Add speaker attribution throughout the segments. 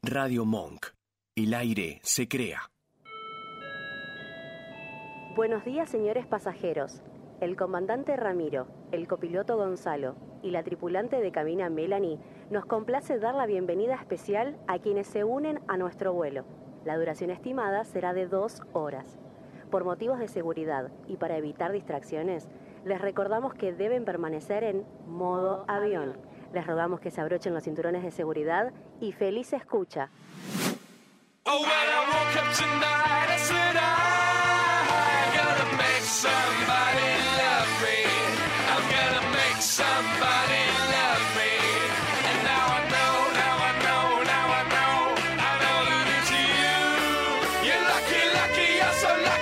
Speaker 1: Radio Monk. El aire se crea.
Speaker 2: Buenos días, señores pasajeros. El comandante Ramiro, el copiloto Gonzalo y la tripulante de cabina Melanie nos complace dar la bienvenida especial a quienes se unen a nuestro vuelo. La duración estimada será de dos horas. Por motivos de seguridad y para evitar distracciones, les recordamos que deben permanecer en modo avión. Les rogamos que se abrochen los cinturones de seguridad y feliz escucha.
Speaker 3: Oh, when I woke up tonight, I said I gotta make somebody love me. I'm gonna make somebody love me. And now I know, now I know, now I know, I know that it's you. You're lucky, lucky, you're so lucky.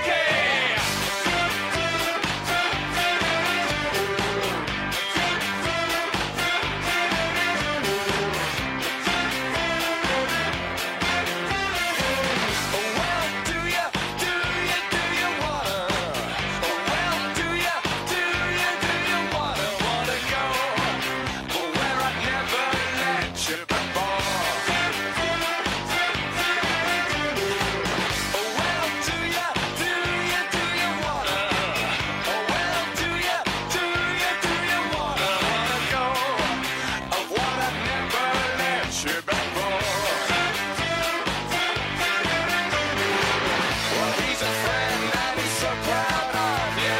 Speaker 3: He's a friend and he's so proud of you.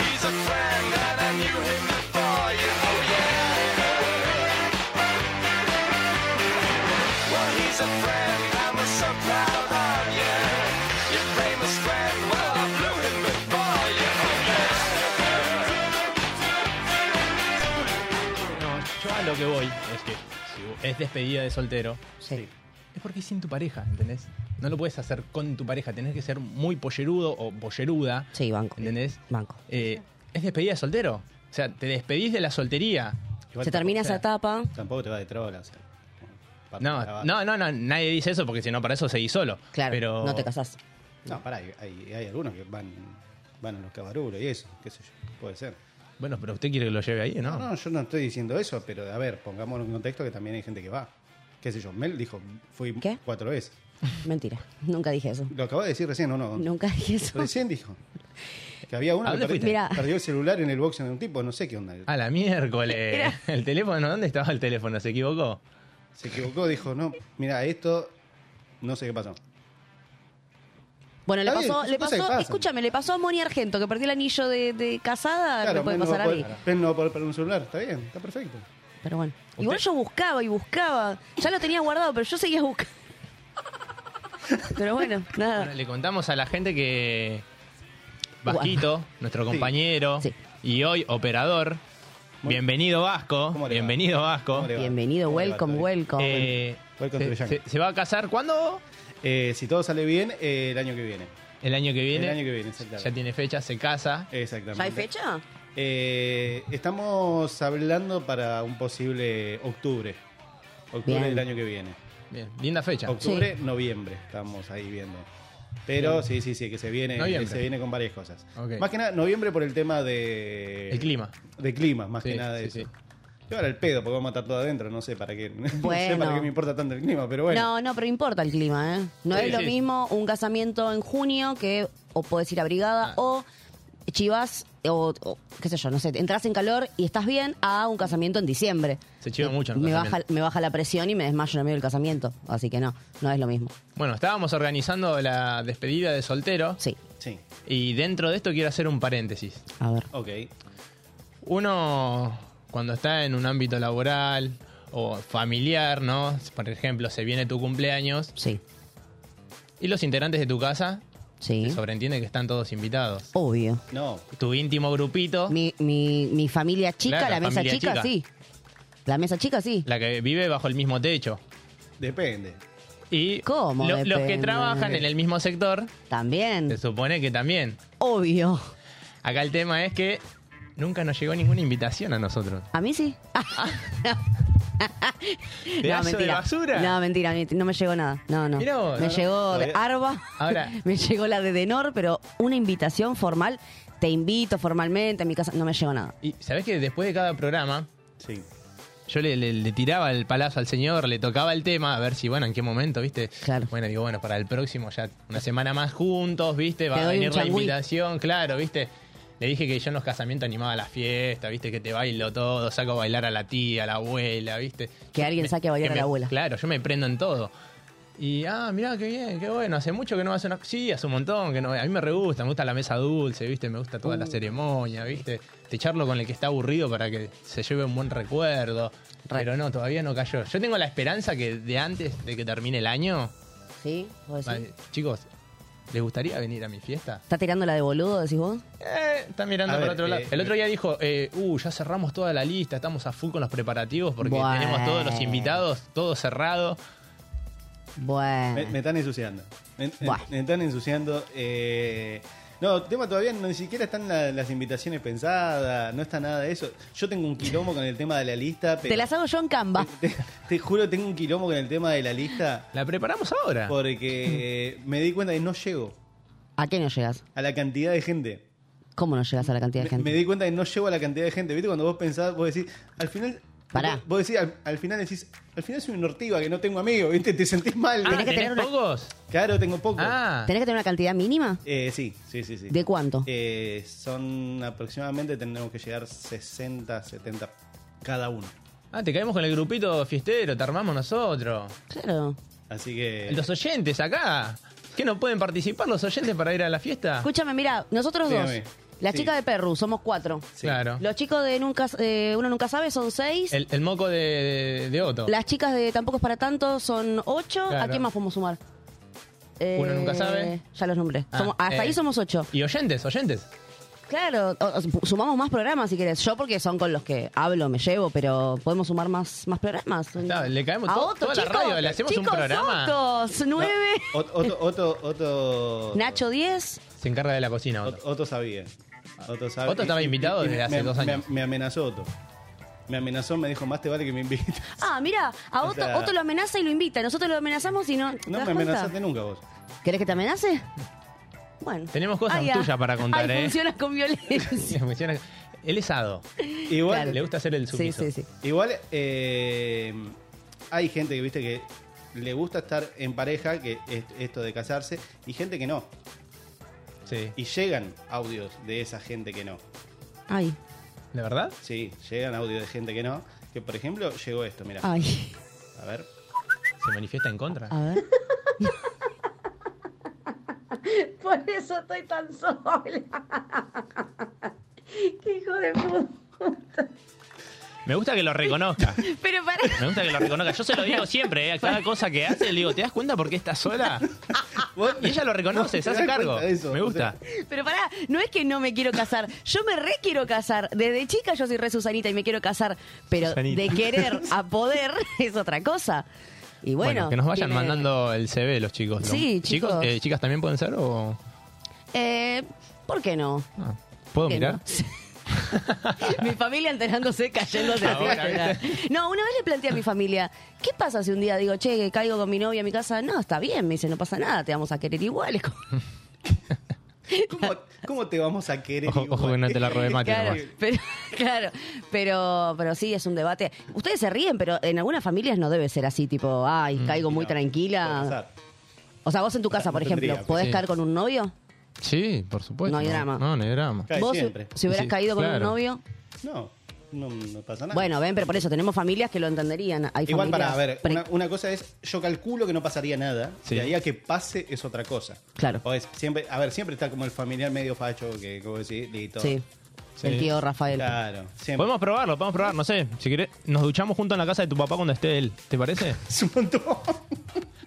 Speaker 3: He's a friend and I knew him before you. Oh yeah. Well, he's a friend. I'm so proud of you. Your famous friend. Well, I blew him before you. Oh
Speaker 4: No, yo a lo que voy es que si es despedida de soltero,
Speaker 5: Sí.
Speaker 4: es porque es sin tu pareja, ¿entendés? No lo puedes hacer con tu pareja, tenés que ser muy pollerudo o polleruda,
Speaker 5: Sí, banco.
Speaker 4: ¿entendés?
Speaker 5: Banco.
Speaker 4: Eh, es despedida de soltero. O sea, te despedís de la soltería.
Speaker 6: Igual
Speaker 5: Se termina esa
Speaker 6: tampoco-
Speaker 5: etapa.
Speaker 6: Tampoco te va de trola, o sea. parte de la
Speaker 4: No,
Speaker 6: base.
Speaker 4: no, no, no, nadie dice eso porque si no, para eso seguís solo.
Speaker 5: Claro,
Speaker 4: Pero
Speaker 5: no te casás.
Speaker 6: No, pará, hay, hay, hay algunos que van, van a los cabarulos y eso, qué sé yo, puede ser.
Speaker 4: Bueno, pero usted quiere que lo lleve ahí, ¿no?
Speaker 6: No, no, yo no estoy diciendo eso, pero a ver, pongámoslo en contexto que también hay gente que va. Qué sé yo, Mel dijo, fui
Speaker 5: ¿Qué?
Speaker 6: cuatro veces.
Speaker 5: Mentira. Nunca dije eso.
Speaker 6: Lo acabo de decir recién, ¿o no?
Speaker 5: Nunca dije eso.
Speaker 6: Recién dijo. Que había
Speaker 4: ¿A
Speaker 6: uno que
Speaker 4: dónde
Speaker 6: perdi-
Speaker 4: fuiste?
Speaker 5: Mirá.
Speaker 6: perdió el celular en el boxeo de un tipo, no sé qué onda.
Speaker 4: A la miércoles. El teléfono, ¿dónde estaba el teléfono? ¿Se equivocó?
Speaker 6: Se equivocó, dijo, no, mira, esto no sé qué pasó.
Speaker 5: Bueno, le
Speaker 6: Está bien,
Speaker 5: pasó,
Speaker 6: son
Speaker 5: le
Speaker 6: cosas que
Speaker 5: pasó,
Speaker 6: pasan.
Speaker 5: escúchame, le pasó a Moni Argento, que perdió el anillo de, de casada, le puede
Speaker 6: Mel no,
Speaker 5: pasar
Speaker 6: va
Speaker 5: a
Speaker 6: a poder-
Speaker 5: mí.
Speaker 6: Mel no va a poder perder un celular, está bien, está perfecto.
Speaker 5: Pero bueno. Igual yo buscaba y buscaba. Ya lo tenía guardado, pero yo seguía buscando. Pero bueno,
Speaker 4: Bueno,
Speaker 5: nada.
Speaker 4: le contamos a la gente que Vasquito, nuestro compañero
Speaker 5: Sí.
Speaker 4: y hoy operador, bienvenido Vasco,
Speaker 6: ¿Cómo le va?
Speaker 4: bienvenido Vasco,
Speaker 6: ¿Cómo le va?
Speaker 5: Bienvenido,
Speaker 6: ¿Cómo le va
Speaker 5: welcome,
Speaker 6: todavía?
Speaker 5: welcome.
Speaker 4: Eh,
Speaker 6: Welcome to
Speaker 4: se,
Speaker 6: the jungle.
Speaker 4: se- se va a casar cuándo?
Speaker 6: Eh, si todo sale bien, eh, el año que viene.
Speaker 4: El año que viene.
Speaker 6: El año que viene, exactamente.
Speaker 4: Ya tiene fecha, se casa.
Speaker 6: Exactamente.
Speaker 5: ¿Ya hay fecha?
Speaker 6: Eh, estamos hablando para un posible octubre. Octubre
Speaker 5: Bien.
Speaker 6: del año que viene.
Speaker 4: Bien, linda fecha.
Speaker 6: Octubre, noviembre, estamos ahí viendo. Pero sí, sí, sí, que se viene,
Speaker 4: Noviembre.
Speaker 6: que se viene con varias cosas.
Speaker 4: Ok.
Speaker 6: Más que nada, noviembre por el tema de.
Speaker 4: El clima.
Speaker 6: De clima, más
Speaker 4: Sí,
Speaker 6: que nada de
Speaker 4: sí,
Speaker 6: eso.
Speaker 4: sí.
Speaker 6: Y ahora el pedo, porque vamos a estar todo adentro, no sé para qué. no sé para
Speaker 5: Bueno.
Speaker 6: qué me importa tanto el clima, pero bueno.
Speaker 5: No, no, pero importa el clima, ¿eh? No
Speaker 4: Sí,
Speaker 5: es lo
Speaker 4: sí.
Speaker 5: mismo un casamiento en junio que o podés ir a
Speaker 4: Ah.
Speaker 5: brigada o chivas o, o qué sé yo, no sé, entras en calor y estás bien a un casamiento en diciembre.
Speaker 4: Se chiva
Speaker 5: Me-
Speaker 4: mucho en un
Speaker 5: me baja,
Speaker 4: casamiento.
Speaker 5: me baja la presión y me desmayo en el medio del casamiento. Así que no, no es lo mismo.
Speaker 4: Bueno, estábamos organizando la despedida de soltero
Speaker 5: Sí,
Speaker 6: Sí,
Speaker 4: y dentro de esto quiero hacer un paréntesis.
Speaker 5: a ver.
Speaker 6: ok.
Speaker 4: Uno, cuando está en un ámbito laboral o familiar, ¿no? Por ejemplo, se viene tu cumpleaños
Speaker 5: Sí,
Speaker 4: y los integrantes de tu casa
Speaker 5: sí.
Speaker 4: se sobreentiende que están todos invitados.
Speaker 5: Obvio.
Speaker 6: No,
Speaker 4: Tu íntimo grupito,
Speaker 5: Mi, mi, mi familia chica,
Speaker 4: Claro,
Speaker 5: la mesa
Speaker 4: familia
Speaker 5: chica,
Speaker 4: chica.
Speaker 5: sí. La mesa chica, sí.
Speaker 4: la que vive bajo el mismo techo.
Speaker 6: depende.
Speaker 4: Y
Speaker 5: ¿Cómo
Speaker 4: lo- los que
Speaker 5: depende?
Speaker 4: trabajan en el mismo sector, se
Speaker 5: También.
Speaker 4: supone que también.
Speaker 5: Obvio.
Speaker 4: Acá el tema es que nunca nos llegó ninguna invitación a nosotros.
Speaker 5: A mí sí.
Speaker 4: Pedazo de basura.
Speaker 5: No, mentira, mi- no me llegó nada. No, no.
Speaker 4: Mirá vos,
Speaker 5: me
Speaker 4: no, no,
Speaker 5: llegó de
Speaker 6: todavía-
Speaker 5: Arba,
Speaker 4: Ahora-
Speaker 5: me llegó la de Denor, pero una invitación formal, te invito formalmente a mi casa, no me llegó nada.
Speaker 4: Y sabes que después de cada programa,
Speaker 6: Sí.
Speaker 4: Yo le, le- le tiraba el palazo al señor, le tocaba el tema, a ver si, bueno, en qué momento, ¿viste?
Speaker 5: Claro.
Speaker 4: Bueno, digo, bueno, para el próximo ya una semana más juntos, ¿viste? Va
Speaker 5: Te
Speaker 4: a
Speaker 5: doy un
Speaker 4: venir la
Speaker 5: changüí.
Speaker 4: invitación, claro, ¿viste? Le dije que yo en los casamientos animaba la fiesta, ¿viste? Que te bailo todo, saco a bailar a la tía, a la abuela, ¿viste?
Speaker 5: Que alguien saque a bailar
Speaker 4: que
Speaker 5: a la
Speaker 4: me-
Speaker 5: abuela.
Speaker 4: Claro, yo me prendo en todo. Y, ah, mirá, qué bien, qué bueno. Hace mucho que no hace una... Sí, hace un montón que no... A mí me re gusta, me gusta la mesa dulce, ¿viste? Me gusta toda la ceremonia, ¿viste? Te charlo con el que está aburrido para que se lleve un buen recuerdo.
Speaker 5: Re.
Speaker 4: Pero no, todavía no cayó. Yo tengo la esperanza que de antes de que termine el año...
Speaker 5: ¿Sí? ¿Vos decís?
Speaker 4: Vale, chicos, ¿les gustaría venir a mi fiesta?
Speaker 5: ¿Está tirando la de boludo, decís vos?
Speaker 4: Eh, está mirando
Speaker 6: A
Speaker 4: para
Speaker 6: ver,
Speaker 4: otro lado.
Speaker 6: eh,
Speaker 4: El otro día dijo, eh, uh, ya cerramos toda la lista, estamos a full con los preparativos porque
Speaker 5: Bueno.
Speaker 4: tenemos todos los invitados, todo cerrado.
Speaker 5: Bueno.
Speaker 6: Me, me están ensuciando. Me, me-
Speaker 5: Buah.
Speaker 6: me están ensuciando. eh, no, tema todavía no, ni siquiera están la- las invitaciones pensadas, no está nada de eso. Yo tengo un quilombo con el tema de la lista. Pero
Speaker 5: Te las hago yo en Canva.
Speaker 6: te, te juro, tengo un quilombo con el tema de la lista
Speaker 4: La preparamos ahora.
Speaker 6: porque eh, me di cuenta que no llego
Speaker 5: ¿A qué no llegas?
Speaker 6: a la cantidad de gente.
Speaker 5: ¿Cómo no llegas a la cantidad de
Speaker 6: Me, me
Speaker 5: gente?
Speaker 6: di cuenta que no llego a la cantidad de gente. ¿Viste? Cuando vos pensás, vos decís, al final.
Speaker 5: Pará.
Speaker 6: Vos decís, al, al final decís, al final soy un ortiva que no tengo amigos, ¿viste? Te sentís mal.
Speaker 4: Ah,
Speaker 5: Tenés que
Speaker 4: ¿tenés
Speaker 5: tener una-
Speaker 4: pocos?
Speaker 6: Claro, tengo poco.
Speaker 4: Ah,
Speaker 5: ¿Tenés que tener una cantidad mínima?
Speaker 6: Eh, sí, sí, sí, sí.
Speaker 5: ¿De cuánto?
Speaker 6: Eh, son aproximadamente, tenemos que llegar 60, 70 cada uno.
Speaker 4: ah, te caemos con el grupito fiestero, te armamos nosotros.
Speaker 5: Claro.
Speaker 6: Así que...
Speaker 4: Los oyentes acá. ¿Qué no pueden participar los oyentes para ir a la fiesta?
Speaker 5: Escúchame, mira, nosotros dos.
Speaker 6: Dígame.
Speaker 5: La
Speaker 6: Sí.
Speaker 5: chica de Perru, somos cuatro.
Speaker 6: Sí.
Speaker 4: Claro.
Speaker 5: Los chicos de nunca, eh, Uno Nunca Sabe son seis.
Speaker 4: El, el moco de, de, de Otto.
Speaker 5: Las chicas de Tampoco es para tanto son ocho. ¿A
Speaker 4: Claro.
Speaker 5: quién más podemos sumar? Eh,
Speaker 4: Uno Nunca Sabe.
Speaker 5: Ya los nombré.
Speaker 4: Ah,
Speaker 5: Somos- hasta
Speaker 4: eh.
Speaker 5: ahí somos ocho.
Speaker 4: Y oyentes, oyentes.
Speaker 5: Claro, o- o- sumamos más programas si querés. Yo porque son con los que hablo, me llevo, pero podemos sumar más, más programas.
Speaker 4: Está, le caemos
Speaker 5: a
Speaker 4: to-
Speaker 5: Otto,
Speaker 4: toda la
Speaker 5: chicos.
Speaker 4: radio, le hacemos un
Speaker 5: Chicos,
Speaker 4: programa.
Speaker 5: Otos,
Speaker 6: No,
Speaker 5: nueve.
Speaker 6: Ot- Otto, Otto, Otto-
Speaker 5: Nacho, diez.
Speaker 4: Se encarga de la cocina Otto.
Speaker 6: Ot- Otto sabía. Otto sabe-
Speaker 4: Otto estaba invitado desde
Speaker 6: me-
Speaker 4: hace
Speaker 6: me-
Speaker 4: dos
Speaker 6: me-
Speaker 4: años.
Speaker 6: Me, amenazó Otto. Me amenazó, me dijo, más te vale que me invites.
Speaker 5: Ah, mira, a
Speaker 6: O
Speaker 5: Otto,
Speaker 6: sea-
Speaker 5: Otto lo amenaza y lo invita. Nosotros lo amenazamos y no. ¿te
Speaker 6: No
Speaker 5: das
Speaker 6: me
Speaker 5: cuenta?
Speaker 6: amenazaste nunca vos.
Speaker 5: ¿Querés que te amenace? Bueno.
Speaker 4: Tenemos cosas
Speaker 5: ah.
Speaker 4: tuyas para contar,
Speaker 5: Ay,
Speaker 4: ¿eh?
Speaker 5: Funciona con violencia.
Speaker 4: Funciona- Él es hado.
Speaker 6: Igual,
Speaker 5: Claro.
Speaker 4: Le gusta hacer el
Speaker 5: Sí,
Speaker 4: sumiso.
Speaker 5: sí, sí.
Speaker 6: Igual eh, hay gente que viste que le gusta estar en pareja, que es esto de casarse, y gente que no.
Speaker 4: Sí.
Speaker 6: Y llegan audios de esa gente que no.
Speaker 5: Ay,
Speaker 4: ¿De verdad?
Speaker 6: Sí, llegan audios de gente que no. Que por ejemplo llegó esto, mira.
Speaker 5: ay.
Speaker 6: A ver.
Speaker 4: ¿Se manifiesta en contra?
Speaker 5: A ver.
Speaker 7: Por eso estoy tan sola. Qué hijo de puta.
Speaker 4: Me gusta que lo reconozca.
Speaker 5: Pero para.
Speaker 4: Me gusta que lo reconozca. Yo se lo digo siempre, ¿eh? A cada cosa que hace, le digo, ¿te das cuenta por qué estás sola? Y ella lo reconoce,
Speaker 6: No,
Speaker 4: se
Speaker 6: te
Speaker 4: hace
Speaker 6: das
Speaker 4: cargo.
Speaker 6: cuenta de eso,
Speaker 4: Me
Speaker 6: o
Speaker 4: gusta.
Speaker 5: Pero pará, no es que no me quiero casar, yo me re quiero casar. Desde chica yo soy re Susanita y me quiero casar, pero
Speaker 4: Susanita.
Speaker 5: de querer a poder es otra cosa. Y
Speaker 4: Bueno,
Speaker 5: bueno,
Speaker 4: que nos vayan
Speaker 5: tiene-
Speaker 4: mandando el CV los chicos. ¿no?
Speaker 5: Sí, chicos.
Speaker 4: eh, ¿Chicas también pueden ser o...?
Speaker 5: Eh, ¿Por qué no?
Speaker 4: ah, ¿Puedo
Speaker 5: ¿Por qué
Speaker 4: mirar?
Speaker 5: no? mi familia enterándose, cayéndose así.
Speaker 4: Ahora,
Speaker 5: ¿verdad? No, una vez le planteé a mi familia, ¿qué pasa si un día digo, che, que caigo con mi novia a mi casa? No, está bien, me dice, no pasa nada, te vamos a querer igual. Es como-
Speaker 6: ¿Cómo, cómo te vamos a querer?
Speaker 4: Ojo,
Speaker 6: igual?
Speaker 4: ojo que no te la robe mate
Speaker 5: Claro,
Speaker 4: nomás.
Speaker 5: pero, claro, pero, pero sí, es un debate. Ustedes se ríen, pero en algunas familias no debe ser así, tipo, ay,
Speaker 4: Mm.
Speaker 5: caigo muy
Speaker 6: No, puede
Speaker 5: tranquila.
Speaker 6: pasar.
Speaker 5: O sea, vos en tu casa,
Speaker 6: No
Speaker 5: por
Speaker 6: tendría,
Speaker 5: ejemplo,
Speaker 6: pero
Speaker 5: ¿podés
Speaker 4: sí.
Speaker 5: caer con un novio?
Speaker 4: Sí, por supuesto.
Speaker 5: No hay drama.
Speaker 4: No, no hay drama.
Speaker 6: Cae
Speaker 5: ¿Vos si-
Speaker 6: siempre.
Speaker 5: si hubieras
Speaker 4: Sí,
Speaker 5: caído con un
Speaker 4: claro.
Speaker 5: novio?
Speaker 6: No, no, no pasa nada.
Speaker 5: Bueno, ven, pero por eso tenemos familias que lo entenderían. Hay
Speaker 6: Igual para,
Speaker 5: familias
Speaker 6: a ver,
Speaker 5: pre-
Speaker 6: una, una cosa es, yo calculo que no pasaría nada,
Speaker 4: Sí.
Speaker 6: de ahí a que pase es otra cosa.
Speaker 5: Claro.
Speaker 6: O es siempre, a ver, siempre está como el familiar medio facho que, como decís, listo.
Speaker 5: Sí, el
Speaker 4: Sí.
Speaker 5: tío Rafael.
Speaker 6: Claro, siempre.
Speaker 4: Podemos probarlo, podemos probar, no sé. Si querés, nos duchamos juntos en la casa de tu papá cuando esté él. ¿Te parece?
Speaker 6: Es un montón.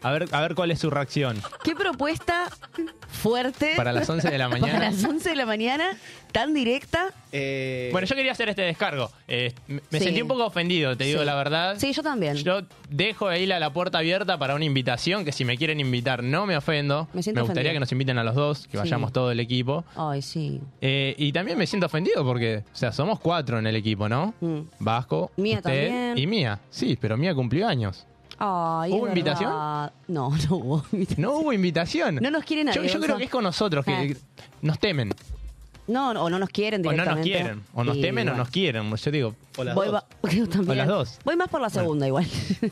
Speaker 4: A ver, a ver cuál es su reacción.
Speaker 5: ¿Qué propuesta fuerte
Speaker 4: Para las 11 de la
Speaker 5: para
Speaker 4: mañana.
Speaker 5: las 11 de la mañana, tan directa?
Speaker 6: Eh,
Speaker 4: Bueno, yo quería hacer este descargo. Eh, me me
Speaker 5: Sí.
Speaker 4: sentí un poco ofendido, te digo
Speaker 5: Sí.
Speaker 4: la verdad.
Speaker 5: Sí, yo también.
Speaker 4: Yo dejo ahí la, la puerta abierta para una invitación, que si me quieren invitar no me ofendo.
Speaker 5: Me siento Oh.
Speaker 4: gustaría
Speaker 5: ofendida.
Speaker 4: que nos inviten a los dos, que vayamos todo el equipo.
Speaker 5: Ay, sí.
Speaker 4: Eh, y también me siento ofendido porque, o sea, somos cuatro en el equipo, ¿no?
Speaker 5: Mm.
Speaker 4: Vasco,
Speaker 5: Mía
Speaker 4: usted
Speaker 5: también.
Speaker 4: y Mía. Sí, pero Mía cumplió años.
Speaker 5: Ay, es
Speaker 4: ¿Hubo invitación?
Speaker 5: verdad. No, Oh, no hubo invitación.
Speaker 4: No hubo invitación.
Speaker 5: No nos quiere nadie,
Speaker 4: Yo, yo
Speaker 5: Gonzalo.
Speaker 4: creo que es con nosotros que
Speaker 5: Ah.
Speaker 4: nos temen.
Speaker 5: No, no, o no nos quieren
Speaker 4: O no nos
Speaker 5: directamente.
Speaker 4: quieren. O nos
Speaker 5: Y
Speaker 4: temen o
Speaker 5: bueno.
Speaker 4: nos quieren. Yo digo,
Speaker 6: O las
Speaker 5: Voy
Speaker 6: dos.
Speaker 5: va- yo también.
Speaker 4: O las dos.
Speaker 5: Voy más por la segunda igual.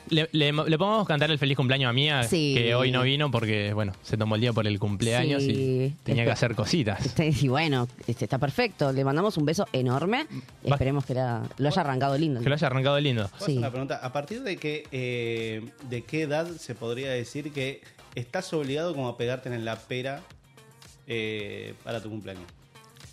Speaker 4: Le, le, le podemos cantar el feliz cumpleaños a Mía,
Speaker 5: Sí.
Speaker 4: que hoy no vino porque, bueno, se tomó el día por el cumpleaños
Speaker 5: Sí.
Speaker 4: y tenía que
Speaker 5: Espe-
Speaker 4: hacer cositas.
Speaker 5: Este, y bueno, este, está perfecto. Le mandamos un beso enorme.
Speaker 4: Va-
Speaker 5: Esperemos que la- lo haya arrancado lindo.
Speaker 4: Que lo haya arrancado lindo.
Speaker 6: ¿Puedo
Speaker 5: Sí.
Speaker 6: hacer Una pregunta. ¿A partir de qué, eh, de qué edad se podría decir que estás obligado como a pegarte en la pera eh, para tu cumpleaños?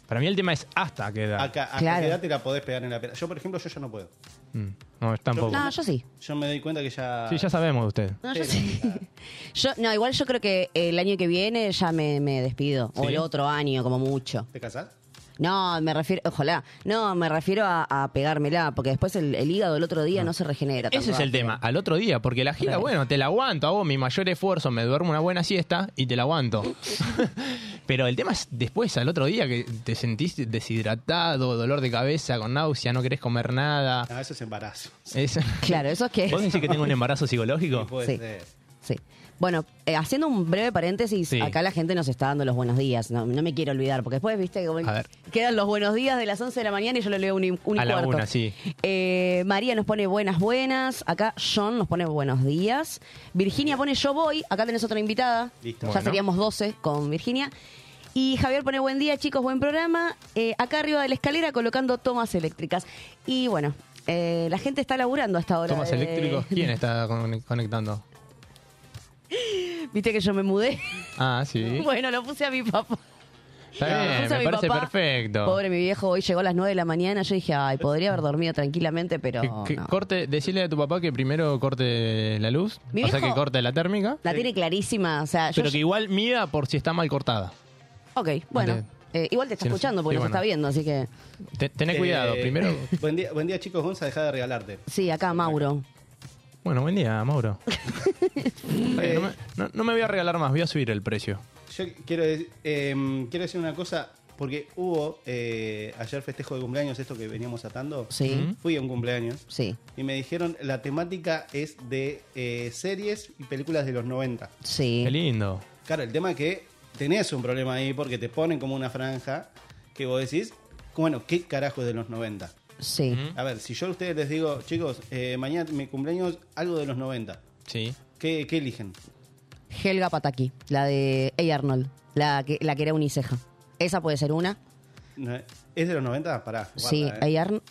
Speaker 4: Para mí el tema es hasta qué edad.
Speaker 6: Acá, ¿A
Speaker 5: Claro.
Speaker 6: qué edad te la podés pegar en la pera? Yo, por ejemplo, yo ya no puedo.
Speaker 4: Mm, No, tampoco.
Speaker 5: No, yo sí.
Speaker 6: Yo me doy cuenta que ya...
Speaker 4: Sí, ya sabemos de usted.
Speaker 5: No, yo sí. Yo, no, igual yo creo que el año que viene ya me, me despido. O
Speaker 4: ¿Sí?
Speaker 5: el otro año, como mucho.
Speaker 6: ¿Te casás?
Speaker 5: No, me refiero, ojalá. No, me refiero a, a pegármela, porque después el, el hígado el otro día no, se regenera. tan
Speaker 4: Ah. Ese es el
Speaker 5: rápido.
Speaker 4: tema, al otro día, porque la gira,
Speaker 5: Claro.
Speaker 4: bueno, te la aguanto, hago mi mayor esfuerzo, me duermo una buena siesta y te la aguanto. Pero el tema es después, al otro día, que te sentís deshidratado, dolor de cabeza, con náusea, no querés comer nada.
Speaker 6: No, eso es embarazo.
Speaker 4: Es-
Speaker 5: Claro, eso es que.
Speaker 4: ¿Vos decís que tengo un embarazo psicológico?
Speaker 6: Puede
Speaker 5: Sí.
Speaker 6: ser.
Speaker 5: Sí. Bueno, eh, haciendo un breve paréntesis,
Speaker 4: Sí.
Speaker 5: acá la gente nos está dando los buenos días. No, no me quiero olvidar, porque después, viste, como-
Speaker 4: A ver.
Speaker 5: quedan los buenos días de las 11 de la mañana y yo lo leo un, y- un y
Speaker 4: A la
Speaker 5: cuarto.
Speaker 4: una, sí.
Speaker 5: Eh, María nos pone buenas, buenas. Acá John nos pone buenos días. Virginia pone yo voy. Acá tenés otra invitada.
Speaker 6: Listo.
Speaker 5: Ya
Speaker 4: Bueno.
Speaker 5: seríamos 12 con Virginia. Y Javier pone buen día, chicos, buen programa. Eh, acá arriba de la escalera colocando tomas eléctricas. Y bueno, eh, la gente está laburando hasta ahora. eh,
Speaker 4: Tomas eléctricos, ¿quién está con- conectando?
Speaker 5: Viste que yo me mudé.
Speaker 4: Ah, sí.
Speaker 5: Bueno, lo puse a mi papá.
Speaker 4: Está
Speaker 5: Lo
Speaker 4: bien,
Speaker 5: puse a
Speaker 4: me
Speaker 5: mi
Speaker 4: parece
Speaker 5: papá.
Speaker 4: perfecto.
Speaker 5: Pobre mi viejo, hoy llegó a las 9 de la mañana. Yo dije, ay, podría haber dormido tranquilamente, pero.
Speaker 4: Que- que
Speaker 5: no.
Speaker 4: corte, decirle a tu papá que primero corte la luz,
Speaker 5: Mi
Speaker 4: o sea
Speaker 5: viejo-
Speaker 4: que corte la térmica,
Speaker 5: La tiene clarísima. O sea, yo.
Speaker 4: pero que igual mida por si está mal cortada.
Speaker 5: Ok, bueno. Eh, igual te está
Speaker 4: Sí, no sé.
Speaker 5: escuchando porque
Speaker 4: Sí,
Speaker 5: nos
Speaker 4: bueno.
Speaker 5: está viendo, así que.
Speaker 4: Te- Tené
Speaker 6: Eh,
Speaker 4: cuidado, primero.
Speaker 6: Buen día, buen día chicos, Gonza, deja de regalarte.
Speaker 5: Sí, acá Mauro.
Speaker 4: Bueno, buen día, Mauro. Está bien, no, me, no- no me voy a regalar más, voy a subir el precio.
Speaker 6: Eh, Yo quiero, de- eh, quiero decir una cosa, porque hubo eh, ayer festejo de cumpleaños, esto que veníamos atando.
Speaker 5: Sí,
Speaker 6: Fui a un cumpleaños
Speaker 5: sí,
Speaker 6: y me dijeron, la temática es de eh, series y películas de los 90.
Speaker 5: sí.
Speaker 4: Qué lindo.
Speaker 6: Claro, el tema que tenés un problema ahí porque te ponen como una franja que vos decís, bueno, ¿qué carajo es de los 90?
Speaker 5: Sí.
Speaker 6: A ver, si yo a ustedes les digo, chicos, eh, mañana mi cumpleaños, algo de los 90,
Speaker 4: Sí.
Speaker 6: ¿qué, qué eligen?
Speaker 5: Helga Pataki, la de Hey Arnold, la que, la que era uniceja. Esa puede ser una.
Speaker 6: No, ¿eh? ¿Es de los 90? Pará.
Speaker 5: sí,
Speaker 6: guarda,
Speaker 5: Hey
Speaker 6: ¿eh?
Speaker 5: Arnold.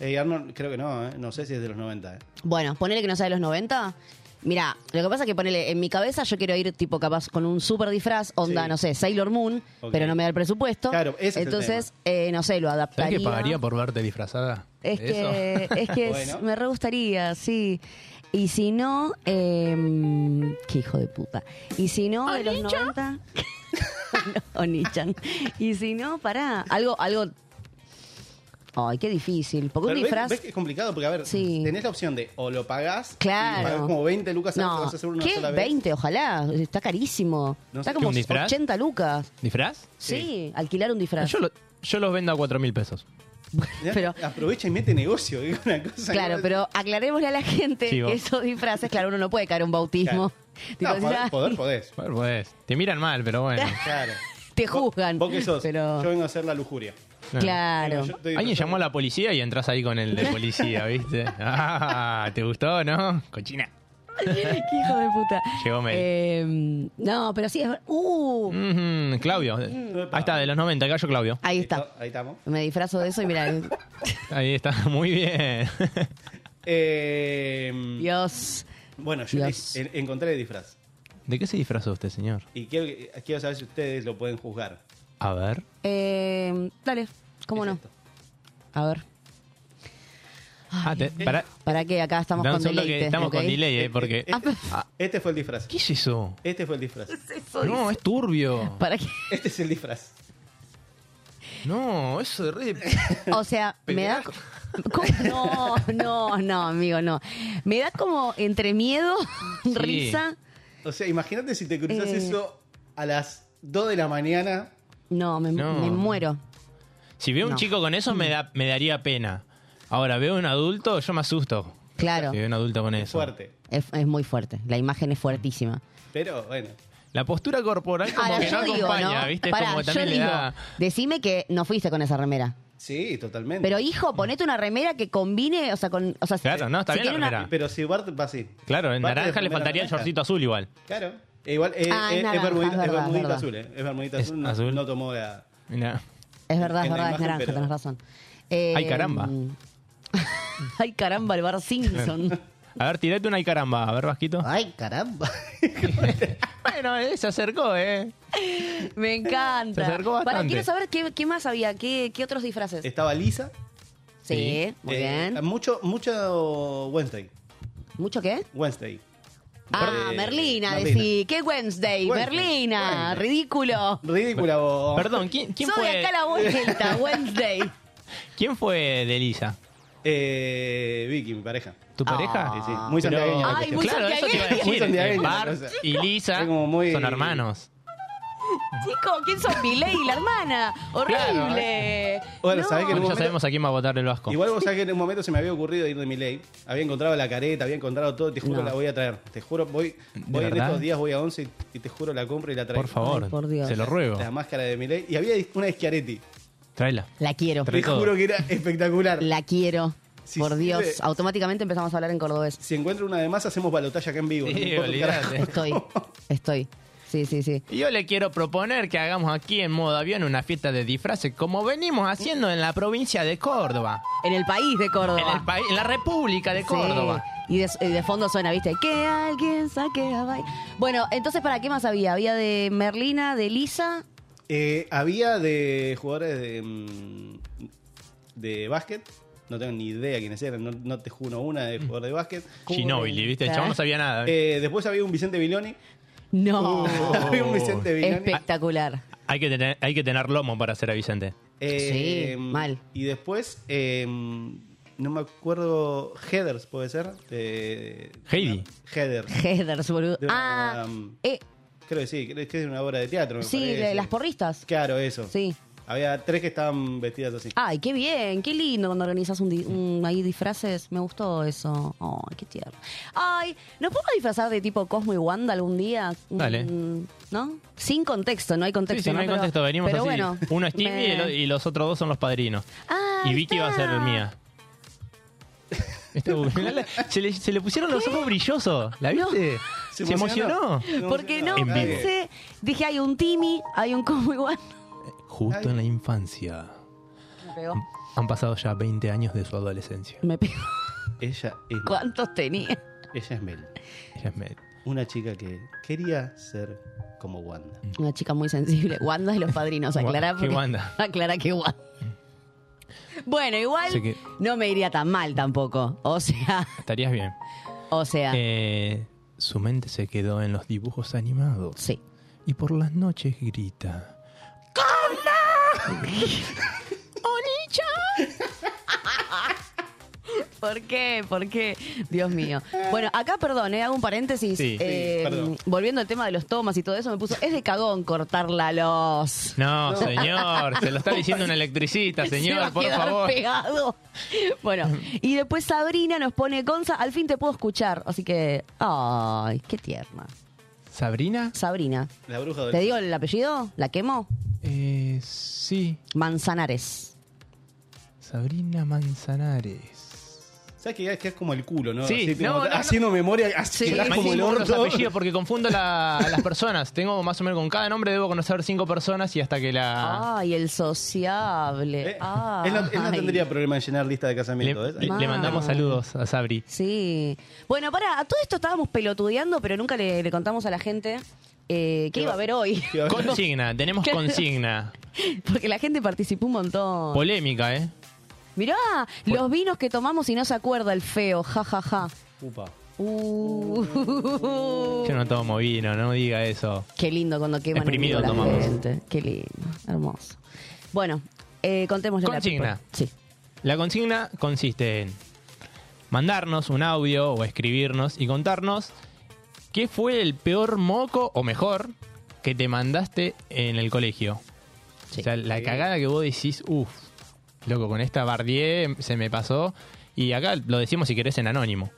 Speaker 6: Eh, Arnold, creo que no, ¿eh? no sé si es de los 90. ¿eh?
Speaker 5: Bueno, ponele que no sea de los 90. Mira, lo que pasa es que ponele, en mi cabeza yo quiero ir tipo capaz con un super disfraz, onda,
Speaker 6: Sí.
Speaker 5: no sé, Sailor Moon,
Speaker 6: Ok.
Speaker 5: pero no me da el presupuesto.
Speaker 6: Claro, ese es el
Speaker 5: Entonces, eh, no sé, lo
Speaker 4: ¿Sabés
Speaker 5: adaptaría.
Speaker 4: que pagaría por verte disfrazada?
Speaker 5: Es
Speaker 4: ¿De eso?
Speaker 5: que, es que es-
Speaker 6: Bueno.
Speaker 5: me re gustaría, sí. Y si no, eh, qué hijo de puta. Y si no, de los 90. no, Onichan. Y si no, pará. Algo, algo. Ay, qué difícil. Porque
Speaker 6: Pero
Speaker 5: un
Speaker 6: ves-
Speaker 5: disfraz.
Speaker 6: ves que es complicado? Porque, a ver,
Speaker 5: Sí.
Speaker 6: tenés la opción de o lo pagás, y
Speaker 5: Claro.
Speaker 6: pagás como 20 lucas, antes,
Speaker 5: no,
Speaker 6: vas a hacer una
Speaker 5: ¿qué?
Speaker 6: sola vez.
Speaker 5: 20, ojalá. Está carísimo.
Speaker 6: No sé,
Speaker 5: Está como
Speaker 4: ¿un disfraz?
Speaker 5: 80 lucas.
Speaker 4: ¿Disfraz?
Speaker 5: Sí, alquilar un disfraz.
Speaker 4: Yo, lo- yo los vendo a cuatro mil pesos.
Speaker 6: Ya,
Speaker 5: Pero-
Speaker 6: Aprovecha y mete negocio, digo una cosa.
Speaker 5: Claro,
Speaker 6: ¿no?
Speaker 5: pero aclarémosle a la gente
Speaker 4: Sí, vos.
Speaker 5: que esos disfraces, claro, uno no puede caer a un bautismo.
Speaker 6: Claro.
Speaker 5: Tipo,
Speaker 6: No,
Speaker 5: decís,
Speaker 6: poder,
Speaker 5: "Ay,
Speaker 6: poder podés.
Speaker 4: Bueno, pues, te miran mal, pero bueno.
Speaker 6: Claro.
Speaker 5: Te
Speaker 6: Vos-
Speaker 5: juzgan.
Speaker 6: Vos que sos,
Speaker 5: Pero-
Speaker 6: yo vengo a hacer la lujuria.
Speaker 5: Claro.
Speaker 6: Yo estoy-
Speaker 4: Alguien llamó a la policía y entras ahí con el de policía, ¿viste? Ah, ¿te gustó, no? Cochina.
Speaker 5: Qué hijo de puta.
Speaker 4: Llegó Mel.
Speaker 5: Eh, no, pero sí es. ver- ¡Uh!
Speaker 4: Mhm,
Speaker 6: Mm,
Speaker 4: Claudio. Ahí está, de los 90, gallo Claudio.
Speaker 5: Ahí está.
Speaker 6: Ahí estamos.
Speaker 5: Me disfrazo de eso y mira,
Speaker 4: Ahí está, muy bien.
Speaker 6: Eh,
Speaker 5: Dios.
Speaker 6: bueno, yo
Speaker 5: Dios.
Speaker 6: en- encontré el disfraz.
Speaker 4: ¿De qué se disfrazó usted, señor?
Speaker 6: Y quiero, que- quiero saber si ustedes lo pueden juzgar.
Speaker 4: A ver.
Speaker 5: Eh, dale, ¿cómo
Speaker 6: Es
Speaker 5: no?
Speaker 6: esto.
Speaker 5: A ver.
Speaker 4: Ah, te- pará,
Speaker 5: ¿Para qué? Acá estamos
Speaker 4: dame un
Speaker 5: con
Speaker 4: segundo
Speaker 5: deleite.
Speaker 4: que estamos
Speaker 5: ¿ok?
Speaker 4: con delay, eh, porque...
Speaker 6: Este, este fue el disfraz.
Speaker 4: ¿Qué es eso?
Speaker 6: Este fue el disfraz.
Speaker 4: No, es turbio.
Speaker 5: ¿Para qué?
Speaker 6: Este es el disfraz.
Speaker 4: No, eso es re...
Speaker 5: O sea, me da. ¿Cómo? No, no, no, amigo, no. Me da como entre miedo, risa.
Speaker 6: O sea, imagínate si te cruzas
Speaker 5: Eh.
Speaker 6: eso a las 2 de la mañana.
Speaker 5: No, me,
Speaker 4: No.
Speaker 5: me muero.
Speaker 4: Si veo un
Speaker 5: No.
Speaker 4: chico con eso me, da, me daría pena. Ahora, veo un adulto, yo me asusto.
Speaker 5: Claro.
Speaker 4: Si veo un adulto con eso.
Speaker 6: Fuerte.
Speaker 5: Es, es muy fuerte. La imagen es fuertísima.
Speaker 6: Pero bueno.
Speaker 4: La postura corporal como
Speaker 5: Ahora,
Speaker 4: que no
Speaker 5: Ah, yo digo,
Speaker 4: acompaña,
Speaker 5: ¿no?
Speaker 4: ¿viste? Es
Speaker 5: Pará,
Speaker 4: como
Speaker 5: yo
Speaker 4: también le
Speaker 5: digo,
Speaker 4: da...
Speaker 5: decime que no fuiste con esa remera.
Speaker 6: Sí, totalmente.
Speaker 5: Pero hijo, ponete una remera que combine, o sea, con... O sea,
Speaker 4: Claro, no, está bien la
Speaker 5: quiere una-
Speaker 4: remera.
Speaker 6: Pero si Bart va así.
Speaker 4: Claro, en
Speaker 6: Bart es
Speaker 4: naranja le
Speaker 6: remera
Speaker 4: faltaría el
Speaker 6: naranja.
Speaker 4: shortito azul igual.
Speaker 6: Claro. E igual eh,
Speaker 5: Ah,
Speaker 6: eh,
Speaker 5: es
Speaker 6: es,
Speaker 5: naranja,
Speaker 6: bermudita,
Speaker 5: es
Speaker 6: es
Speaker 5: verdad,
Speaker 6: bermudita
Speaker 5: verdad.
Speaker 6: azul. eh. Es bermudita
Speaker 4: Es
Speaker 6: azul, no,
Speaker 4: azul.
Speaker 6: no tomó la...
Speaker 4: Mirá.
Speaker 6: En la
Speaker 5: Es verdad, es verdad, es
Speaker 6: imagen,
Speaker 5: naranja,
Speaker 6: pero-
Speaker 5: tenés razón. Eh,
Speaker 4: Ay, caramba.
Speaker 5: Ay, caramba, el bar Simpson.
Speaker 4: A ver, tirate una caramba, a ver, Vasquito.
Speaker 6: Ay, caramba.
Speaker 4: Bueno, eh, se acercó, ¿eh?
Speaker 5: Me encanta.
Speaker 4: Se acercó
Speaker 5: Para,
Speaker 4: bastante. Eh,
Speaker 5: quiero saber qué, qué más había, qué, qué otros disfraces.
Speaker 6: Estaba lisa.
Speaker 5: sí,
Speaker 4: sí.
Speaker 5: muy
Speaker 6: eh,
Speaker 5: bien.
Speaker 6: Mucho, mucho Wednesday.
Speaker 5: ¿Mucho qué?
Speaker 6: Wednesday.
Speaker 5: Ah,
Speaker 6: Eh,
Speaker 5: Merlina,
Speaker 6: Merlina.
Speaker 5: decí. ¿Qué Wednesday?
Speaker 6: Wednesday,
Speaker 5: Merlina,
Speaker 6: Wednesday.
Speaker 5: ridículo.
Speaker 6: Ridícula vos.
Speaker 4: Perdón, ¿quién, quién
Speaker 5: Soy
Speaker 4: fue,
Speaker 5: acá la vuelta, Wednesday.
Speaker 4: ¿quién fue de Elisa?
Speaker 6: Eh, Vicky, mi pareja.
Speaker 4: ¿Tu
Speaker 5: Ah.
Speaker 4: pareja?
Speaker 6: Sí, sí, muy
Speaker 4: Pero-
Speaker 6: santiagueña la
Speaker 5: Ay,
Speaker 6: cuestión.
Speaker 5: muy
Speaker 4: claro, eso te iba a
Speaker 5: santiagueña.
Speaker 6: Muy
Speaker 4: decir.
Speaker 6: santiagueña la
Speaker 4: Bart
Speaker 6: cosa.
Speaker 4: y Lisa
Speaker 6: Es como muy-
Speaker 4: son hermanos.
Speaker 5: Chico, ¿quién son Miley y la hermana? Horrible.
Speaker 6: Bueno,
Speaker 5: No.
Speaker 6: ¿sabés que en un
Speaker 4: Bueno, ya
Speaker 6: momento-
Speaker 4: sabemos a quién va a votar el Vasco.
Speaker 6: Igual vos sabés que en un momento se me había ocurrido ir de mi ley. Había encontrado la careta, había encontrado todo. Te juro,
Speaker 5: No.
Speaker 6: la voy a traer. Te juro, voy, voy en
Speaker 4: verdad?
Speaker 6: estos días, voy a 11 y- y te juro, la compro y la traigo.
Speaker 4: Por favor,
Speaker 5: Ay, por Dios.
Speaker 4: se lo ruego.
Speaker 6: La máscara de mi ley. Y había una de Schiaretti.
Speaker 4: Tráela.
Speaker 5: La quiero.
Speaker 6: Te
Speaker 4: Trae todo.
Speaker 6: juro que era espectacular.
Speaker 5: La quiero.
Speaker 6: Si
Speaker 5: Por Dios.
Speaker 6: sirve-
Speaker 5: Automáticamente empezamos a hablar en cordobés.
Speaker 6: Si encuentro una de más, hacemos balotaje acá en vivo.
Speaker 4: Sí,
Speaker 6: no me importa un
Speaker 4: olvidate.
Speaker 6: carajo.
Speaker 5: Estoy. Estoy. Sí, sí, sí.
Speaker 4: Y Yo le quiero proponer que hagamos aquí en modo avión una fiesta de disfraces como venimos haciendo en la provincia de Córdoba.
Speaker 5: En el país de Córdoba.
Speaker 4: En, el país, en la República de
Speaker 5: Sí.
Speaker 4: Córdoba.
Speaker 5: Y de, y de fondo suena, ¿viste? Que alguien saque a bailar. Bueno, entonces, ¿para qué más había? Había de Merlina, de Lisa.
Speaker 6: Eh, había de jugadores de, mm, de básquet. No tengo ni idea quiénes eran. No, no te juro una de jugador de básquet.
Speaker 4: Mm. Ginóbili, ¿viste? El
Speaker 5: Claro.
Speaker 4: chabón no sabía nada.
Speaker 6: Eh, después había un Vicente Viloni.
Speaker 5: No.
Speaker 6: había un Vicente Viloni.
Speaker 5: Espectacular.
Speaker 4: Hay que tener, hay que tener lomo para ser a Vicente.
Speaker 6: Eh,
Speaker 5: Sí, mal.
Speaker 6: Y después, eh, no me acuerdo, Headers puede ser. Eh,
Speaker 4: Heidi.
Speaker 6: Headers.
Speaker 5: Heathers, boludo.
Speaker 6: De una,
Speaker 5: Ah,
Speaker 6: um,
Speaker 5: eh,
Speaker 6: Creo que sí, creo que es una obra de teatro. me
Speaker 5: sí,
Speaker 6: parece.
Speaker 5: de las porristas.
Speaker 6: Claro, eso.
Speaker 5: Sí.
Speaker 6: Había tres que estaban vestidas así.
Speaker 5: Ay, qué bien, qué lindo cuando organizas un, di- un- ahí disfraces. Me gustó eso. Ay, qué tierno. Ay, ¿nos podemos disfrazar de tipo Cosmo y Wanda algún día?
Speaker 4: Dale.
Speaker 5: Mm, ¿No? Sin contexto, no hay
Speaker 4: Sí,
Speaker 5: contexto.
Speaker 4: sí, no hay
Speaker 5: Pero-
Speaker 4: contexto. Venimos
Speaker 5: pero
Speaker 4: así.
Speaker 5: bueno.
Speaker 4: Uno es Timmy y el o- y los otros dos son los padrinos.
Speaker 5: Ahí
Speaker 4: Y Vicky va a ser
Speaker 5: está.
Speaker 4: mía. Este- se, le, se le pusieron los ojos brillosos. ¿La viste? Se, emocionó.
Speaker 5: Porque no,
Speaker 4: En vivo.
Speaker 5: pensé, dije, hay un Timmy, hay un Cosmo y Wanda.
Speaker 4: Justo en la infancia.
Speaker 5: Me pegó.
Speaker 4: Han pasado ya 20 años de su adolescencia.
Speaker 5: Me pegó.
Speaker 6: Ella es,
Speaker 5: ¿Cuántos tenía?
Speaker 6: ella es Mel.
Speaker 4: Ella es med-
Speaker 6: Una chica que quería ser como Wanda.
Speaker 4: Mm.
Speaker 5: Una chica muy sensible. Wanda de los padrinos, aclará.
Speaker 4: Gua-
Speaker 5: porque-
Speaker 4: que Wanda.
Speaker 5: Aclará que Wanda. Bueno, igual
Speaker 4: Así que-
Speaker 5: no me iría tan mal tampoco. O sea,
Speaker 4: Estarías bien.
Speaker 5: o sea,
Speaker 4: Eh, su mente se quedó en los dibujos animados.
Speaker 5: sí.
Speaker 4: Y por las noches grita.
Speaker 5: ¿Por qué? ¿Por qué? Dios mío. Bueno, acá, perdón, eh, hago un paréntesis.
Speaker 4: Sí, sí,
Speaker 5: Eh,
Speaker 6: perdón.
Speaker 5: Volviendo al tema de los tomas y todo eso, me puso, es de cagón cortar la luz.
Speaker 4: No, señor, se lo está diciendo un electricista,
Speaker 5: Se va
Speaker 4: señor,
Speaker 5: a
Speaker 4: por
Speaker 5: quedar
Speaker 4: favor.
Speaker 5: pegado. Bueno, y después Sabrina nos pone, Gonza, al fin te puedo escuchar. Así que, ay, qué tierna.
Speaker 4: ¿Sabrina?
Speaker 5: Sabrina,
Speaker 6: La bruja
Speaker 5: ¿te
Speaker 6: del...
Speaker 5: digo el apellido? ¿La quemó?
Speaker 4: Eh, sí,
Speaker 5: Manzanares.
Speaker 4: Sabrina Manzanares.
Speaker 6: ¿Sabes que es, que es como el culo, no?
Speaker 4: Sí,
Speaker 6: Así, tipo,
Speaker 4: no, no, no.
Speaker 6: haciendo memoria, así
Speaker 5: Sí.
Speaker 6: quedás
Speaker 5: Es
Speaker 4: Me
Speaker 6: como el
Speaker 4: hicimos los
Speaker 6: orto.
Speaker 4: apellidos porque confundo la- a las personas. Tengo más o menos con cada nombre debo conocer cinco personas y hasta que la
Speaker 5: Ah. Ay, el sociable. Ah.
Speaker 6: Eh,
Speaker 5: Ay.
Speaker 6: él, no, él no tendría problema en llenar lista de
Speaker 4: le,
Speaker 6: casamiento, ¿ves?
Speaker 4: le- le
Speaker 5: Mal.
Speaker 4: mandamos saludos a Sabri.
Speaker 5: Sí. Bueno, para, a todo esto estábamos pelotudeando, pero nunca le, le contamos a la gente eh, qué iba a haber hoy.
Speaker 6: Que va-
Speaker 4: Consigna, tenemos
Speaker 5: Claro.
Speaker 4: consigna.
Speaker 5: Porque la gente participó un montón.
Speaker 4: Polémica, ¿eh?
Speaker 5: Mirá, los vinos que tomamos y no se acuerda el feo, ja, ja, ja.
Speaker 6: Upa.
Speaker 5: Uh.
Speaker 4: Yo no tomo vino, no diga eso.
Speaker 5: Qué lindo cuando queman el
Speaker 4: Exprimido
Speaker 5: vino la
Speaker 4: tomamos.
Speaker 5: gente. Qué lindo, hermoso. Bueno, eh, contémosle
Speaker 4: Consigna.
Speaker 5: la people. Sí.
Speaker 4: La consigna consiste en mandarnos un audio o escribirnos y contarnos qué fue el peor moco o mejor que te mandaste en el colegio.
Speaker 5: Sí.
Speaker 4: O sea, la cagada que vos decís, uff, loco, con esta bardié se me pasó. Y acá lo decimos si querés en anónimo.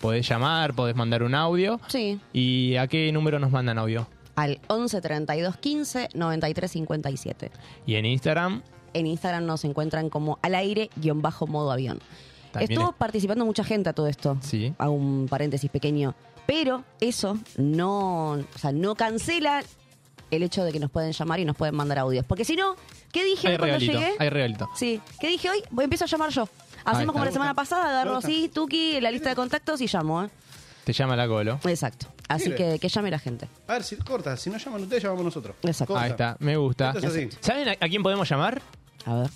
Speaker 4: Podés llamar, podés mandar un audio.
Speaker 5: Sí.
Speaker 4: ¿Y a qué número nos mandan audio?
Speaker 5: al 11 32 15 93 57.
Speaker 4: Y en Instagram,
Speaker 5: En Instagram nos encuentran como al aire guión bajo modo avión.
Speaker 4: También
Speaker 5: Estuvo
Speaker 4: es-
Speaker 5: participando mucha gente a todo esto.
Speaker 4: Sí.
Speaker 5: A un paréntesis pequeño. Pero eso no, o sea, no cancela el hecho de que nos pueden llamar y nos pueden mandar audios. Porque si no, ¿qué dije
Speaker 4: hay
Speaker 5: cuando
Speaker 4: regalito.
Speaker 5: llegué?
Speaker 4: Hay regalito.
Speaker 5: Sí. ¿Qué dije hoy? Voy, empiezo a llamar yo.
Speaker 4: Ahí
Speaker 5: Hacemos
Speaker 4: está.
Speaker 5: como la semana pasada, agarro así, Tuki, la lista de contactos y llamo, ¿eh?
Speaker 4: Te llama la Colo.
Speaker 5: Exacto. Así
Speaker 6: Mire.
Speaker 5: que que llame la gente.
Speaker 6: A ver, si corta, si no llaman ustedes, llamamos nosotros.
Speaker 5: Exacto.
Speaker 6: Corta.
Speaker 4: Ahí está, me gusta.
Speaker 6: Esto es así.
Speaker 4: ¿Saben a, a quién podemos llamar?
Speaker 5: A ver.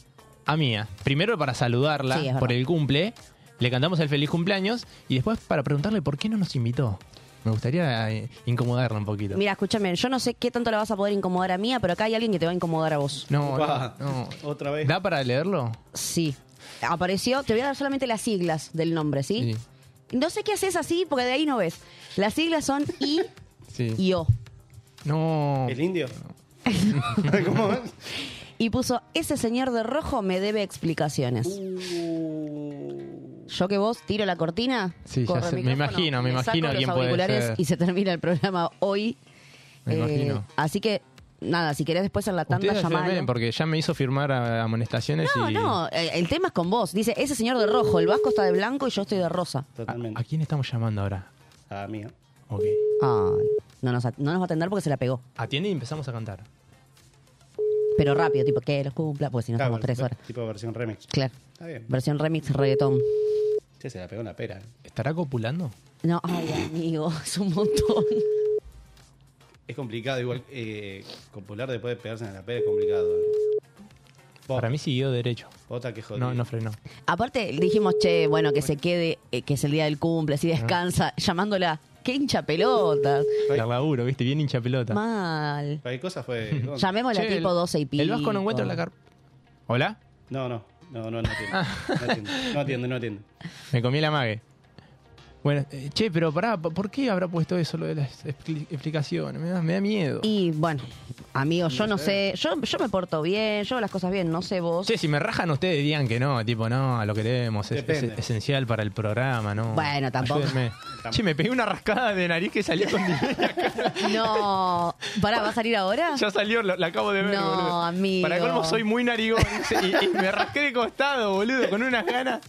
Speaker 4: A Mía. Primero para saludarla
Speaker 5: Sí, es verdad.
Speaker 4: por el cumple, le cantamos el feliz cumpleaños y después para preguntarle por qué no nos invitó. Me gustaría eh, incomodarla un poquito.
Speaker 5: Mira, escúchame, yo no sé qué tanto la vas a poder incomodar a mía, pero acá hay alguien que te va a incomodar a vos.
Speaker 4: No,
Speaker 6: Opa.
Speaker 4: no, no.
Speaker 6: Otra vez.
Speaker 4: ¿Da para leerlo?
Speaker 5: Sí. Apareció, te voy a dar solamente las siglas del nombre, ¿sí? No sé qué haces así porque de ahí no ves. Las siglas son I
Speaker 4: Sí.
Speaker 5: y O.
Speaker 4: No.
Speaker 6: ¿El indio? ¿Cómo es?
Speaker 5: Y puso, ese señor de rojo me debe explicaciones. Yo que vos tiro la cortina.
Speaker 4: Sí,
Speaker 5: corro
Speaker 4: ya
Speaker 5: el
Speaker 4: sé, me
Speaker 5: micrófono,
Speaker 4: imagino, me
Speaker 5: saco
Speaker 4: imagino
Speaker 5: los
Speaker 4: quién puede
Speaker 5: auriculares
Speaker 4: ser.
Speaker 5: Y se termina el programa hoy.
Speaker 4: Me imagino.
Speaker 5: Así que, nada, si querés después en Eh, la tanda
Speaker 4: Ustedes
Speaker 5: llamar.
Speaker 4: ayúdenme, porque ya me hizo firmar a- amonestaciones
Speaker 5: No,
Speaker 4: y.
Speaker 5: no, eh, el tema es con vos. Dice, ese señor de rojo, el vasco está de blanco y yo estoy de rosa.
Speaker 6: Totalmente.
Speaker 4: ¿A quién estamos llamando ahora?
Speaker 6: Ah, mío.
Speaker 4: Ok.
Speaker 5: Ay, no nos, at- no nos va a atender porque se la pegó.
Speaker 4: Atiende y empezamos a cantar.
Speaker 5: Pero rápido, tipo, que los cumpla, porque si no estamos
Speaker 6: Claro,
Speaker 5: tres horas.
Speaker 6: Tipo versión remix.
Speaker 5: Claro.
Speaker 6: Está bien.
Speaker 5: Versión remix reggaetón.
Speaker 6: Che, se la pegó en la pera. eh.
Speaker 4: ¿Estará copulando?
Speaker 5: No, ay, amigo, es un montón.
Speaker 6: Es complicado, igual. Eh, copular después de pegarse en la pera es complicado. eh. Vos,
Speaker 4: Para mí siguió derecho.
Speaker 6: Otra que jodido.
Speaker 4: No, no frenó.
Speaker 5: Aparte, dijimos, che, bueno, que se quede, eh, que es el día del cumple, así
Speaker 4: Ah.
Speaker 5: descansa, llamándola, qué hincha pelota.
Speaker 6: Ay.
Speaker 4: La laburo, viste, bien hincha pelota.
Speaker 5: Mal.
Speaker 6: Cualquier cosa fue.
Speaker 5: Llamémosla
Speaker 4: Che,
Speaker 5: tipo
Speaker 4: el-
Speaker 5: 12 y pico.
Speaker 4: El Vasco no encuentra la carpa. ¿Hola?
Speaker 6: No, no. No, no, no atiende. No atiende, no atiende. No atiende.
Speaker 4: Me comí la mague. Bueno, eh, che, pero pará, ¿po- ¿por qué habrá puesto eso lo de las expli- explicaciones? Me da, me da miedo.
Speaker 5: Y bueno, amigo, yo no sé, yo, yo me porto bien, yo hago las cosas bien, no sé vos.
Speaker 4: Che, si me rajan ustedes dirían que no, tipo, no, lo queremos, es, es
Speaker 6: Depende.
Speaker 4: esencial para el programa, ¿no?
Speaker 5: Bueno, tampoco.
Speaker 4: Ayúdenme. Che, me pegué una rascada de nariz que salió con dinero acá.
Speaker 5: No, pará, ¿va a salir ahora?
Speaker 4: Ya salió, lo- la acabo de ver,
Speaker 5: No,
Speaker 4: boludo.
Speaker 5: amigo.
Speaker 4: Para colmo soy muy narigón dice, y, y me rasqué de costado, boludo, con unas ganas.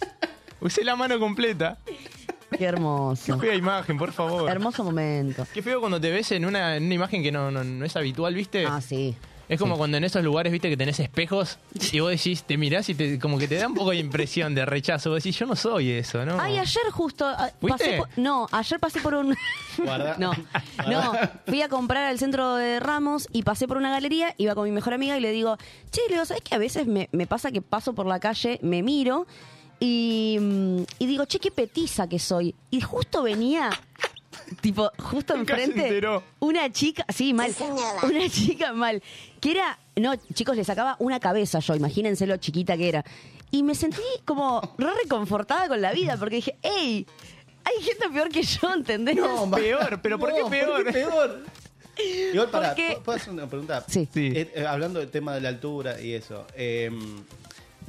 Speaker 4: Usé la mano completa.
Speaker 5: Qué
Speaker 4: Qué
Speaker 5: hermoso.
Speaker 4: fea imagen, por favor.
Speaker 5: Hermoso momento.
Speaker 4: Qué feo cuando te ves en una, en una imagen que no, no- no es habitual, ¿viste?
Speaker 5: Ah, sí.
Speaker 4: Es como cuando en esos lugares, viste, que tenés espejos y vos decís, te mirás y te, como que te da un poco de impresión de rechazo. Vos decís, yo no soy eso, ¿no?
Speaker 5: Ay, ayer justo ah,
Speaker 4: ¿Fuiste?
Speaker 5: pasé por- no, ayer pasé por un
Speaker 6: Guarda.
Speaker 5: no, no,
Speaker 4: Ah.
Speaker 5: fui a comprar al centro de Ramos y pasé por una galería, iba con mi mejor amiga y le digo, "Che, le digo, ¿sabes que a veces me, me pasa que paso por la calle, me miro y, mm, y digo, "Che, qué petiza que soy." Y justo venía tipo justo
Speaker 4: Nunca se
Speaker 5: enfrente
Speaker 4: enteró.
Speaker 5: una chica, sí, mal, una chica mal, que era, no, chicos, le sacaba una cabeza yo, imagínense lo chiquita que era. Y me sentí como re reconfortada con la vida, porque dije, hey, hay gente peor que yo, ¿entendés?
Speaker 4: peor, pero ¿por qué
Speaker 6: No,
Speaker 4: peor?
Speaker 6: peor? Igual, pará,
Speaker 5: Porque-
Speaker 6: ¿puedo- ¿puedo hacer una pregunta?
Speaker 5: Sí.
Speaker 4: Sí.
Speaker 6: Eh, eh, hablando del tema de la altura y eso. eh,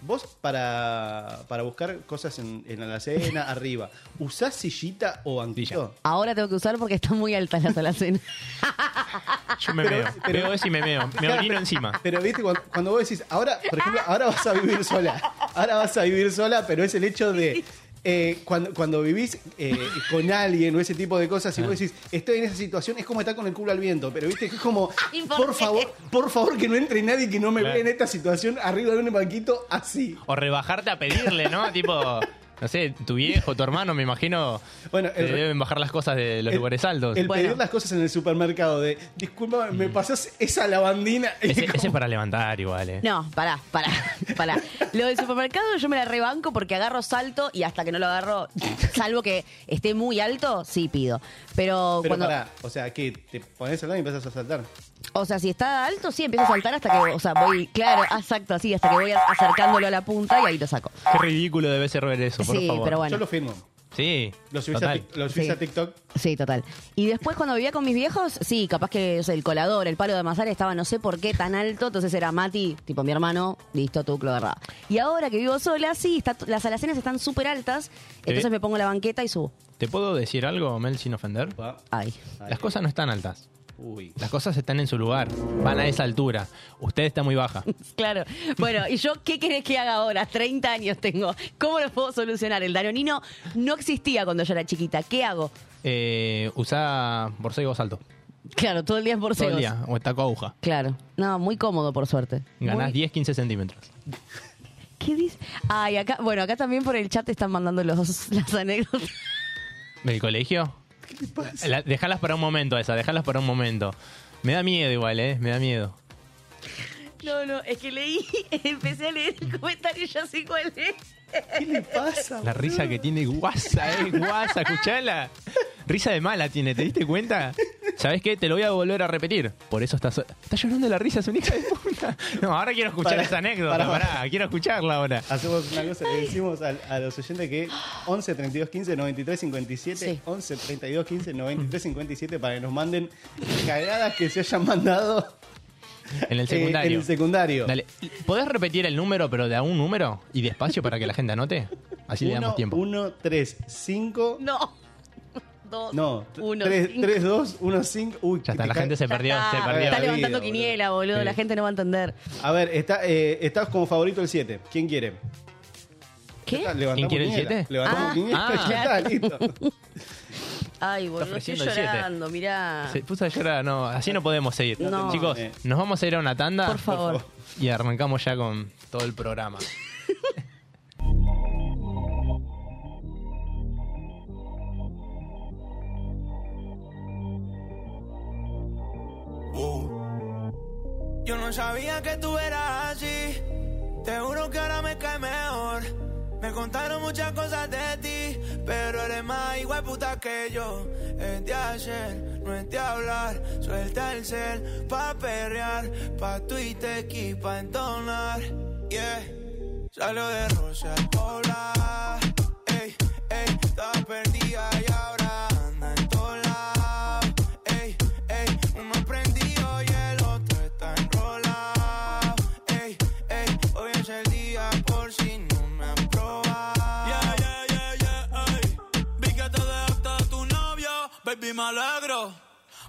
Speaker 6: vos, para, para buscar cosas en, en la alacena, arriba, ¿usás sillita o banquillo?
Speaker 5: Ahora tengo que usar porque está muy alta la sala cena.
Speaker 6: Ah,
Speaker 4: Yo me meo, veo eso y me meo, me orino encima.
Speaker 6: Pero viste, cuando, cuando vos decís, ahora, por ejemplo, ahora vas a vivir sola. Ahora vas a vivir sola, pero es el hecho de. eh, cuando, cuando vivís eh, con alguien o ese tipo de cosas y
Speaker 4: Ah.
Speaker 6: vos decís, estoy en esa situación, es como estar con el culo al viento, pero viste, que es como,
Speaker 5: ¿Y por
Speaker 6: por
Speaker 5: qué?
Speaker 6: favor, por favor que no entre nadie que no me
Speaker 4: Claro.
Speaker 6: vea en esta situación arriba de un banquito así.
Speaker 4: O rebajarte a pedirle, ¿no? tipo, no sé, tu viejo, tu hermano, me imagino,
Speaker 6: Bueno,
Speaker 4: te
Speaker 6: el-
Speaker 4: deben bajar las cosas de los
Speaker 6: el-
Speaker 4: lugares altos.
Speaker 6: El
Speaker 5: Bueno.
Speaker 6: pedir las cosas en el supermercado de, disculpa, me pasás esa lavandina.
Speaker 4: Mm. Ese, ese es para levantar igual, eh.
Speaker 5: No, pará, pará, pará. Lo del supermercado yo me la rebanco porque agarro salto y hasta que no lo agarro, salvo que esté muy alto, sí pido. Pero,
Speaker 6: Pero
Speaker 5: cuando.
Speaker 6: pará, o sea, que te pones al lado y empezás a saltar.
Speaker 5: O sea, si está alto, sí, empiezo a saltar hasta que, o sea, voy, claro, ah, exacto, así, hasta que voy a- acercándolo a la punta y ahí lo saco.
Speaker 4: Qué ridículo debe ser ver eso, por
Speaker 5: Sí,
Speaker 4: favor.
Speaker 5: pero
Speaker 6: Yo lo
Speaker 5: bueno.
Speaker 6: firmo.
Speaker 4: Sí,
Speaker 6: Lo subís, a,
Speaker 4: total.
Speaker 6: Tik- lo subís
Speaker 5: Sí.
Speaker 6: a TikTok.
Speaker 5: Sí, total. Y después cuando vivía con mis viejos, sí, capaz que o sea, el colador, el palo de amasar estaba no sé por qué tan alto, entonces era Mati, tipo mi hermano, listo, tú lo agarraba. Y ahora que vivo sola, sí, está, las alacenas están súper altas, entonces me pongo la banqueta y subo.
Speaker 4: ¿Te puedo decir algo, Mel, sin ofender?
Speaker 6: Va.
Speaker 5: Ay.
Speaker 4: Las cosas no están altas.
Speaker 6: Uy.
Speaker 4: Las cosas están en su lugar, van a esa altura. Usted está muy baja.
Speaker 5: Claro. Bueno, ¿y yo qué querés que haga ahora? 30 años tengo. ¿Cómo lo puedo solucionar? El danonino no existía cuando yo era chiquita. ¿Qué hago?
Speaker 4: Eh, usa borcegos alto.
Speaker 5: Claro, todo el día es
Speaker 4: Todo el
Speaker 5: borseos.
Speaker 4: día, o estaco aguja.
Speaker 5: Claro. No, muy cómodo, por suerte.
Speaker 4: Ganás
Speaker 5: Muy-
Speaker 4: 10, 15 centímetros.
Speaker 5: ¿Qué dice? Ay, acá, bueno, acá también por el chat te están mandando los, las anécdotas.
Speaker 4: ¿Del colegio? La- dejalas para un momento esa, dejalas para un momento. Me da miedo igual, ¿eh? Me da miedo.
Speaker 5: No, no, es que leí, empecé a leer el comentario y ya sé cuál es.
Speaker 6: ¿Qué le pasa?
Speaker 4: La risa que tiene guasa, ¿eh? Guasa, escuchala. Risa de mala tiene, ¿te diste cuenta? ¿Sabes qué? Te lo voy a volver a repetir. Por eso estás. Estás llorando la risa, es una hija de puta. No, ahora quiero escuchar
Speaker 6: Pará,
Speaker 4: esa anécdota,
Speaker 6: pará,
Speaker 4: pará,
Speaker 6: pará.
Speaker 4: quiero escucharla ahora.
Speaker 6: Hacemos una cosa, le decimos al- a, los oyentes que 11 32 15 93 57,
Speaker 5: Sí.
Speaker 6: 11 32 15 93 57 para que nos manden cagadas que se hayan mandado
Speaker 4: En
Speaker 6: eh,
Speaker 4: el
Speaker 6: en
Speaker 4: secundario.
Speaker 6: el secundario.
Speaker 4: Dale, ¿podés repetir el número, pero de a un número y despacio para que la gente anote? Así le damos tiempo.
Speaker 6: 1 3 5
Speaker 5: No. Dos.
Speaker 6: no,
Speaker 5: uno.
Speaker 6: 3
Speaker 5: cinco.
Speaker 6: 3 2 1 5 Uy,
Speaker 4: Ya está,
Speaker 6: te
Speaker 4: la
Speaker 6: ca-
Speaker 4: gente se
Speaker 5: Ya
Speaker 4: perdió,
Speaker 5: está,
Speaker 4: se perdió.
Speaker 5: Ah, Está
Speaker 6: Perdido,
Speaker 5: levantando
Speaker 6: boludo.
Speaker 5: quiniela, boludo.
Speaker 4: Sí.
Speaker 5: La gente no va a entender.
Speaker 6: A ver, está eh, estás como favorito el 7. ¿Quién quiere? Ya
Speaker 5: ¿Qué?
Speaker 6: está, levantamos
Speaker 4: ¿Quién quiere el
Speaker 6: quiniela.
Speaker 4: siete?
Speaker 6: Levantamos
Speaker 5: Ah.
Speaker 6: quiniela,
Speaker 4: Ah.
Speaker 6: ya está, listo.
Speaker 5: Ay, boludo, estoy
Speaker 4: ofreciendo el siete.
Speaker 5: llorando, mirá.
Speaker 4: Se puso a llorar, no, así no podemos seguir.
Speaker 5: Ah. No.
Speaker 4: Chicos,
Speaker 6: Eh.
Speaker 4: nos vamos a ir a una tanda.
Speaker 5: Por favor.
Speaker 4: Y arrancamos ya con todo el programa.
Speaker 8: Yo no sabía que tú eras así. Te juro que ahora me cae mejor. Me contaron muchas cosas de ti, pero eres más igual puta que yo. Es de hacer, no es de hablar. Suelta el cel pa' perrear, pa' Twitter y pa' entonar. Yeah, salió de Rosa Hola, ey, ey, estaba perdida y ahora anda en todos lados. Ey, ey, uno prendido y el otro está enrolado. Ey, ey, hoy es el día por si no me han probado. Yeah, yeah, yeah, yeah, ey. Vi que te dejaste de tu novio, baby, me alegro.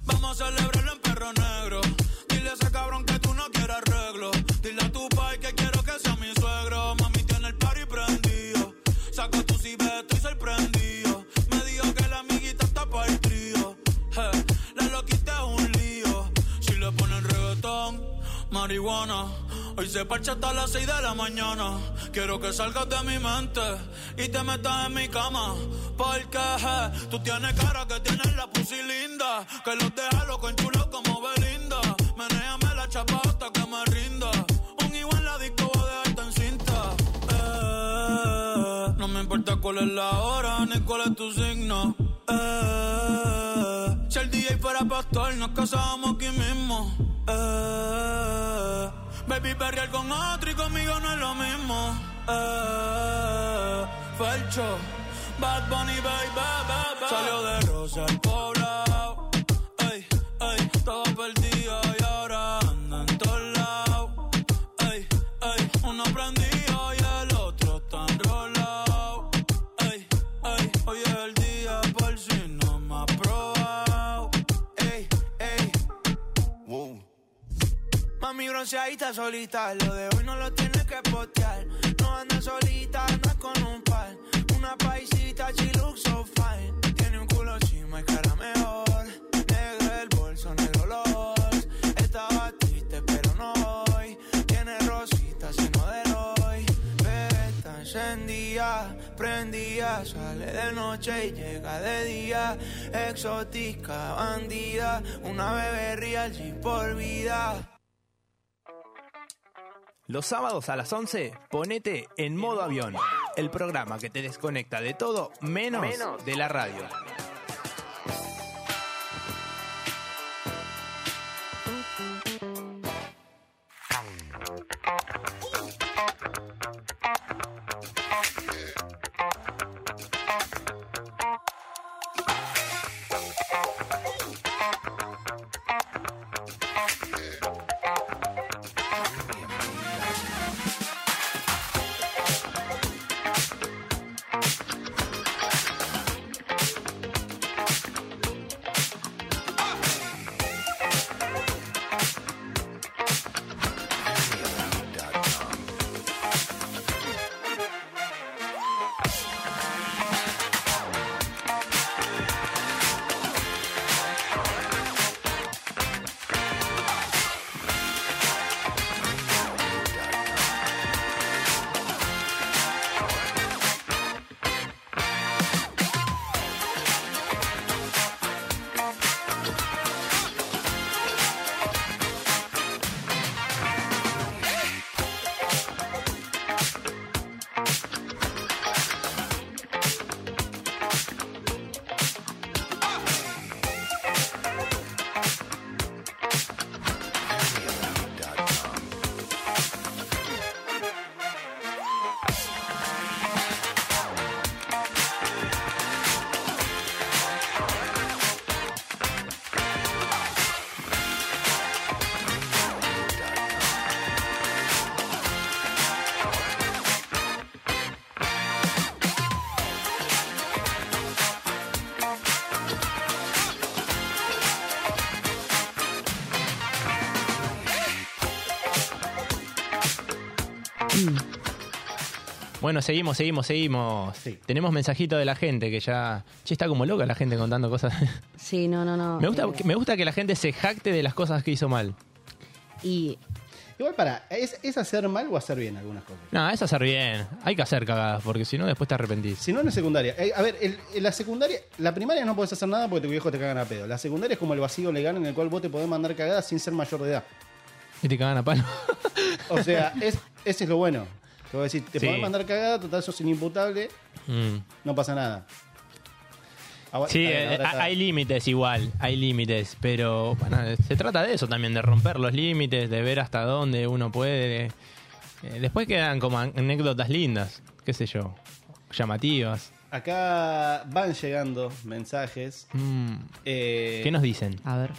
Speaker 8: Vamos a celebrarlo en perro negro. Dile a ese cabrón que tú no quieres arreglo. Dile a tu pai que quiero que sea mi suegro. Mami tiene el party prendido. Saco tu cibeto estoy sorprendido. Me dijo que la amiguita está para el trío. Eh, la loquita es un lío. Si le ponen reggaetón, marihuana. Hoy se parcha hasta las 6 de la mañana. Quiero que salgas de mi mente y te metas en mi cama. Porque eh, tú tienes cara que tienes la pussy linda. Que los deja con chulo como Belinda. Menéame la chapa hasta que me rinda. Un igual en la disco voy a dejarte en cinta. Eh, no me importa cuál es la hora ni cuál es tu signo. Eh, si el DJ fuera pastor, nos casábamos aquí mismo. Eh, baby, perrear con otro y conmigo no es lo mismo. Eh, Felcho, Bad Bunny, baby, baby. Salió de Rosa al poblado. Ey, ey, estaba perdido y ahora anda en todos lados. Ey, ey, uno prendido y el otro está enrolado. Ey, ey, hoy es el día por si no me ha probado. Ey, ey. Mami bronceadita solita, lo de hoy no lo tienes que postear. No anda solita, anda con un par. Una paisita, she looks so fine. Tiene un culo chima y cara mejor. Negro el bolso, negro los. Estaba triste, pero no hoy. Tiene rosita, seno de hoy. Bebé está encendida, prendida. Sale de noche y llega de día. Exótica, bandida. Una bebé real, sin por vida.
Speaker 4: Los sábados a las 11, ponete en modo avión. El programa que te desconecta de todo menos, de la radio. Bueno, seguimos, seguimos, seguimos.
Speaker 6: Sí.
Speaker 4: Tenemos mensajitos de la gente que ya. Che, está como loca la gente contando cosas.
Speaker 5: Sí, no, no, no.
Speaker 4: me, gusta,
Speaker 5: Eh,
Speaker 4: me gusta que la gente se jacte de las cosas que hizo mal.
Speaker 5: Y
Speaker 6: Igual para, ¿es, es hacer mal o hacer bien algunas cosas?
Speaker 4: No, es hacer bien. Hay que hacer cagadas, porque si no, después te arrepentís.
Speaker 6: Si no, no es secundaria. Eh, a ver, el- el- la secundaria, la primaria no podés hacer nada porque tu viejo te cagan a pedo. La secundaria es como el vacío legal en el cual vos te podés mandar cagadas sin ser mayor de edad.
Speaker 4: Y te cagan a palo.
Speaker 6: O sea, es, ese es lo bueno. Te voy a decir, te
Speaker 4: Sí.
Speaker 6: podés mandar cagada, total sos inimputable,
Speaker 4: Mm.
Speaker 6: no pasa nada. Ahora-
Speaker 4: Sí,
Speaker 6: está bien,
Speaker 4: eh,
Speaker 6: ahora
Speaker 4: ha-
Speaker 6: está-
Speaker 4: hay límites igual, hay límites, pero bueno, se trata de eso también, de romper los límites, de ver hasta dónde uno puede. Eh, después quedan como an- anécdotas lindas, qué sé yo, llamativas.
Speaker 6: Acá van llegando mensajes.
Speaker 4: Mm,
Speaker 6: eh,
Speaker 4: ¿Qué nos dicen?
Speaker 5: a ver.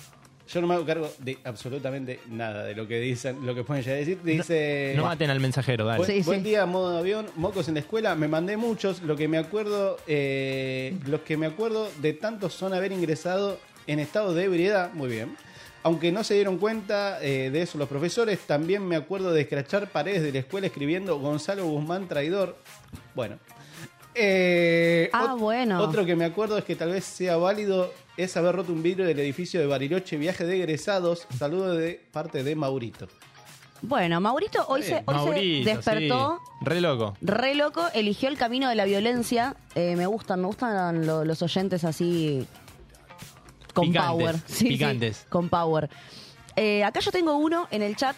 Speaker 6: Yo no me hago cargo de absolutamente nada de lo que dicen, lo que pueden llegar a decir. Dice.
Speaker 4: No maten al mensajero, dale.
Speaker 6: Buen,
Speaker 5: Sí,
Speaker 6: buen
Speaker 5: sí.
Speaker 6: día, modo avión, mocos en la escuela. Me mandé muchos. Lo que me acuerdo, eh, los que me acuerdo de tantos son haber ingresado en estado de ebriedad. Muy bien. Aunque no se dieron cuenta eh, de eso los profesores, también me acuerdo de escrachar paredes de la escuela escribiendo Gonzalo Guzmán traidor. Bueno. Eh,
Speaker 5: Ah,
Speaker 6: ot-
Speaker 5: bueno.
Speaker 6: Otro que me acuerdo es que tal vez sea válido es haber roto un vidrio del edificio de Bariloche, viaje de egresados. Saludo de parte de Maurito.
Speaker 5: Bueno, Maurito hoy, se, hoy se
Speaker 4: Maurito,
Speaker 5: despertó
Speaker 4: sí, re loco.
Speaker 5: re loco, eligió el camino de la violencia. Eh, me gustan, me gustan lo- los oyentes así. Con
Speaker 4: Picantes,
Speaker 5: power.
Speaker 4: picantes.
Speaker 5: con power. Eh, acá yo tengo uno en el chat.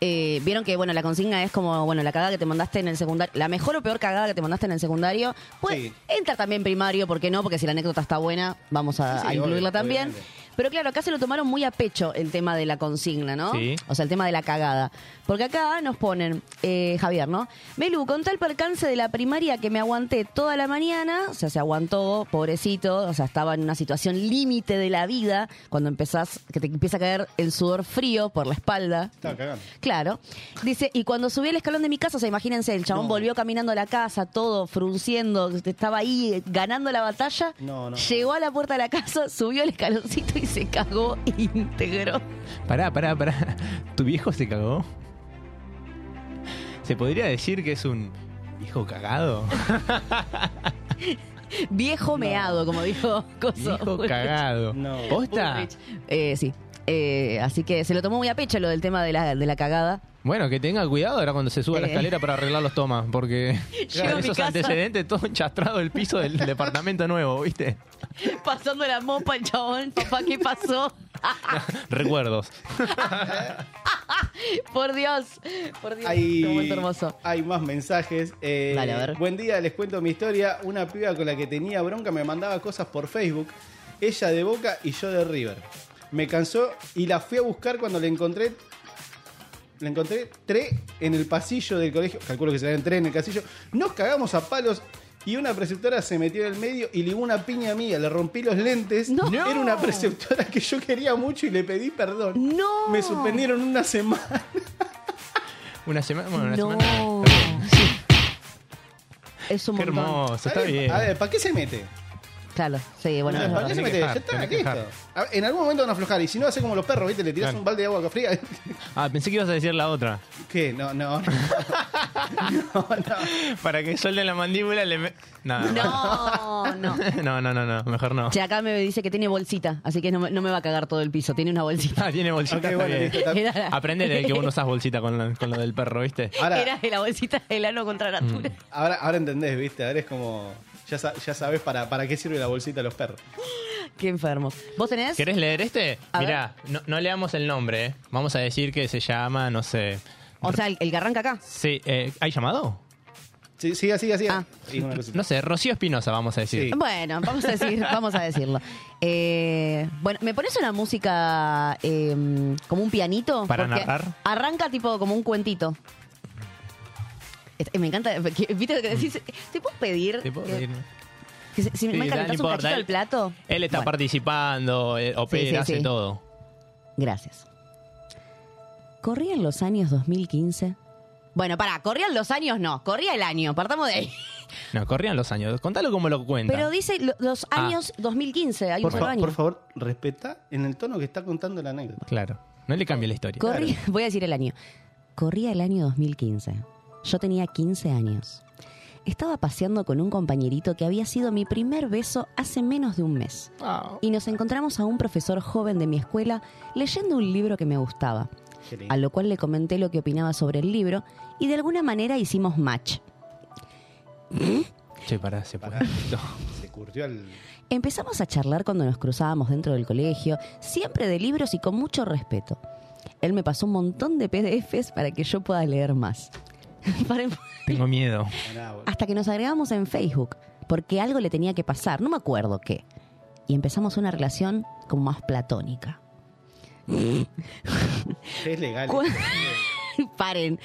Speaker 5: Eh, Vieron que, bueno, la consigna es como, bueno, la cagada que te mandaste en el secundario, la mejor o peor cagada que te mandaste en el secundario. Pues
Speaker 6: Sí.
Speaker 5: entra también primario, ¿por qué no? Porque si la anécdota está buena, vamos a,
Speaker 6: Sí, sí,
Speaker 5: a incluirla
Speaker 6: obvio,
Speaker 5: también.
Speaker 6: obviamente.
Speaker 5: Pero claro, acá se lo tomaron muy a pecho el tema de la consigna, ¿no?
Speaker 4: Sí.
Speaker 5: O sea, el tema de la cagada. Porque acá nos ponen, eh, Javier, ¿no? Melu, con tal percance de la primaria que me aguanté toda la mañana, o sea, se aguantó, pobrecito, o sea, estaba en una situación límite de la vida, cuando empezás, que te empieza a caer el sudor frío por la espalda.
Speaker 6: Estaba cagando.
Speaker 5: Claro. Dice, y cuando subí al escalón de mi casa, o sea, imagínense, el
Speaker 6: No.
Speaker 5: chabón volvió caminando a la casa, todo frunciendo, estaba ahí eh, ganando la batalla.
Speaker 6: No, no.
Speaker 5: Llegó a la puerta de la casa, subió al escaloncito y se cagó íntegro.
Speaker 4: Pará, pará, pará. ¿Tu viejo se cagó? ¿Se podría decir que es un viejo cagado?
Speaker 5: Viejo meado, como dijo Coso.
Speaker 4: Viejo cagado.
Speaker 6: No.
Speaker 4: ¿Posta?
Speaker 5: Eh, sí. Eh, así que se lo tomó muy a pecho lo del tema de la, de la cagada.
Speaker 4: Bueno, que tenga cuidado ahora cuando se suba a la
Speaker 5: Eh.
Speaker 4: escalera para arreglar los tomas, porque
Speaker 5: Llego a mi
Speaker 4: esos
Speaker 5: casa.
Speaker 4: antecedentes todo enchastrado el piso del departamento nuevo, ¿viste?
Speaker 5: Pasando la mopa el chabón, papá, ¿qué pasó?
Speaker 4: Recuerdos.
Speaker 5: por Dios, por Dios.
Speaker 6: Hay,
Speaker 5: Qué momento hermoso.
Speaker 6: hay más mensajes. Eh,
Speaker 5: Dale, a ver.
Speaker 6: Buen día, les cuento mi historia. Una piba con la que tenía bronca me mandaba cosas por Facebook. Ella de Boca y yo de River. Me cansó y la fui a buscar cuando la encontré. La encontré tres en el pasillo del colegio. Calculo que se en tres en el pasillo. Nos cagamos a palos. Y una preceptora se metió en el medio y ligó una piña mía. Le rompí los lentes.
Speaker 5: No.
Speaker 6: Era una preceptora que yo quería mucho y le pedí perdón.
Speaker 5: No.
Speaker 6: Me suspendieron una semana.
Speaker 4: Una semana, bueno, una
Speaker 5: No.
Speaker 4: semana.
Speaker 5: Es un
Speaker 4: Qué
Speaker 5: montón.
Speaker 4: hermoso, está
Speaker 6: A ver,
Speaker 4: bien.
Speaker 6: A ver, ¿para qué se mete?
Speaker 5: Claro, sí, bueno.
Speaker 4: Ah,
Speaker 5: es
Speaker 4: para
Speaker 6: ¿Para
Speaker 5: verdad.
Speaker 6: qué se
Speaker 4: tenés
Speaker 6: mete? Ya
Speaker 4: que dejar,
Speaker 6: está,
Speaker 4: tenés que
Speaker 6: listo.
Speaker 4: dejar.
Speaker 6: A ver, En algún momento van a aflojar. Y si no, hace como los perros, ¿viste? Le tirás
Speaker 4: Claro.
Speaker 6: un balde de agua fría.
Speaker 4: Ah, pensé que ibas a decir la otra.
Speaker 6: ¿Qué? No, no. No, no.
Speaker 4: Para que suelte la mandíbula le... me- Nada,
Speaker 5: No, no.
Speaker 4: no, no, no, no, mejor no.
Speaker 5: Che, acá me dice que tiene bolsita, así que no, me- no me va a cagar todo el piso. Tiene una bolsita.
Speaker 4: Ah, tiene bolsita.
Speaker 6: Ok,
Speaker 4: está
Speaker 6: bueno,
Speaker 4: bien.
Speaker 6: listo, está-
Speaker 5: Era la-
Speaker 4: Aprende de que vos no usás bolsita con lo, con lo del perro, ¿viste?
Speaker 6: Ahora,
Speaker 5: Era de la bolsita del ano contra
Speaker 4: Mm.
Speaker 5: natura.
Speaker 6: ahora, ahora entendés, ¿viste? Ahora es como. Ya, sa- ya sabes para, para qué sirve la bolsita de los perros.
Speaker 5: Qué enfermo. ¿Vos tenés?
Speaker 4: ¿Querés leer este?
Speaker 5: A ver.
Speaker 4: Mirá, no, no leamos el nombre, ¿eh? Vamos a decir que se llama, no sé...
Speaker 5: O sea, el, el que arranca acá.
Speaker 4: Sí, eh, ¿hay llamado?
Speaker 6: Sí, siga, siga, siga.
Speaker 5: Ah.
Speaker 6: Y una cosita.
Speaker 4: No sé, Rocío Espinosa, vamos a decir.
Speaker 6: Sí.
Speaker 5: Bueno, vamos a decir, vamos a decirlo. Eh, bueno, ¿me pones una música eh, como un pianito?
Speaker 4: ¿Para
Speaker 5: Porque
Speaker 4: narrar?
Speaker 5: Arranca tipo como un cuentito. Es- Me encanta, porque, viste lo que decís, ¿te puedo pedir?
Speaker 4: ¿Te puedo
Speaker 5: que-
Speaker 4: pedir?
Speaker 5: que se- eh, si
Speaker 4: eh, Sí,
Speaker 5: me
Speaker 4: da,
Speaker 5: calentás
Speaker 4: no
Speaker 5: un
Speaker 4: importa,
Speaker 5: cachito
Speaker 4: él-
Speaker 5: del plato.
Speaker 4: Él está
Speaker 5: Bueno.
Speaker 4: participando, eh, opera,
Speaker 5: Sí, sí,
Speaker 4: hace
Speaker 5: sí.
Speaker 4: todo.
Speaker 5: Gracias. Corrían los años 2015. Bueno, pará, corrían los años no, corría el año, partamos de ahí.
Speaker 4: No, corrían los años. Contalo como lo cuenta.
Speaker 5: Pero dice lo- los
Speaker 4: Ah.
Speaker 5: años 2015, hay
Speaker 6: Por, fa-
Speaker 5: un solo año.
Speaker 6: por favor, respeta en el tono que está contando la anécdota.
Speaker 4: Claro, no le cambie la historia.
Speaker 5: Corrí- voy a decir el año. Corría el año 2015. Yo tenía 15 años. Estaba paseando con un compañerito que había sido mi primer beso hace menos de un mes. Y nos encontramos a un profesor joven de mi escuela leyendo un libro que me gustaba,
Speaker 6: Qué lindo.
Speaker 5: a lo cual le comenté lo que opinaba sobre el libro y de alguna manera hicimos match. ¿Eh?
Speaker 4: Che, pará, se pará.
Speaker 6: Se curtió al.
Speaker 5: Empezamos a charlar cuando nos cruzábamos dentro del colegio, siempre de libros y con mucho respeto. Él me pasó un montón de PDFs para que yo pueda leer más. Para em-
Speaker 4: Tengo miedo.
Speaker 6: Pará, boludo.
Speaker 5: Hasta que nos agregamos en Facebook, porque algo le tenía que pasar, no me acuerdo qué. Y empezamos una relación como más platónica.
Speaker 6: Es legal.
Speaker 5: Cu-
Speaker 6: esto.
Speaker 5: Paren.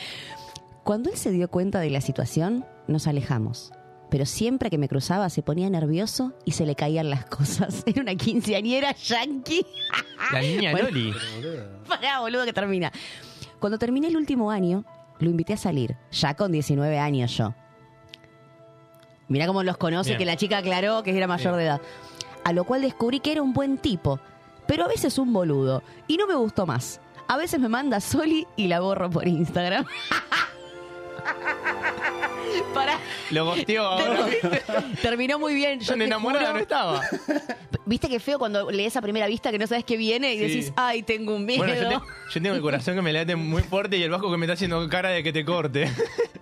Speaker 5: Cuando él se dio cuenta de la situación, nos alejamos. Pero siempre que me cruzaba se ponía nervioso y se le caían las cosas. Era una quinceañera yankee.
Speaker 4: La niña
Speaker 5: Ah, Bueno.
Speaker 4: Loli.
Speaker 5: Pará, boludo, que termina. Cuando terminé el último año, lo invité a salir, ya con 19 años yo. Mirá cómo los conoce,
Speaker 4: Bien.
Speaker 5: que la chica aclaró que era mayor de edad. A lo cual descubrí que era un buen tipo, pero a veces un boludo, y no me gustó más. A veces me manda Soli y la borro por Instagram. Pará.
Speaker 4: Lo gosteó ahora.
Speaker 5: Terminó muy bien. Yo
Speaker 4: Tan
Speaker 5: te
Speaker 4: enamorada
Speaker 5: juro.
Speaker 4: no estaba.
Speaker 5: Viste que feo cuando lees a primera vista que no sabes qué viene y
Speaker 4: este- Sí.
Speaker 5: decís, ay, tengo un miedo.
Speaker 4: Bueno, yo, te- yo tengo el corazón que me late muy fuerte y el bajo que me está haciendo cara de que te corte.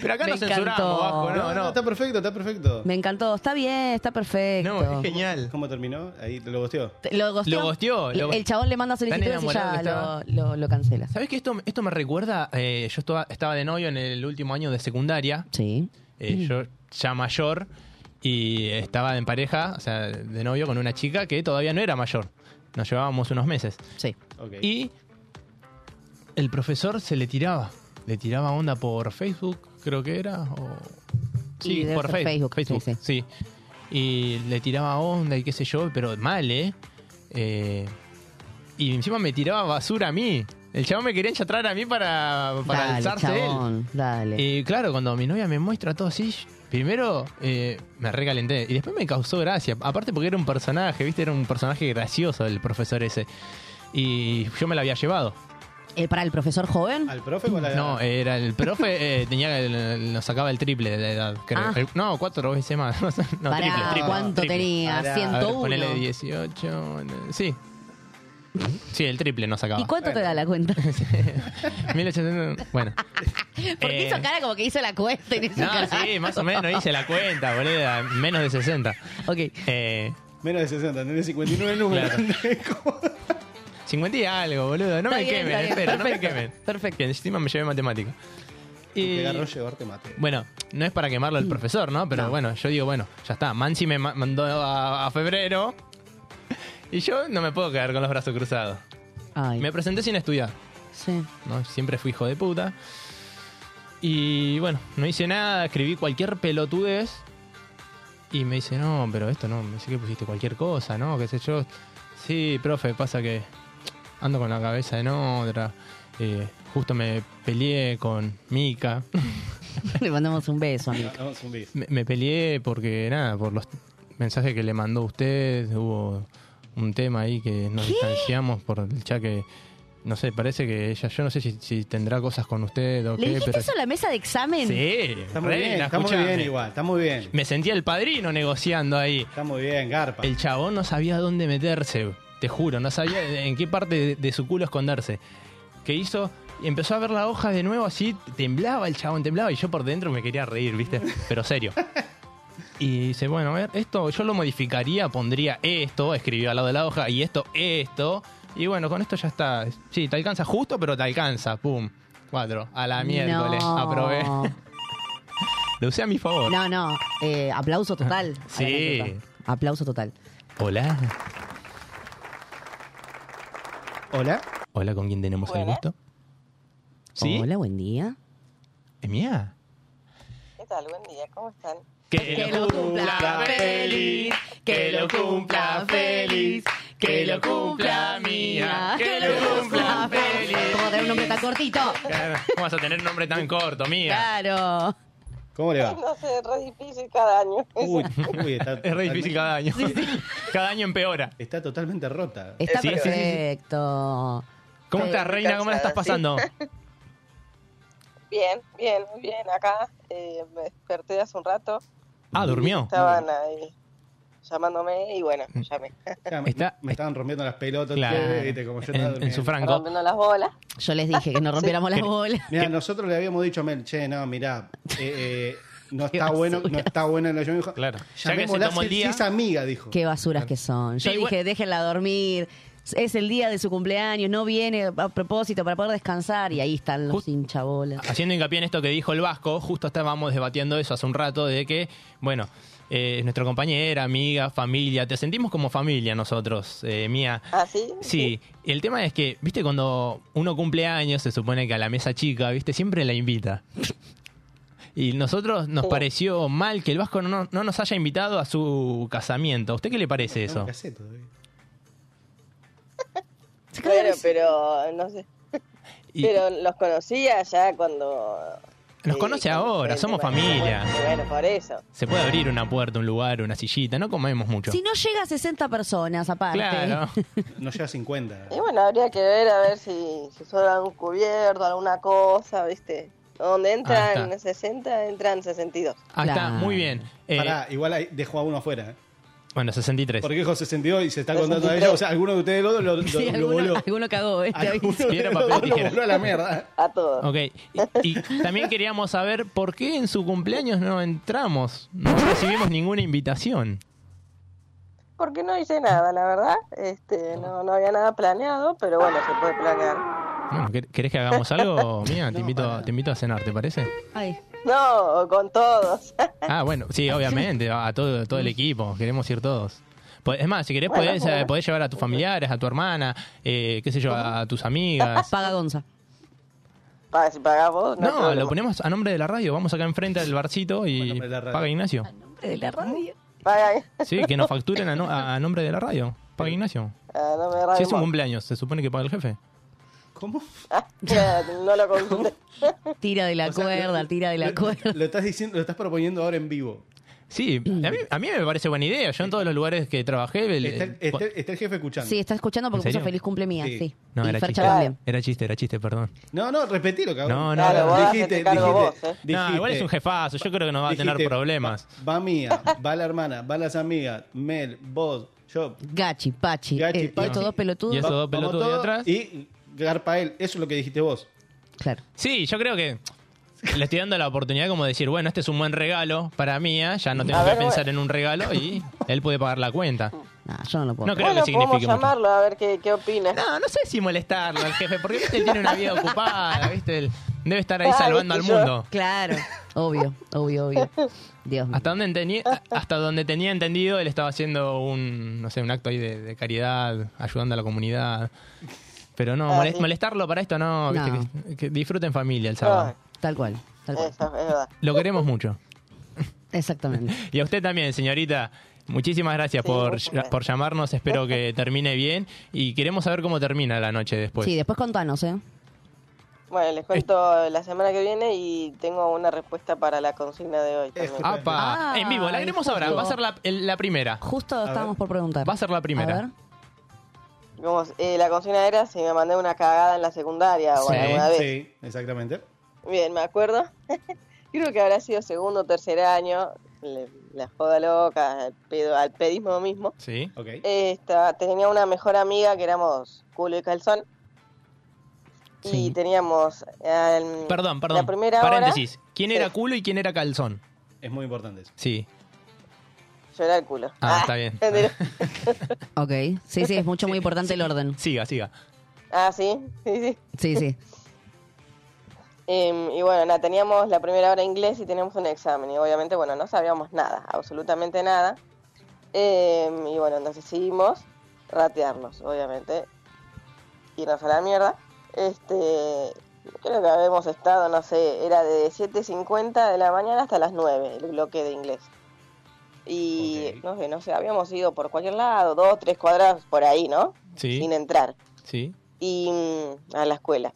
Speaker 4: Pero acá
Speaker 5: Me
Speaker 4: no censuramos,
Speaker 5: encantó.
Speaker 4: bajo, no, no.
Speaker 6: Está perfecto, está perfecto.
Speaker 5: Me encantó, está bien, está perfecto.
Speaker 4: No, es genial.
Speaker 6: ¿Cómo terminó? Ahí te lo gosteó.
Speaker 5: Te- Lo gosteó.
Speaker 4: Lo gosteó, lo-
Speaker 5: El chabón le manda solicitudes y
Speaker 4: enamorado
Speaker 5: ya
Speaker 4: que estaba.
Speaker 5: lo, lo, lo cancela.
Speaker 4: ¿Sabes que esto, esto me recuerda? eh, yo estaba, estaba de novio en el último año de secundaria.
Speaker 5: Sí. Mm.
Speaker 4: eh, yo ya mayor y estaba en pareja, o sea, de novio con una chica que todavía no era mayor. Nos llevábamos unos meses.
Speaker 5: Sí.
Speaker 6: Ok.
Speaker 4: Y el profesor se le tiraba. Le tiraba onda por Facebook, creo que era. o-
Speaker 5: Y
Speaker 4: Sí,
Speaker 5: debe
Speaker 4: por
Speaker 5: ser
Speaker 4: Facebook.
Speaker 5: Facebook,
Speaker 4: Facebook, sí. Y le tiraba onda y qué sé yo, pero mal, ¿eh? Eh, Y encima me tiraba basura a mí. El chabón me quería enchatrar a mí para, para
Speaker 5: dale,
Speaker 4: alzarse él. Eh.
Speaker 5: chabón, dale.
Speaker 4: Y claro, cuando mi novia me muestra todo así, primero eh, me recalenté y después me causó gracia. Aparte porque era un personaje, ¿viste? Era un personaje gracioso el profesor ese. Y yo me la había llevado.
Speaker 5: Eh, para el profesor joven.
Speaker 6: ¿Al profe o a
Speaker 5: Ah.
Speaker 6: la.?
Speaker 4: No, era el profe, eh, tenía el- nos sacaba el triple de la edad, creo.
Speaker 5: Ah.
Speaker 4: El- No, cuatro veces más. No, triple,
Speaker 5: Pará,
Speaker 4: triple,
Speaker 5: ¿cuánto
Speaker 4: triple.
Speaker 5: tenía?
Speaker 6: Pará.
Speaker 4: A ver,
Speaker 5: 101.
Speaker 4: ponele 18. eh, Sí. Sí, el triple nos sacaba.
Speaker 5: ¿Y cuánto te da la cuenta?
Speaker 4: 1800, Bueno.
Speaker 5: Porque
Speaker 4: Eh,
Speaker 5: hizo cara como que hizo la cuenta y no hizo
Speaker 4: No,
Speaker 5: cara.
Speaker 4: sí, más o menos hice la cuenta, boluda. Menos de 60.
Speaker 5: Ok.
Speaker 4: Eh,
Speaker 6: Menos de 60, tenés 59 números. ¿Cómo?
Speaker 4: 50 y algo, boludo. No
Speaker 5: Está
Speaker 4: me
Speaker 5: bien,
Speaker 4: quemen,
Speaker 5: está bien.
Speaker 4: espera, no me
Speaker 5: Perfecto,
Speaker 4: quemen.
Speaker 5: perfecto.
Speaker 4: Que encima me llevé matemática. Y-
Speaker 6: Te agarró llevarte mate.
Speaker 4: Bueno, no es para quemarlo
Speaker 5: Mm.
Speaker 4: el profesor, ¿no? Pero bueno, yo digo, bueno, ya está. Mansi me ma- mandó a, a febrero. Y yo no me puedo quedar con los brazos cruzados.
Speaker 5: Ay,
Speaker 4: Me presenté sin estudiar,
Speaker 5: sí.
Speaker 4: ¿no? Siempre fui hijo de puta. Y bueno, no hice nada, escribí cualquier pelotudez. Y me dice, no, pero esto no, me dice que pusiste cualquier cosa, ¿no? Qué sé yo. Sí, profe, pasa que ando con la cabeza en otra. Eh, justo me peleé con Mika.
Speaker 5: Le mandamos un beso, amigo.
Speaker 6: Vamos un bis.
Speaker 4: Me, me peleé porque nada, por los mensajes que le mandó usted, hubo un tema ahí que nos distanciamos por el chat que no sé, parece que ella, yo no sé si, si tendrá cosas con usted o
Speaker 5: ¿Le
Speaker 4: qué,
Speaker 5: dijiste
Speaker 4: pero
Speaker 5: eso a la mesa de examen?
Speaker 4: sí,
Speaker 6: Está muy
Speaker 4: reina,
Speaker 6: bien, está muy
Speaker 4: escuchame.
Speaker 6: bien igual, está muy bien.
Speaker 4: Me sentía el padrino negociando ahí.
Speaker 6: Está muy bien, Garpa.
Speaker 4: El chabón no sabía dónde meterse, te juro, no sabía en qué parte de, de su culo esconderse. Que hizo, empezó a ver la hoja de nuevo así, temblaba el chabón, temblaba y yo por dentro me quería reír, ¿viste? Pero serio. Y dice, bueno, a ver, esto yo lo modificaría, pondría esto, escribió al lado de la hoja, y esto, esto. Y bueno, con esto ya está. Sí, te alcanza justo, pero te alcanza. Pum. Cuatro. A la miércoles.
Speaker 5: No.
Speaker 4: Aprobé. Lo usé a mi favor.
Speaker 5: No, no. eh, aplauso total. a la
Speaker 4: Sí.
Speaker 5: anécdota. Aplauso total.
Speaker 4: Hola.
Speaker 6: Hola.
Speaker 4: Hola, ¿con quién tenemos el gusto? ¿Sí?
Speaker 5: Hola, buen día.
Speaker 4: ¿Es mía?
Speaker 9: ¿Qué tal? Buen día, ¿cómo están?
Speaker 5: Que lo cumpla feliz, que lo cumpla feliz, que lo cumpla mía, que lo cumpla feliz. Como tener un nombre tan cortito.
Speaker 4: Claro, ¿Cómo vas a tener un nombre tan corto, mía?
Speaker 5: Claro.
Speaker 6: ¿Cómo le va?
Speaker 9: No sé, es re difícil cada año.
Speaker 6: Uy, uy, está.
Speaker 4: Es re difícil cada año. Cada año empeora.
Speaker 6: Está totalmente rota.
Speaker 5: Está
Speaker 4: Sí, sí, sí, sí.
Speaker 5: perfecto.
Speaker 4: ¿Cómo
Speaker 9: Estoy
Speaker 4: estás, reina? ¿Cómo la estás
Speaker 9: cansada,
Speaker 4: pasando?
Speaker 9: Bien, bien, muy bien. Acá eh, me desperté hace un rato.
Speaker 4: Ah, durmió. Mm.
Speaker 9: Estaban ahí llamándome y bueno, llamé.
Speaker 6: Ya, me-
Speaker 4: Está-
Speaker 6: me estaban rompiendo las pelotas,
Speaker 4: Claro.
Speaker 6: ustedes, viste, como yo estaba
Speaker 4: En, en
Speaker 6: durmiendo.
Speaker 4: su franco.
Speaker 9: Rompiendo las bolas.
Speaker 5: Yo les dije que no rompiéramos las bolas.
Speaker 6: Mira, nosotros le habíamos dicho a Mel, che, no, mirá, eh, eh, no
Speaker 5: Qué
Speaker 6: está bueno, no
Speaker 5: basura.
Speaker 6: está bueno. la- Yo me dijo,
Speaker 4: Claro. Ya que
Speaker 6: llamémosla
Speaker 4: se tomó el
Speaker 6: si-
Speaker 4: día.
Speaker 6: si es amiga, dijo.
Speaker 5: Qué basuras que son. Yo
Speaker 4: Sí,
Speaker 5: dije,
Speaker 4: igual-
Speaker 5: déjenla dormir. Es el día de su cumpleaños, no viene a propósito para poder descansar. Y ahí están los
Speaker 4: Just-
Speaker 5: hinchabolas.
Speaker 4: Haciendo hincapié en esto que dijo el Vasco, justo estábamos debatiendo eso hace un rato, de que, bueno, eh, nuestra compañera, amiga, familia, te sentimos como familia nosotros, eh, Mía.
Speaker 9: ¿Así?
Speaker 4: Sí, el tema es que, viste, cuando uno cumple años, se supone que a la mesa chica, viste, siempre la invita. Y nosotros nos
Speaker 9: Sí.
Speaker 4: pareció mal que el Vasco no, no nos haya invitado a su casamiento. ¿A usted qué le parece eso?
Speaker 6: No, ¿qué hace todavía?
Speaker 9: Bueno, pero no sé.
Speaker 4: Y
Speaker 9: Pero los conocía ya cuando.
Speaker 4: Nos
Speaker 9: eh,
Speaker 4: conoce
Speaker 9: cuando
Speaker 4: ahora,
Speaker 9: fue el
Speaker 4: somos
Speaker 9: tema de
Speaker 4: familia.
Speaker 9: la muerte. Bueno, por eso.
Speaker 4: se puede abrir una puerta, un lugar, una sillita, no comemos mucho.
Speaker 5: Si no llega a 60 personas aparte.
Speaker 4: claro.
Speaker 6: No llega a 50.
Speaker 9: Y bueno, habría que ver a ver si, si son algún cubierto, alguna cosa, ¿viste? Donde
Speaker 4: Ahí
Speaker 9: entran
Speaker 4: está.
Speaker 9: 60, entran 62.
Speaker 4: Ah, está,
Speaker 5: Claro.
Speaker 4: muy bien. Eh,
Speaker 6: Pará, igual ahí dejó a uno afuera. ¿eh?
Speaker 4: bueno, 63.
Speaker 6: Porque dijo 62 y se está contando a
Speaker 9: 63.
Speaker 6: ella. O sea, alguno de ustedes lo, lo, lo-
Speaker 5: Sí,
Speaker 6: lo
Speaker 5: alguno,
Speaker 6: voló.
Speaker 5: alguno cagó. ¿eh? Te
Speaker 6: Alguno
Speaker 5: aviso.
Speaker 6: de
Speaker 4: Piedra,
Speaker 6: los
Speaker 4: papel,
Speaker 6: dos lo
Speaker 4: tijera.
Speaker 6: voló a la mierda.
Speaker 9: A todos.
Speaker 4: Ok, y, y también queríamos saber por qué en su cumpleaños no entramos, no recibimos ninguna invitación.
Speaker 9: Porque no hice nada, la verdad. Este, no, no había nada planeado, pero bueno, se puede planear.
Speaker 4: Bueno, ¿quer- ¿querés que hagamos algo? Mía, te,
Speaker 6: No,
Speaker 4: invito,
Speaker 6: para.
Speaker 4: te invito a cenar, ¿te parece?
Speaker 9: Eh.
Speaker 5: Ay,
Speaker 9: No, con todos.
Speaker 4: Ah, bueno, sí, obviamente, a a todo, todo el equipo, queremos ir todos. Po- Es más, si querés
Speaker 9: Bueno,
Speaker 4: podés, eh,
Speaker 9: bueno.
Speaker 4: podés llevar a tus familiares, a tu hermana, eh, qué sé yo, a tus amigas.
Speaker 5: paga Gonza.
Speaker 9: Pa- si pagás vos, no, hay
Speaker 4: No,
Speaker 9: problema.
Speaker 4: lo ponemos a nombre de la radio, vamos acá enfrente del barcito y
Speaker 6: nombre de la radio.
Speaker 4: paga Ignacio.
Speaker 9: Ah,
Speaker 5: De la radio.
Speaker 9: Paga-
Speaker 4: Sí, que nos facturen a, no- a nombre de la radio, paga Ignacio.
Speaker 9: Ah, no me
Speaker 4: Si
Speaker 9: rayo
Speaker 4: es un
Speaker 9: más.
Speaker 4: cumpleaños, se supone que paga el jefe.
Speaker 6: ¿Cómo?
Speaker 9: Ah, ya, no lo conté.
Speaker 5: Tira de la
Speaker 6: O sea,
Speaker 5: cuerda,
Speaker 6: lo-
Speaker 5: tira de la
Speaker 6: lo-
Speaker 5: cuerda.
Speaker 6: Lo estás diciendo, lo estás proponiendo ahora en vivo.
Speaker 4: Sí, a mí, a mí me parece buena idea. Yo en todos los lugares que trabajé... el-
Speaker 6: Está el,
Speaker 4: el-
Speaker 6: está el- está el jefe escuchando.
Speaker 5: Sí, está escuchando porque
Speaker 4: ¿En
Speaker 5: puso
Speaker 4: serio?
Speaker 5: feliz cumple mía.
Speaker 6: Sí.
Speaker 5: Sí.
Speaker 4: No,
Speaker 5: y
Speaker 4: era
Speaker 5: Fercha
Speaker 4: chiste.
Speaker 5: también.
Speaker 4: Era chiste, era chiste, perdón.
Speaker 6: No, no, repetilo, cabrón.
Speaker 4: No, no,
Speaker 9: Claro, vos
Speaker 6: dijiste,
Speaker 9: hacete cargo
Speaker 6: dijiste,
Speaker 9: vos, eh.
Speaker 4: no, igual es un jefazo, yo creo que no va a tener
Speaker 6: dijiste,
Speaker 4: problemas.
Speaker 6: Va, va mía, va la hermana, va las amigas, Mel, vos, yo.
Speaker 5: Gachi, Pachi.
Speaker 6: Gachi,
Speaker 5: eh,
Speaker 6: Pachi.
Speaker 5: Estos dos
Speaker 4: Y
Speaker 5: pelotudos.
Speaker 4: eso- Esos
Speaker 6: Va-
Speaker 4: dos
Speaker 6: vamos
Speaker 4: pelotudos de
Speaker 6: todos
Speaker 4: atrás.
Speaker 6: Y garpa él, eso es lo que dijiste vos.
Speaker 5: Claro.
Speaker 4: Sí, yo creo que le estoy dando la oportunidad como de decir, bueno, este es un buen regalo para mí, ¿eh? ya no tengo
Speaker 9: A
Speaker 4: que
Speaker 9: ver,
Speaker 4: pensar en un regalo y él puede pagar la cuenta.
Speaker 5: No, yo no lo puedo.
Speaker 4: No creo
Speaker 9: Bueno,
Speaker 4: que
Speaker 9: podemos
Speaker 4: signifique mucho.
Speaker 9: llamarlo a ver qué, qué opina.
Speaker 4: No, no sé si molestarlo al jefe, porque viste, él tiene una vida ocupada, ¿viste? Él debe estar ahí
Speaker 9: Ah,
Speaker 4: salvando al
Speaker 9: viste, yo-
Speaker 4: mundo.
Speaker 5: Claro. Obvio, obvio, obvio. Dios mío.
Speaker 4: Hasta donde, entendí- hasta donde tenía entendido, él estaba haciendo un, no sé, un acto ahí de, de caridad, ayudando a la comunidad. Pero no,
Speaker 9: Ah,
Speaker 4: molest-
Speaker 9: sí.
Speaker 4: molestarlo para esto no, viste,
Speaker 5: No.
Speaker 4: Que, que disfruten familia el sábado.
Speaker 5: Tal cual, tal
Speaker 9: Eso
Speaker 5: cual.
Speaker 9: es verdad.
Speaker 4: Lo queremos mucho.
Speaker 5: Exactamente.
Speaker 4: Y a usted también, señorita. Muchísimas gracias
Speaker 9: Sí,
Speaker 4: por,
Speaker 9: muchas gracias.
Speaker 4: por llamarnos, espero que termine bien y queremos saber cómo termina la noche después.
Speaker 5: Sí, después contanos, ¿eh?
Speaker 9: Bueno, les cuento la semana que viene y tengo una respuesta para la consigna de hoy. también.
Speaker 6: Esto.
Speaker 4: ¡Apa!
Speaker 5: Ah,
Speaker 4: en vivo, la queremos
Speaker 5: justo.
Speaker 4: ahora, va a ser la, el- la primera.
Speaker 5: Justo estábamos por preguntar.
Speaker 4: Va a ser la primera.
Speaker 5: A ver.
Speaker 9: Como, eh, la consigna era si me mandé una cagada en la secundaria
Speaker 5: Ah,
Speaker 9: o
Speaker 4: Sí,
Speaker 9: alguna vez.
Speaker 6: Sí, exactamente.
Speaker 9: Bien, me acuerdo. Creo que habrá sido segundo o tercer año. le- La joda loca, al, pedo, al pedismo mismo.
Speaker 4: Sí.
Speaker 6: Ok.
Speaker 9: Esta, tenía una mejor amiga que éramos culo y calzón.
Speaker 5: Sí.
Speaker 9: Y teníamos. em,
Speaker 4: Perdón, perdón.
Speaker 9: La primera
Speaker 4: Paréntesis. ¿Quién
Speaker 9: Sí.
Speaker 4: era culo y quién era calzón?
Speaker 6: Es muy importante eso.
Speaker 4: Sí.
Speaker 9: hora. Yo era el culo.
Speaker 4: Ah, está bien.
Speaker 9: ¿entendés?
Speaker 5: Ok. Sí, sí, es mucho, muy importante el orden.
Speaker 4: Siga, siga.
Speaker 9: Ah, sí, sí, sí.
Speaker 5: Sí, sí.
Speaker 9: Em, y bueno, nada, teníamos la primera hora de inglés y teníamos un examen. Y obviamente, bueno, no sabíamos nada, absolutamente nada. Em, y bueno, entonces decidimos ratearnos, obviamente. Irnos a la mierda. Este, creo que habíamos estado, no sé, era de 7.50 de la mañana hasta las 9, el bloque de inglés. Y
Speaker 6: Ok.
Speaker 9: no sé, no sé, habíamos ido por cualquier lado, dos, tres cuadras por ahí, ¿no?
Speaker 4: Sí.
Speaker 9: Sin entrar
Speaker 4: Sí.
Speaker 9: y mm, a la escuela.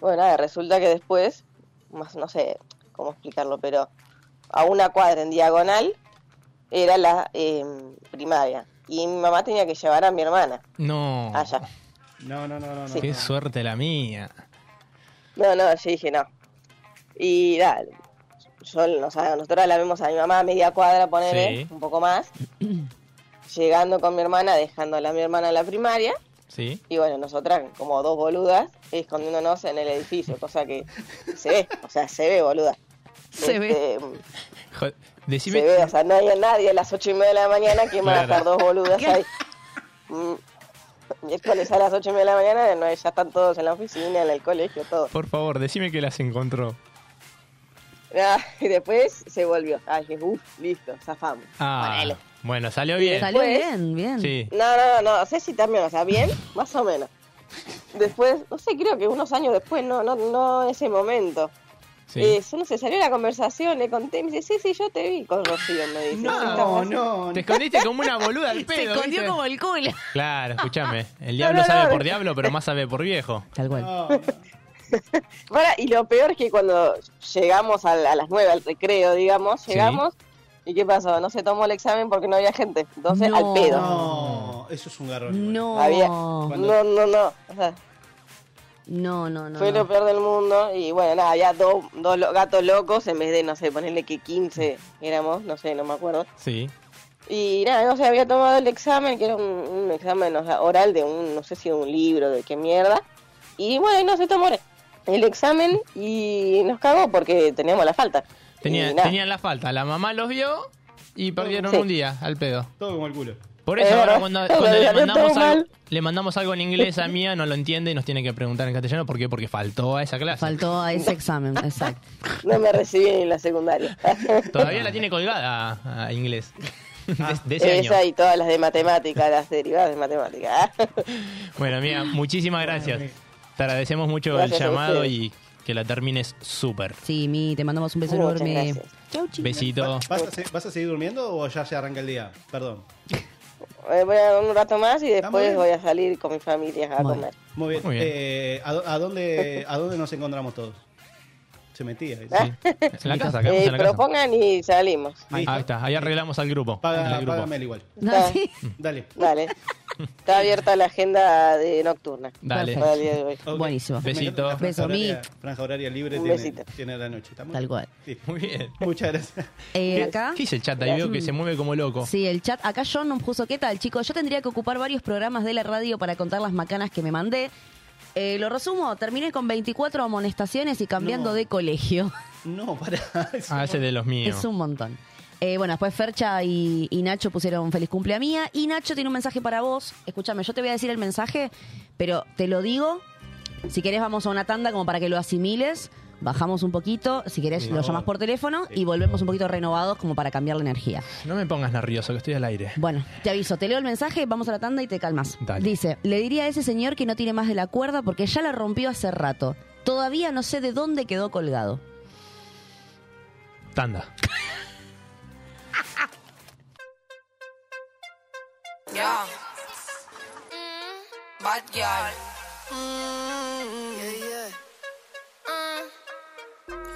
Speaker 9: Bueno, nada, resulta que después, más no sé cómo explicarlo, pero a una cuadra en diagonal era la eh, primaria. Y mi mamá tenía que llevar a mi hermana
Speaker 4: No.
Speaker 9: allá.
Speaker 6: No, no, no, no. no.
Speaker 9: Ah, Sí.
Speaker 4: Qué suerte la mía.
Speaker 9: No, no, yo dije no. Y nada, yo, no sé, nosotros la vemos a mi mamá a media cuadra, ponele,
Speaker 4: Sí.
Speaker 9: un poco más. Llegando con mi hermana, dejándola a mi hermana en la primaria.
Speaker 4: Sí.
Speaker 9: Y bueno, nosotras como dos boludas escondiéndonos en el edificio, cosa que se ve, o sea, se ve boluda. Este,
Speaker 5: Se ve.
Speaker 4: Jo- Decime.
Speaker 9: Se ve, o sea, no hay nadie a las ocho y media de la mañana que van a
Speaker 4: Claro.
Speaker 9: estar dos boludas
Speaker 5: ¿Qué?
Speaker 9: ahí. Mm, Miércoles a las ocho y media de la mañana, no, ya están todos en la oficina, en el colegio, todo.
Speaker 4: Por favor, decime que las encontró.
Speaker 9: Ah, y después se volvió. Ah, dije, uff, listo, zafamos.
Speaker 4: Ah,
Speaker 9: Ponele.
Speaker 4: bueno, salió bien.
Speaker 5: Salió
Speaker 9: Pues-
Speaker 5: bien, bien.
Speaker 4: Sí.
Speaker 9: No, no, no, no, sé si también, o sea, bien, más o menos. Después, no sé, creo que unos años después, no, no, no ese momento.
Speaker 4: sí.
Speaker 9: Eh, yo no sé, salió la conversación, le conté, me dice, sí, sí, yo te vi con Rocío, me dice.
Speaker 4: No,
Speaker 9: Sí,
Speaker 6: No,
Speaker 9: estamos-
Speaker 6: no.
Speaker 4: Te escondiste como una boluda al
Speaker 5: Se
Speaker 4: pedo.
Speaker 5: escondió
Speaker 4: ¿viste?
Speaker 5: como el culo.
Speaker 4: Claro, escúchame. El diablo
Speaker 9: no,
Speaker 4: sabe
Speaker 9: no.
Speaker 4: por diablo, pero más sabe por viejo.
Speaker 5: Tal cual.
Speaker 6: no, no.
Speaker 9: Para, y lo peor es que cuando llegamos a, la- a las nueve al recreo, digamos,
Speaker 4: Sí.
Speaker 9: llegamos, ¿y qué pasó? No se tomó el examen porque no había gente, entonces
Speaker 5: No.
Speaker 9: al pedo.
Speaker 6: No, eso es un garrón.
Speaker 5: No.
Speaker 9: Había-
Speaker 5: No,
Speaker 9: No, no, no. O sea,
Speaker 5: no, no. no.
Speaker 9: fue lo peor del mundo. Y bueno, nada, había dos, dos lo- gatos locos en vez de, no sé, ponerle que 15 éramos, no sé, no me acuerdo.
Speaker 4: Sí.
Speaker 9: Y nada, no sé, había tomado el examen, que era un, un examen o sea, oral de un, no sé si de un libro, de qué mierda. Y bueno, no se tomó el examen y nos cagó porque teníamos la falta.
Speaker 4: Tenía-
Speaker 9: Y nada,
Speaker 4: tenían la falta. La mamá los vio y perdieron
Speaker 9: Sí.
Speaker 4: un día al pedo.
Speaker 6: Todo como el culo.
Speaker 4: Por eso
Speaker 9: Eh,
Speaker 4: ahora cuando,
Speaker 9: pero
Speaker 4: cuando
Speaker 9: ya
Speaker 4: le,
Speaker 9: no
Speaker 4: mandamos
Speaker 9: todo
Speaker 4: algo,
Speaker 9: mal.
Speaker 4: le mandamos algo en inglés a Mía, no lo entiende y nos tiene que preguntar en castellano. ¿Por qué? Porque faltó a esa clase.
Speaker 5: Faltó a ese examen, exacto.
Speaker 9: no me recibí ni en la secundaria.
Speaker 4: Todavía la tiene colgada a, a inglés.
Speaker 9: Ah.
Speaker 4: De, de ese año.
Speaker 9: Esa y todas las de matemática, las derivadas de matemática.
Speaker 4: Bueno, Mía, muchísimas gracias. Te agradecemos mucho
Speaker 9: Gracias
Speaker 4: el
Speaker 9: a
Speaker 4: llamado
Speaker 9: ustedes.
Speaker 4: y que la termines súper.
Speaker 9: Eh,
Speaker 5: Sí, Mi, te mandamos un beso
Speaker 9: Muchas
Speaker 5: enorme.
Speaker 9: gracias.
Speaker 5: Chau, chicos.
Speaker 4: Besito.
Speaker 6: ¿Vas a, se- vas a seguir durmiendo o ya se arranca el día? Perdón.
Speaker 9: Eh, Voy a dar un rato más y
Speaker 6: muy
Speaker 9: después
Speaker 6: bien.
Speaker 9: voy a salir con mi familia a
Speaker 5: Muy
Speaker 9: comer.
Speaker 6: Muy bien.
Speaker 4: Muy bien.
Speaker 6: Eh, ¿a, do- a dónde, ¿A dónde nos encontramos todos? Se metía. ¿eh?
Speaker 9: Ah.
Speaker 4: En la casa, quedamos
Speaker 9: Eh,
Speaker 4: en la casa.
Speaker 9: propongan y salimos.
Speaker 6: Listo.
Speaker 4: Ahí está, ahí arreglamos al grupo.
Speaker 6: Paga,
Speaker 4: al grupo.
Speaker 6: págame el igual.
Speaker 5: Ah, sí.
Speaker 6: Dale.
Speaker 9: Dale. Está abierta la agenda de nocturna
Speaker 4: Dale.
Speaker 9: para el día de hoy.
Speaker 6: Ok.
Speaker 5: Buenísimo.
Speaker 6: Me encanta la
Speaker 4: Besito.
Speaker 6: franja
Speaker 5: Beso,
Speaker 6: horaria- Franja horaria libre
Speaker 9: Un
Speaker 6: tiene,
Speaker 9: besito.
Speaker 6: tiene a la noche. ¿Está muy
Speaker 5: Tal
Speaker 6: bien?
Speaker 5: cual.
Speaker 6: Sí.
Speaker 4: Muy bien.
Speaker 6: Muchas gracias.
Speaker 5: Eh, acá. Mm.
Speaker 4: ¿Qué dice el chat? Ahí veo que se mueve como loco.
Speaker 5: Sí, el chat. Acá John nos puso qué tal, chicos. Yo tendría que ocupar varios programas de la radio para contar las macanas que me mandé. Eh, lo resumo, terminé con 24 amonestaciones y cambiando
Speaker 6: No.
Speaker 5: de colegio.
Speaker 6: No, para.
Speaker 4: Ah, ese es de los míos.
Speaker 5: Es un montón. Eh, bueno, después Fercha y, y Nacho pusieron feliz cumpleaños mía. Y Nacho tiene un mensaje para vos. Escúchame, yo te voy a decir el mensaje, pero te lo digo. Si querés, vamos a una tanda como para que lo asimiles. Bajamos un poquito. Si querés, lo
Speaker 6: favor.
Speaker 5: llamás por teléfono
Speaker 6: Sí.
Speaker 5: y volvemos un poquito renovados como para cambiar la energía.
Speaker 4: No me pongas nervioso, que estoy al aire.
Speaker 5: Bueno, te aviso, te leo el mensaje, vamos a la tanda y te calmas.
Speaker 4: Dale.
Speaker 5: Dice, le diría a ese señor que no tiene más de la cuerda porque ya la rompió hace rato. Todavía no sé de dónde quedó colgado.
Speaker 4: Tanda.
Speaker 10: Bad girl. Mm.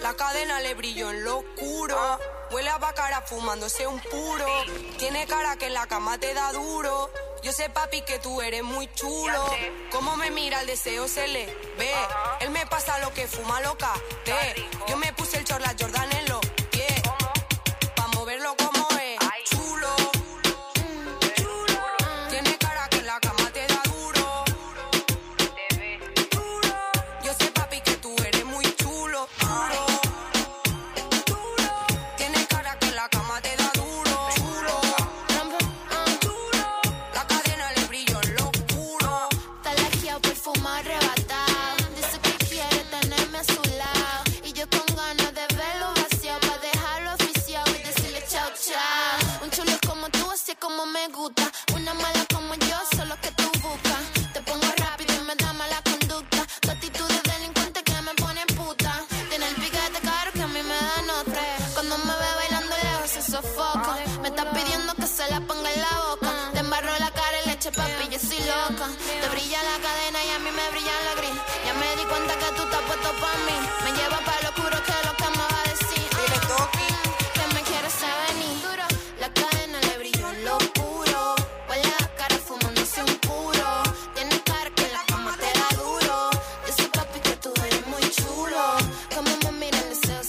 Speaker 10: La cadena le brilló en lo oscuro. Huele a bacara fumándose un puro. Tiene cara que en la cama te da duro. Yo sé, papi, que tú eres muy chulo. Como me mira el deseo se le ve. Él me pasa lo que fuma loca. Te. Yo me puse el chorla Jordan en los pies. Pa' moverlo como es. Chulo. Chulo. Tiene cara que en la cama te da duro. Duro. Yo sé, papi, que tú eres muy chulo. Duro. Duro. Tiene cara que en la cama te da duro. Chulo. Duro. La cadena le brilló en lo oscuro.
Speaker 11: Talaquia perfuma arrebatado. Dice que quiere tenerme a su lado. Y yo con ganas de verlo vacío. Pa' dejarlo oficiado y decirle chao, chao. Un chulo como tú, así es como me gusta. Una mala como yo, solo que tú buscas. Te pongo rápido y me da mala conducta. Tu actitud de delincuente que me pone puta. Tiene el piquete caro que a mí me dan otra. Cuando me ve bailando lejos se sofoca. Me está pidiendo que se la ponga en la boca. Te embarro la cara y leche, papi, yo soy loca. Te brilla la cadena y a mí me brilla la gris. Ya me di cuenta que tú estás puesto pa' mí. Me lleva pa' lo oscuro que es lo que me va a decir.
Speaker 10: Dile, Toki.
Speaker 11: Que me quieres venir duro. La cadena le brilló en lo oscuro. Huele a cara fumándose un puro. Tiene cara que en la cama te da duro. Dice papi que tú eres muy chulo. Como me mira el deseo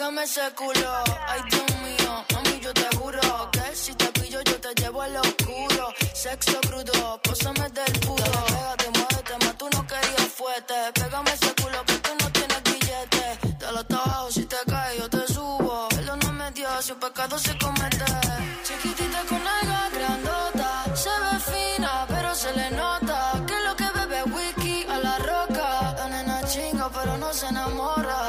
Speaker 12: Dame ese culo, ay Dios mío, mami yo te juro que si te pillo yo te llevo al oscuro. Sexo crudo, pósame del puro. Dale, pégate, muévete, más tú no querías fuerte. Pégame ese culo que tú no tienes billete. Te lo tajo, si te caes yo te subo. Él no me dio, su pecado se comete. Chiquitita con algo grandota, se ve fina pero se le nota. Que lo que bebe es whisky a la roca. La nena chinga pero no se enamora.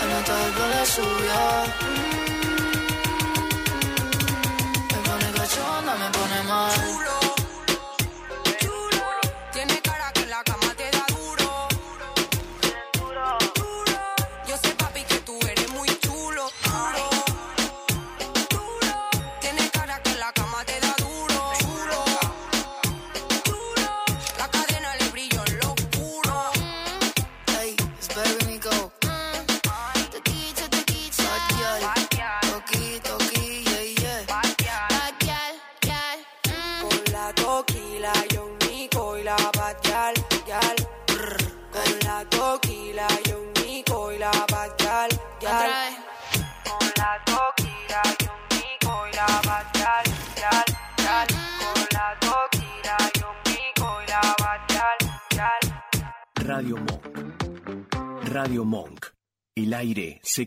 Speaker 12: En el todo le subió. Me pone cachonda, me pone mal.
Speaker 10: Tiene cara que en la cama te da duro. Duro. Yo sé, papi, que tú eres muy chulo. Duro. Duro. Tiene cara que en la cama te da duro. Duro. Duro. La cadena le brilló en lo oscuro.
Speaker 12: Hey, it's better than go.
Speaker 10: Mm.
Speaker 12: Toquilla, toquilla. Bad girl. Toqui, toqui, yeah, yeah. Bad girl, girl.
Speaker 10: Con la toquila, yo un nico y la batial, yal. Brr. Con la toquila, yo un nico y la batial, yal.
Speaker 12: Otra vez.
Speaker 10: Con la toquila, yo un nico y la batial, yal, yal. Con la toquila, yo un nico y la batial, yal.
Speaker 13: Radio Monk. Radio Monk. El aire se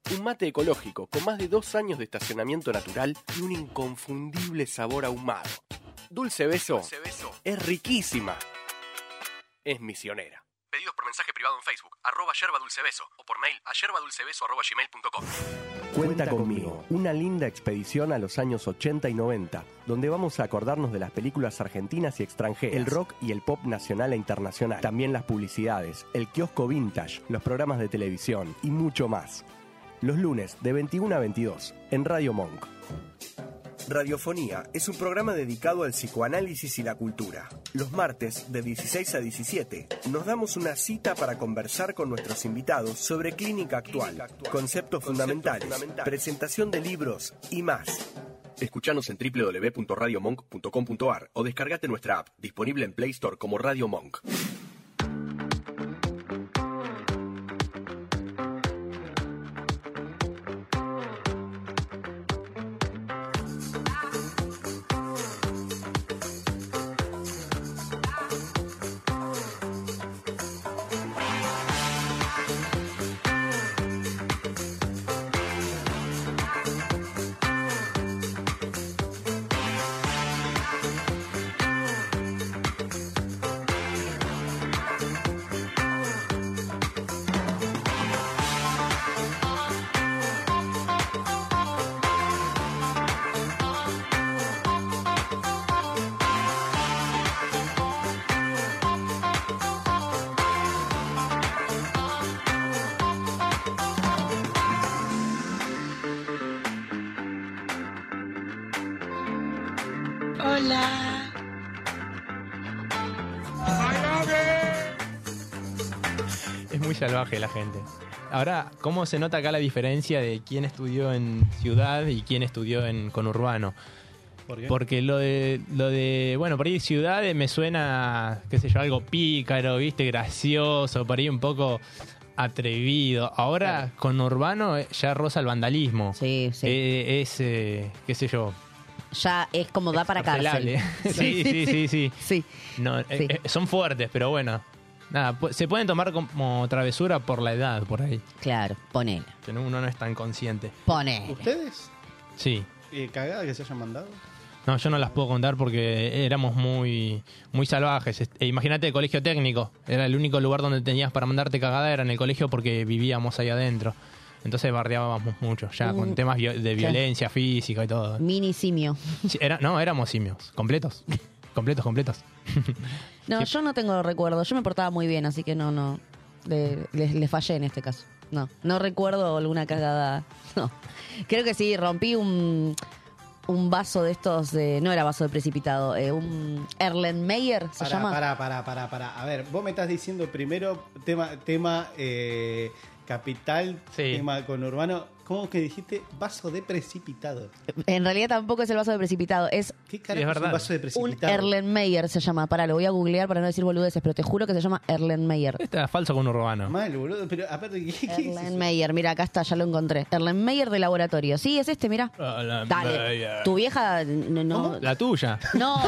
Speaker 14: Un mate ecológico con más de dos años de estacionamiento natural y un inconfundible sabor ahumado. Dulce Beso, es riquísima. Es misionera.
Speaker 15: Pedidos por mensaje privado en Facebook, arroba yerba dulcebeso o por mail a yerbadulcebeso arroba gmail.com.
Speaker 14: Cuenta conmigo, una linda expedición a los años 80 y 90, donde vamos a acordarnos de las películas argentinas y extranjeras, el rock y el pop nacional e internacional, también las publicidades, el kiosco vintage, los programas de televisión y mucho más. Los lunes de 21 a 22 en Radio Monk. Radiofonía es un programa dedicado al psicoanálisis y la cultura. Los martes, de 16 a 17, nos damos una cita para conversar con nuestros invitados sobre clínica actual, conceptos, fundamentales, presentación de libros y más.
Speaker 15: Escuchanos en www.radiomonk.com.ar o descargate nuestra app, disponible en Play Store como Radio Monk.
Speaker 12: Hola.
Speaker 4: Es muy salvaje la gente. Ahora, ¿cómo se nota acá la diferencia de quién estudió en ciudad y quién estudió en conurbano? Porque lo de, lo de, bueno, por ahí ciudad eh, me suena, qué sé yo, algo pícaro, viste, gracioso, por ahí un poco atrevido. Ahora, conurbano eh, ya roza el vandalismo. Sí, sí. es, eh, qué sé yo,
Speaker 5: Ya es como da para cárcel.
Speaker 4: Carcelable. sí, sí, sí, sí. No, eh,
Speaker 5: Sí.
Speaker 4: eh, son fuertes, pero bueno. Nada, pu- se pueden tomar como travesura por la edad, por ahí.
Speaker 5: Claro, ponele.
Speaker 4: Que uno no es tan consciente.
Speaker 5: Pone.
Speaker 6: ¿Ustedes?
Speaker 4: Sí.
Speaker 6: Eh, ¿Cagada que se hayan mandado?
Speaker 4: No, yo no las puedo contar porque éramos muy, muy salvajes. Est- eh, Imagínate el colegio técnico. Era el único lugar donde tenías para mandarte cagada, era en el colegio porque vivíamos ahí adentro. Entonces bardeábamos mucho, ya
Speaker 5: Mm.
Speaker 4: con temas vio- de
Speaker 5: Sí.
Speaker 4: violencia física y todo.
Speaker 5: Mini simio.
Speaker 4: Sí, era- no, éramos simios, completos. Completos, completos.
Speaker 5: No, yo no tengo recuerdo. Yo me portaba muy bien, así que no, no. Le, le- le fallé en este caso. No, no recuerdo alguna cagada. No. Creo que sí, rompí un, un vaso de estos. de- no era vaso de precipitado, eh, un Erlenmeyer se
Speaker 6: Pará,
Speaker 5: llama.
Speaker 6: pará, pará, pará, pará. A ver, vos me estás diciendo primero tema, tema eh, capital, tema conurbano. ¿Cómo que dijiste? Vaso de precipitado.
Speaker 5: En realidad tampoco es el vaso de precipitado, es.
Speaker 6: ¿Qué carajo es un verdad. vaso de precipitado?
Speaker 5: Un Erlenmeyer se llama. Pará, lo voy a googlear para no decir boludeces, pero te juro que se llama Erlenmeyer.
Speaker 4: Está Ah, falso con un urbano.
Speaker 6: Mal, boludo, pero aparte, ¿qué, qué es eso?
Speaker 5: Erlenmeyer, mira, acá está, ya lo encontré. Erlenmeyer de laboratorio. Sí, es este, mira.
Speaker 4: Dale,
Speaker 5: Tu vieja no, no-
Speaker 4: La tuya.
Speaker 5: No.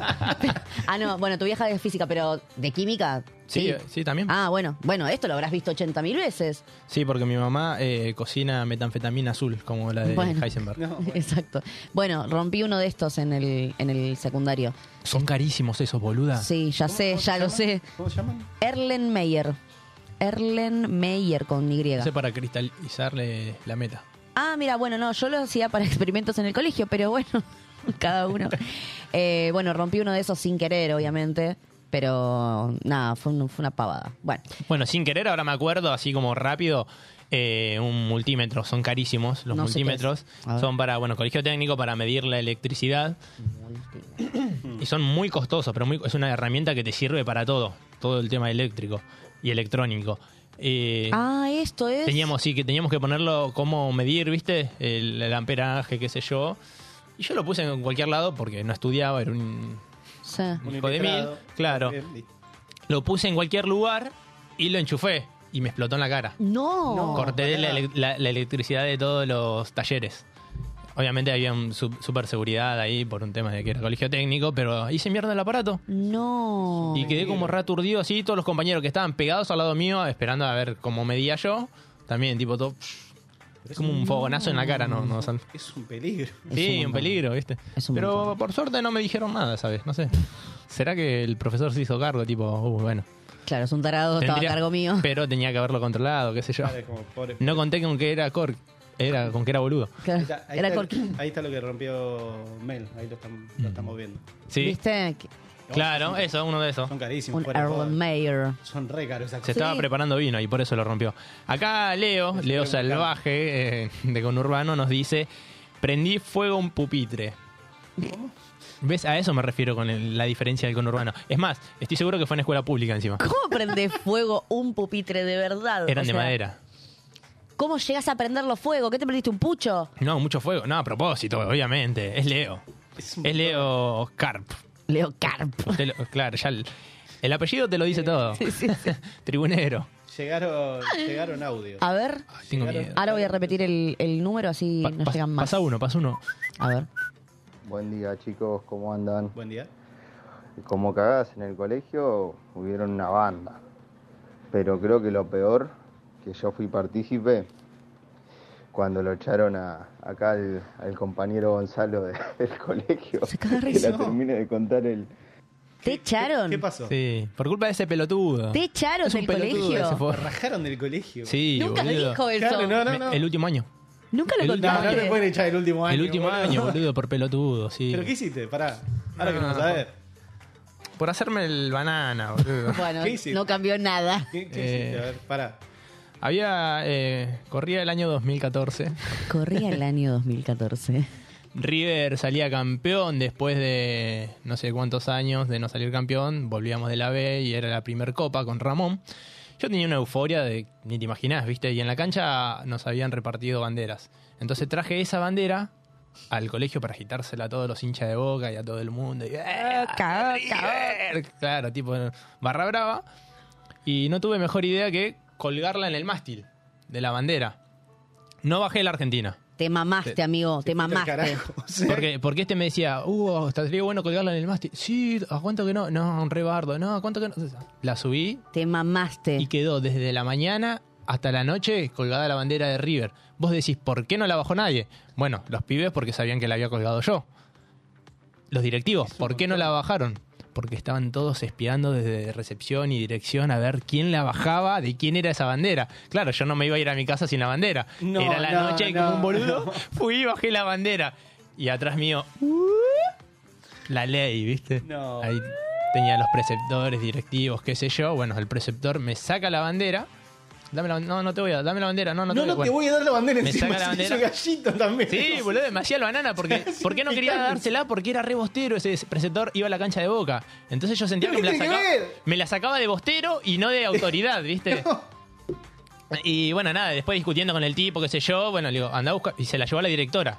Speaker 5: ah, no, bueno, tu vieja es física, pero de química.
Speaker 4: Sí, eh, sí, también.
Speaker 5: Ah, bueno, bueno, esto lo habrás visto 80 mil veces.
Speaker 4: Sí, porque mi mamá eh, cocina metanfetamina azul, como la de
Speaker 5: Bueno.
Speaker 4: Heisenberg.
Speaker 5: Exacto. Bueno, rompí uno de estos en el, en el secundario.
Speaker 4: Son carísimos esos, boluda.
Speaker 5: Sí, ya sé, ya lo sé.
Speaker 6: ¿Cómo se llaman?
Speaker 5: Erlenmeyer. Erlenmeyer con Y.
Speaker 4: No sé para cristalizarle la meta.
Speaker 5: Ah, mira, bueno, no, yo lo hacía para experimentos en el colegio, pero bueno, cada uno. Eh, bueno, rompí uno de esos sin querer, obviamente, pero nada, fue, un- fue una pavada. Bueno,
Speaker 4: Bueno, sin querer, ahora me acuerdo, así como rápido, eh, un multímetro. Son carísimos los
Speaker 5: No sé qué
Speaker 4: multímetros.
Speaker 5: es. A ver.
Speaker 4: Son para, bueno, colegio técnico para medir la electricidad. Y son muy costosos, pero muy- es una herramienta que te sirve para todo. Todo el tema eléctrico y electrónico. Eh,
Speaker 5: ah, esto es...
Speaker 4: Teníamos, sí, que teníamos que ponerlo, cómo medir, ¿viste? El, el amperaje, qué sé yo. Y yo lo puse en cualquier lado porque no estudiaba, era un
Speaker 5: Sí.
Speaker 4: hijo de mil. Claro. Lo puse en cualquier lugar y lo enchufé. Y me explotó en la cara.
Speaker 5: No.
Speaker 4: Corté la, ele- la- la electricidad de todos los talleres. Obviamente había un su- super seguridad ahí por un tema de que era colegio técnico, pero hice mierda el aparato.
Speaker 5: No.
Speaker 4: Y quedé como raturdido así, todos los compañeros que estaban pegados al lado mío, esperando a ver cómo medía yo. También, tipo, todo... Es como un fogonazo en la cara, no, no, sal-
Speaker 6: Mm. Es un peligro.
Speaker 4: Sí, un, peligro, ¿viste? Pero por suerte no me dijeron nada, ¿sabes? No sé. ¿Será que el profesor se hizo cargo? Tipo, uh, bueno.
Speaker 5: Claro, es un tarado, estaba
Speaker 4: Tendría-
Speaker 5: a cargo mío.
Speaker 4: Pero tenía que haberlo controlado, qué sé yo.
Speaker 6: Vale, como pobre-
Speaker 4: No conté con que era cor... Era con que era boludo.
Speaker 6: Ahí está, ahí,
Speaker 5: Era
Speaker 6: está,
Speaker 5: Corky.
Speaker 6: ahí está lo que rompió Mel, ahí lo, estamos- lo estamos viendo.
Speaker 4: Mm. Sí.
Speaker 5: ¿Viste?
Speaker 4: Claro, eso, uno de esos.
Speaker 6: Son carísimos.
Speaker 5: Un
Speaker 4: fuera de joda.
Speaker 5: Erlenmeyer.
Speaker 6: Son re caros esas
Speaker 4: Se estaba preparando vino y por eso lo rompió. Acá Leo, Leo Salvaje eh, de Conurbano nos dice, prendí fuego a un pupitre. ¿Ves? A eso me refiero con el- la diferencia del conurbano. Es más, estoy seguro que fue en escuela pública encima.
Speaker 5: ¿Cómo prende fuego un pupitre de verdad?
Speaker 4: Eran
Speaker 5: O
Speaker 4: de
Speaker 5: sea,
Speaker 4: madera.
Speaker 5: ¿Cómo llegas a prenderlo fuego? ¿Qué te prendiste, un pucho?
Speaker 4: No, mucho fuego. No, a propósito, obviamente. Es Leo. Es, Leo Carp.
Speaker 5: Leo Carp.
Speaker 4: claro, ya el, el apellido te lo dice todo. Tribunero.
Speaker 6: Llegaron, llegaron audio.
Speaker 5: A ver.
Speaker 4: tengo miedo.
Speaker 5: Ahora voy a repetir el, el número así nos
Speaker 4: Pas-
Speaker 5: llegan más.
Speaker 4: pasa uno, pasa uno.
Speaker 5: A ver.
Speaker 16: Buen día chicos, ¿cómo andan?
Speaker 6: Buen día.
Speaker 16: Como cagadas en el colegio, hubieron una banda. Pero creo que lo peor, que yo fui partícipe, cuando lo echaron a, acá al, al compañero Gonzalo de- del colegio. Se
Speaker 5: risa.
Speaker 16: termine de contar el...
Speaker 5: ¿Te echaron? ¿Qué
Speaker 6: pasó?
Speaker 4: Sí, por culpa de ese pelotudo.
Speaker 5: ¿Te echaron
Speaker 4: Es un
Speaker 5: del
Speaker 4: pelotudo
Speaker 5: colegio?
Speaker 4: ese, fue.
Speaker 6: Lo Ah, rajaron del colegio.
Speaker 4: Sí,
Speaker 5: Nunca
Speaker 4: boludo.
Speaker 5: dijo eso. Claro, no, no,
Speaker 4: Me-
Speaker 5: no.
Speaker 4: El último año.
Speaker 5: Nunca lo
Speaker 4: El-
Speaker 5: contaste.
Speaker 4: No, no te
Speaker 6: pueden echar el último año.
Speaker 4: el último
Speaker 6: boludo.
Speaker 4: año, boludo, por pelotudo, sí.
Speaker 6: ¿Pero qué hiciste? Pará. Ahora
Speaker 4: No,
Speaker 6: queremos
Speaker 4: no,
Speaker 6: saber.
Speaker 4: Por hacerme el banana, boludo.
Speaker 5: Bueno, no cambió nada.
Speaker 4: Eh, Había. eh, corría el año 2014.
Speaker 5: Corría el año 2014.
Speaker 4: River salía campeón después de no sé cuántos años de no salir campeón. Volvíamos de la B y era la primer copa con Ramón. Yo tenía una euforia de, ni te imaginás, ¿viste? Y en la cancha nos habían repartido banderas. Entonces traje esa bandera al colegio para agitársela a todos los hinchas de boca y a todo el mundo. Y, ¡eh,
Speaker 5: Ah,
Speaker 4: River! Claro, tipo barra brava. Y no tuve mejor idea que colgarla en el mástil de la bandera. No bajé la Argentina.
Speaker 5: Te mamaste,
Speaker 4: Te-
Speaker 5: amigo, te, mamaste.
Speaker 4: Porque, porque este me decía, uh, estaría bueno colgarla en el mástil. Sí, ¿a cuánto que no? No, un rebardo. No, ¿a cuánto que no? La subí.
Speaker 5: Te mamaste.
Speaker 4: Y quedó desde la mañana hasta la noche colgada la bandera de River. Vos decís, ¿por qué no la bajó nadie? Bueno, los pibes porque sabían que la había colgado yo. Los directivos, ¿por qué no la bajaron? porque estaban todos espiando desde recepción y dirección a ver quién la bajaba, de quién era esa bandera. Claro, yo no me iba a ir a mi casa sin la bandera.
Speaker 6: No,
Speaker 4: era la
Speaker 6: no,
Speaker 4: noche y
Speaker 6: no,
Speaker 4: como un boludo fui y bajé la bandera. Y atrás mío, ¡uh! la ley, ¿viste? Ahí tenía los preceptores, directivos, qué sé yo. Bueno, el preceptor me saca la bandera. Dame la, ban- no, no te voy a dar, dame la bandera. No, no,
Speaker 6: No, no, te
Speaker 4: bueno.
Speaker 6: voy a dar la bandera
Speaker 4: Me
Speaker 6: encima.
Speaker 4: saca la
Speaker 6: si
Speaker 4: bandera.
Speaker 6: soy gallito también.
Speaker 4: Sí, boludo, me hacía el banana porque ¿por qué no quería dársela? Porque era re bostero ese preceptor, iba a la cancha de boca. Entonces yo sentía que me la,
Speaker 6: tiene que
Speaker 4: sacaba,
Speaker 6: ver?
Speaker 4: me la sacaba de bostero y no de autoridad, ¿viste? Y bueno, nada, después discutiendo con el tipo, qué sé yo, bueno, le digo, anda a buscar. Y se la llevó a la directora.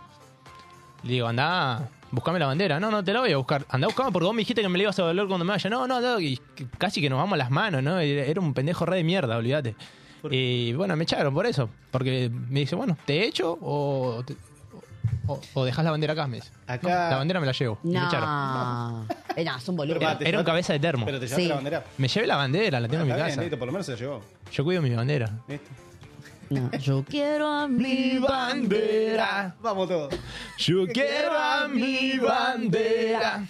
Speaker 4: Le digo, anda, buscame la bandera. No, no te la voy a buscar. Anda, buscame porque vos me dijiste que me la ibas a volver cuando me vaya. No, no, no. Y c- casi que nos vamos a las manos, ¿no? Era era un pendejo re de mierda, olvídate. Y bueno, me echaron por eso. Porque me dice, bueno, ¿te echo o, te- o, o dejás la bandera acá? Me dice.
Speaker 6: Acá-
Speaker 4: "No, la bandera me la llevo. Y Me echaron.
Speaker 5: No. Eh, no, es un boludo.
Speaker 4: Era, era un cabeza de termo.
Speaker 6: Pero te llevaste Sí. la bandera. Ah,
Speaker 4: Me llevé la bandera, la tengo en mi
Speaker 6: Está bien,
Speaker 4: casa.
Speaker 6: Neto, por lo menos se la llevó.
Speaker 4: Yo cuido mi bandera.
Speaker 5: No, yo quiero a mi
Speaker 4: bandera.
Speaker 6: Vamos todos.
Speaker 4: Yo
Speaker 6: quiero a mi bandera.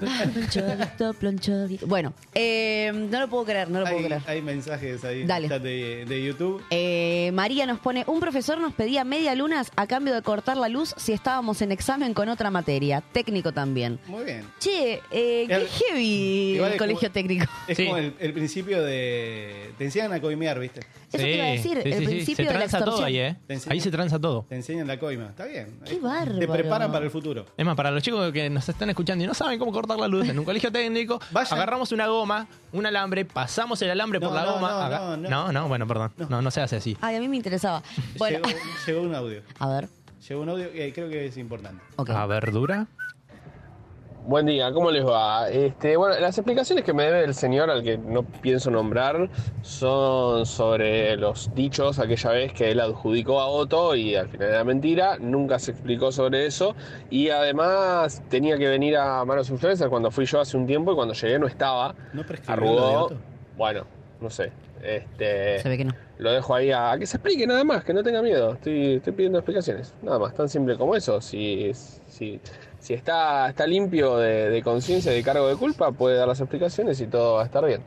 Speaker 5: Planchadito, planchadito. Bueno, eh, no lo puedo creer, no lo puedo
Speaker 6: Hay,
Speaker 5: creer.
Speaker 6: hay mensajes ahí en
Speaker 5: Dale.
Speaker 6: el chat de, de YouTube.
Speaker 5: Eh, María nos pone, un profesor nos pedía media lunas a cambio de cortar la luz si estábamos en examen con otra materia, técnico también.
Speaker 6: Muy bien.
Speaker 5: Che, eh, qué
Speaker 6: El-
Speaker 5: heavy
Speaker 6: Igual
Speaker 5: el
Speaker 6: es
Speaker 5: colegio
Speaker 6: como-
Speaker 5: técnico.
Speaker 6: Es como el, el principio de. Te enseñan a coimear, ¿viste?
Speaker 5: Eso te iba a decir, el principio
Speaker 4: Se
Speaker 5: de la
Speaker 4: tranza
Speaker 5: extorsión.
Speaker 4: todo ahí, ¿eh?
Speaker 6: Te enseñan-
Speaker 4: Ahí se tranza todo.
Speaker 6: Te enseñan la coima. Está bien.
Speaker 5: Qué bárbaro.
Speaker 6: Te preparan para el futuro.
Speaker 4: Es más, para los chicos que nos están escuchando y no saben cómo cortar la luz en un colegio técnico, agarramos una goma, un alambre, pasamos el alambre por
Speaker 6: No,
Speaker 4: la
Speaker 6: no,
Speaker 4: goma.
Speaker 6: no,
Speaker 4: aga-
Speaker 6: no,
Speaker 4: No
Speaker 6: no.
Speaker 4: no, bueno, perdón. No. no, se hace así.
Speaker 5: Ay, a mí me interesaba. Bueno,
Speaker 6: Llegó, llegó un audio.
Speaker 5: A ver.
Speaker 6: Llegó un audio que creo que es importante.
Speaker 4: A verdura.
Speaker 15: Buen día, ¿cómo les va? Este, bueno, las explicaciones que me debe el señor al que no pienso nombrar son sobre los dichos aquella vez que él adjudicó a Otto y al final era mentira, nunca se explicó sobre eso y además tenía que venir a Manos Influencer cuando fui yo hace un tiempo y cuando llegué no estaba,
Speaker 6: No prescribió lo de
Speaker 15: arrugó,
Speaker 6: Otto.
Speaker 15: bueno, no sé, este,
Speaker 5: Se ve que no.
Speaker 15: lo dejo ahí a, a que se explique nada más, que no tenga miedo. Estoy, estoy pidiendo explicaciones. Nada más, tan simple como eso. Si, si, si está, está limpio de, de conciencia y de cargo de culpa, puede dar las explicaciones y todo va a estar bien.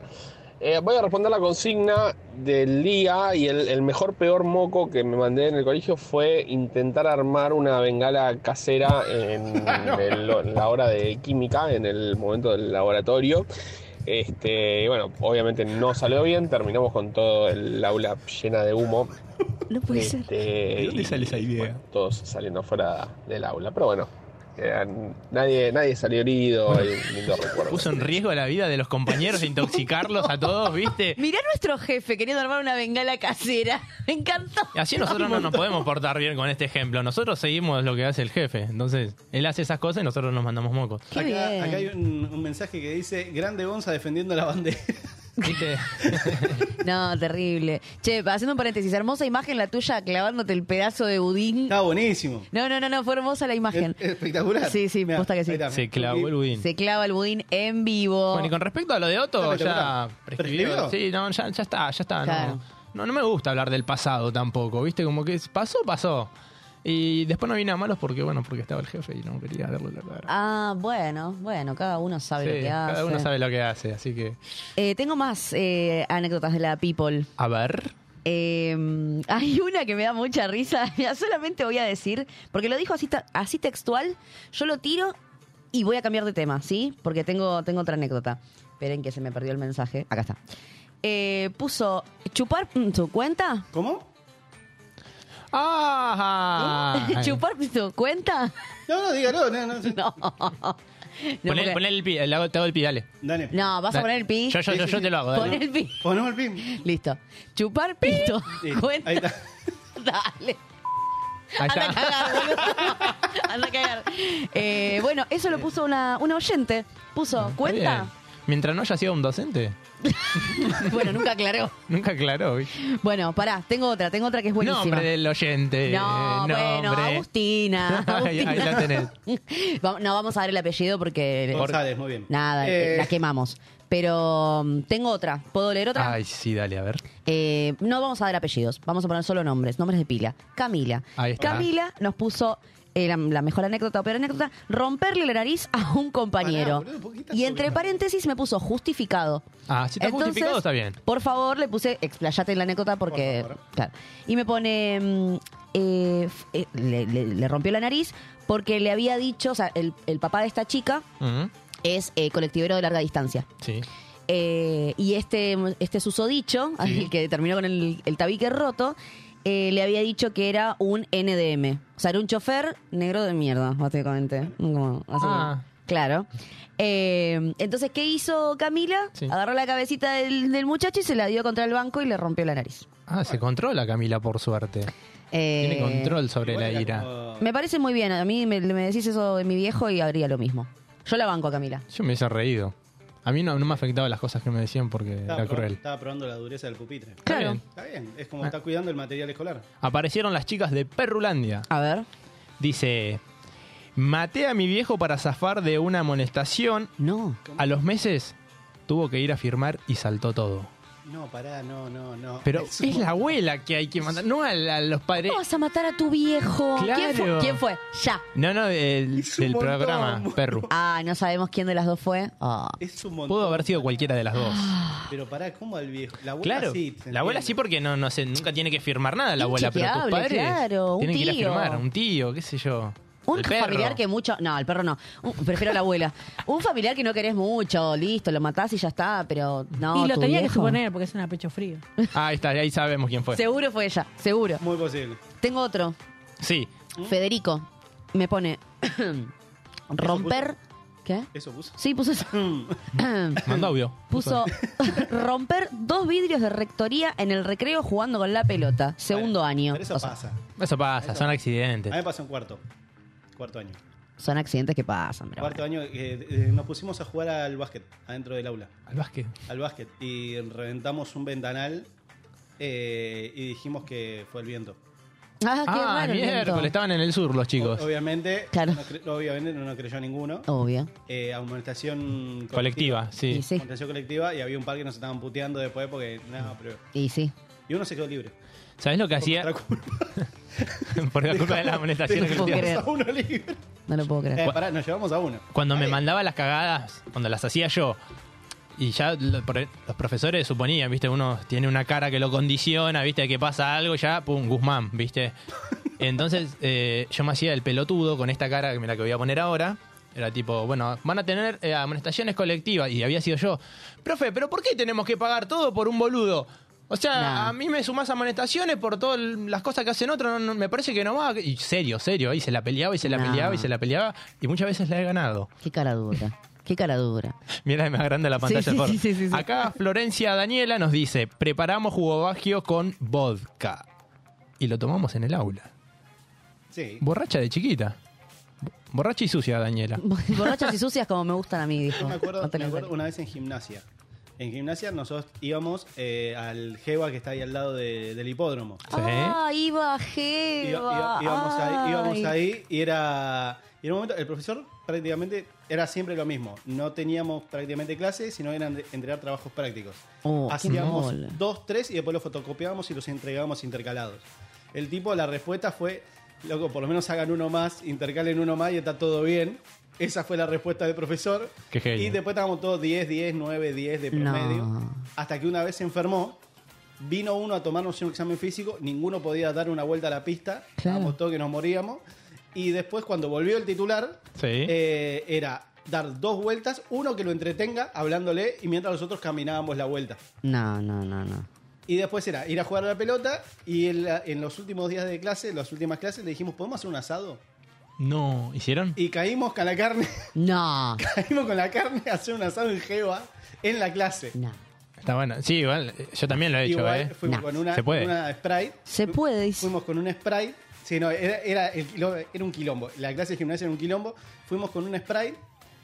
Speaker 15: Eh, voy a responder la consigna del día y el, el mejor peor moco que me mandé en el colegio fue intentar armar una bengala casera en, el- en la hora de química, en el momento del laboratorio. Este, y bueno, obviamente no salió bien, terminamos con todo el aula llena de humo.
Speaker 5: No puede ser.
Speaker 15: ¿De dónde sale esa idea? todos saliendo fuera del aula, pero bueno, eh, nadie, nadie salió herido, hay un lindo recuerdo.
Speaker 4: Puso en riesgo la vida de los compañeros, intoxicarlos a todos, ¿viste?
Speaker 5: Mirá nuestro jefe queriendo armar una bengala casera. Me encantó.
Speaker 4: Así nosotros no nos podemos portar bien con este ejemplo. Nosotros seguimos lo que hace el jefe. Entonces, él hace esas cosas y nosotros nos mandamos mocos.
Speaker 6: Acá, acá hay un, un mensaje que dice: Grande Gonza defendiendo la bandera.
Speaker 5: No, terrible. Che, haciendo un paréntesis, hermosa imagen la tuya clavándote el pedazo de budín.
Speaker 6: Está buenísimo.
Speaker 5: No, no, no, no, fue hermosa la imagen.
Speaker 6: Es- espectacular.
Speaker 5: Sí, sí, posta que sí.
Speaker 4: Se clavó el budín.
Speaker 5: Se clava el budín en vivo.
Speaker 4: Bueno, y con respecto a lo de Otto, ya
Speaker 5: Espectacular.
Speaker 4: prescribió.
Speaker 5: ¿Prescribió?
Speaker 4: Sí, no, ya, ya está, ya está. no.
Speaker 5: Claro.
Speaker 4: No, no me gusta hablar del pasado tampoco, ¿viste? Como que pasó, pasó. Y después no vine a malos porque, bueno, porque estaba el jefe y no quería verle la cara.
Speaker 5: Ah, bueno, bueno, cada uno sabe
Speaker 4: Sí,
Speaker 5: lo que hace.
Speaker 4: cada uno sabe lo que hace, así que...
Speaker 5: Eh, tengo más eh, anécdotas de la People.
Speaker 4: A ver.
Speaker 5: Eh, hay una que me da mucha risa. Mira, solamente voy a decir, porque lo dijo así, ta- así textual, yo lo tiro y voy a cambiar de tema, ¿sí? Porque tengo, tengo otra anécdota. Esperen que se me perdió el mensaje. Acá está. Eh, puso, ¿chupar mm, tu cuenta?
Speaker 6: ¿Cómo?
Speaker 4: ¡Ah!
Speaker 5: ¿Chupar tu cuenta?
Speaker 6: No, no, dígalo. No, no.
Speaker 4: Poné-
Speaker 5: porque-
Speaker 4: poné el pi, el hago- te hago el pi, dale.
Speaker 6: Dale.
Speaker 5: No, vas a
Speaker 4: Dale.
Speaker 5: poner el pi.
Speaker 4: Yo, yo, yo, yo te lo hago, dale.
Speaker 5: Poner el pi.
Speaker 6: Ponemos el pi.
Speaker 5: Listo. Chupar pito. Cuenta. Dale.
Speaker 4: Ahí está.
Speaker 5: Anda a cagar, boludo. Anda a cagar. Eh, bueno, eso lo puso una, una oyente. Puso,
Speaker 4: Está bien.
Speaker 5: ¿cuenta?
Speaker 4: Mientras no haya sido un docente.
Speaker 5: Bueno, nunca aclaró.
Speaker 4: Nunca aclaró. ¿viste?
Speaker 5: Bueno, pará, tengo otra, tengo otra que es buenísima.
Speaker 4: Nombre del oyente.
Speaker 5: No,
Speaker 4: eh,
Speaker 5: bueno,
Speaker 4: nombre.
Speaker 5: Agustina.
Speaker 4: Ahí- ahí la tenés.
Speaker 5: Vamos- no, vamos a dar el apellido porque...
Speaker 6: González, muy bien.
Speaker 5: Nada,
Speaker 6: Eh.
Speaker 5: la quemamos. Pero mm, tengo otra. ¿Puedo leer otra?
Speaker 4: Ay, sí, dale, a ver.
Speaker 5: Eh, no vamos a dar apellidos, vamos a poner solo nombres, nombres de pila. Camila.
Speaker 4: Ahí está.
Speaker 5: Camila nos puso, eh, la, la mejor anécdota o peor anécdota, romperle la nariz a un compañero. y entre paréntesis me puso justificado.
Speaker 4: Ah, si está
Speaker 5: Entonces,
Speaker 4: justificado, está bien.
Speaker 5: Por favor, le puse, explayate en la anécdota porque... claro. Y me pone, mm, eh, f- eh, le, le- le rompió la nariz porque le había dicho, o sea, el, el papá de esta chica
Speaker 3: Mm-hmm.
Speaker 5: es eh, colectivero de larga distancia.
Speaker 4: Sí.
Speaker 5: Eh, y este, este susodicho, el que terminó con el, el tabique roto, eh, le había dicho que era un NDM. O sea, era un chofer negro de mierda, básicamente. Como, así.
Speaker 4: Ah.
Speaker 5: Claro. Eh, entonces, ¿qué hizo Camila? Agarró la cabecita del, del muchacho y se la dio contra el banco y le rompió la nariz.
Speaker 4: Ah, se controla Camila, por suerte.
Speaker 5: Eh,
Speaker 4: Tiene control sobre la ira.
Speaker 5: Me parece muy bien. A mí me, me decís eso de mi viejo y habría lo mismo. Yo la banco a Camila.
Speaker 4: Yo me hubiese reído. A mí no, no me afectaba las cosas que me decían porque
Speaker 6: Estaba,
Speaker 4: era
Speaker 6: probando-
Speaker 4: cruel. Ah.
Speaker 6: estaba probando la dureza del pupitre.
Speaker 4: Claro. bien.
Speaker 6: Está bien. Es como está cuidando el material escolar.
Speaker 4: Aparecieron las chicas de Perrulandia.
Speaker 5: A ver.
Speaker 4: Dice, maté a mi viejo para zafar de una amonestación.
Speaker 5: No.
Speaker 4: A los meses tuvo que ir a firmar y saltó todo.
Speaker 6: No, pará, no, no, no.
Speaker 4: Pero es, la abuela que hay que mandar, no a, la- a los padres.
Speaker 5: Vas a matar a tu viejo. ¿Quién, fue?
Speaker 4: Claro.
Speaker 5: ¿Quién fue? Ya.
Speaker 4: No, no, del, del
Speaker 5: montón,
Speaker 4: programa, Perru.
Speaker 5: Ah, no sabemos quién de las dos fue. Ah.
Speaker 6: Es un montón.
Speaker 4: Pudo haber sido cualquiera de las dos.
Speaker 6: Pero pará, ¿cómo al viejo? La abuela
Speaker 4: Claro,
Speaker 6: sí. se
Speaker 4: la abuela
Speaker 6: entiende.
Speaker 4: sí porque no, no sé, nunca tiene que firmar nada la abuela, pero tus
Speaker 5: Inchequeable,
Speaker 4: padres
Speaker 5: claro, un
Speaker 4: tienen que ir
Speaker 5: tío.
Speaker 4: a firmar, un tío, qué sé yo.
Speaker 5: Un
Speaker 4: el perro.
Speaker 5: familiar que mucho. No, el perro no. Un- prefiero a la abuela. Un familiar que no querés mucho, listo, lo matás y ya está, pero no.
Speaker 17: y lo
Speaker 5: tu
Speaker 17: tenía que
Speaker 5: viejo.
Speaker 17: suponer porque es una pecho frío.
Speaker 4: Ah, ahí está, ahí sabemos quién fue.
Speaker 5: Seguro fue ella, seguro.
Speaker 6: Muy posible.
Speaker 5: Tengo otro.
Speaker 4: Sí.
Speaker 6: ¿Mm?
Speaker 5: Federico me pone romper. ¿Qué?
Speaker 6: ¿Eso puso? Mm.
Speaker 5: Sí, puso eso.
Speaker 4: Manda audio.
Speaker 5: Puso romper dos vidrios de rectoría en el recreo jugando con la pelota. Segundo año.
Speaker 6: Pero eso
Speaker 5: O sea,
Speaker 6: pasa.
Speaker 4: Eso pasa, son accidentes.
Speaker 6: A mí me pasó en cuarto. Cuarto año.
Speaker 5: son accidentes que pasan, pero
Speaker 6: cuarto año eh, eh, nos pusimos a jugar al básquet adentro del aula.
Speaker 4: ¿Al básquet?
Speaker 6: Al básquet. Y reventamos un ventanal eh, y dijimos que fue el viento.
Speaker 5: Ah,
Speaker 6: qué raro el viento.
Speaker 4: miércoles, estaban en el sur los chicos.
Speaker 6: Obviamente, no cre- obviamente no creyó ninguno.
Speaker 5: Obvio.
Speaker 6: Eh, amonestación
Speaker 4: Colectiva, sí. Y sí.
Speaker 6: Amonestación colectiva y había un par que nos estaban puteando después porque nada, pero...
Speaker 5: Y sí.
Speaker 6: Y uno se quedó libre.
Speaker 4: ¿Sabés lo que hacía? Por la culpa de las amonestaciones que
Speaker 6: Dejamos
Speaker 4: le hacían.
Speaker 6: a uno libre.
Speaker 5: No lo puedo creer.
Speaker 6: Eh, pará, nos llevamos a uno.
Speaker 4: Cuando me mandaba las cagadas, cuando las hacía yo, y ya lo- por- los profesores suponían, viste, uno tiene una cara que lo condiciona, viste, que pasa algo, ya, pum, Guzmán, viste. Entonces eh, yo me hacía el pelotudo con esta cara, que me la que voy a poner ahora. Era tipo, bueno, van a tener eh, amonestaciones colectivas. Y había sido yo, profe, ¿pero por qué tenemos que pagar todo por un boludo? O sea, a mí me sumás amonestaciones por todas las cosas que hacen otros, no- no- me parece que no va. Ah, Y serio, serio, ahí se la peleaba y se la
Speaker 5: No.
Speaker 4: peleaba y se la peleaba. Y muchas veces la he ganado.
Speaker 5: Qué cara dura. Qué cara dura.
Speaker 4: Mira, más grande la pantalla.
Speaker 5: Sí, sí,
Speaker 4: por favor.
Speaker 5: sí, sí, sí, sí.
Speaker 4: Acá Florencia Daniela nos dice, preparamos jugo bagio con vodka. Y lo tomamos en el aula.
Speaker 6: Sí.
Speaker 4: Borracha de chiquita. Bo- Borracha y sucia, Daniela.
Speaker 5: Borrachas y sucias como me gustan a mí, dijo.
Speaker 6: Yo me acuerdo,
Speaker 5: No te
Speaker 6: me
Speaker 5: las
Speaker 6: acuerdo una vez en gimnasia. En gimnasia nosotros íbamos eh, al Jeva que está ahí al lado de- del hipódromo. ¿Eh?
Speaker 5: Ah, iba
Speaker 6: Iba- iba-
Speaker 5: Jeva.
Speaker 6: íbamos, ahí, íbamos
Speaker 5: Ay.
Speaker 6: ahí y era. Y en un momento, el profesor prácticamente era siempre lo mismo. No teníamos prácticamente clases, sino eran de- entregar trabajos prácticos.
Speaker 5: Oh, qué
Speaker 6: Hacíamos
Speaker 5: mole.
Speaker 6: dos, tres y después los fotocopiábamos y los entregábamos intercalados. El tipo, la respuesta fue: Loco, por lo menos hagan uno más, intercalen uno más y está todo bien. Esa fue la respuesta del profesor.
Speaker 4: Qué genio.
Speaker 6: Y después estábamos todos 10, 10, 9, 10 de promedio.
Speaker 5: No.
Speaker 6: Hasta que una vez se enfermó, vino uno a tomarnos un examen físico, ninguno podía dar una vuelta a la pista, estábamos todos que nos moríamos. Y después, cuando volvió el titular,
Speaker 4: Sí.
Speaker 6: eh, era dar dos vueltas, uno que lo entretenga hablándole y mientras los otros caminábamos la vuelta.
Speaker 5: No, no, no, no.
Speaker 6: Y después era ir a jugar a la pelota y en, la- en los últimos días de clase, las últimas clases, le dijimos, ¿podemos hacer un asado?
Speaker 4: No, ¿hicieron?
Speaker 6: Y caímos con la carne,
Speaker 5: No.
Speaker 6: caímos con la carne a hacer un asado en Jeva en la clase.
Speaker 4: Está bueno. Sí, igual, eh, yo también lo he hecho,
Speaker 6: Igual
Speaker 4: ¿eh?
Speaker 6: fuimos con una,
Speaker 4: Se puede.
Speaker 6: con una Sprite.
Speaker 5: Se puede,
Speaker 6: Fuimos con una Sprite. Sí, no, era, era, el quilombo- era un quilombo. La clase de gimnasia era un quilombo. Fuimos con una Sprite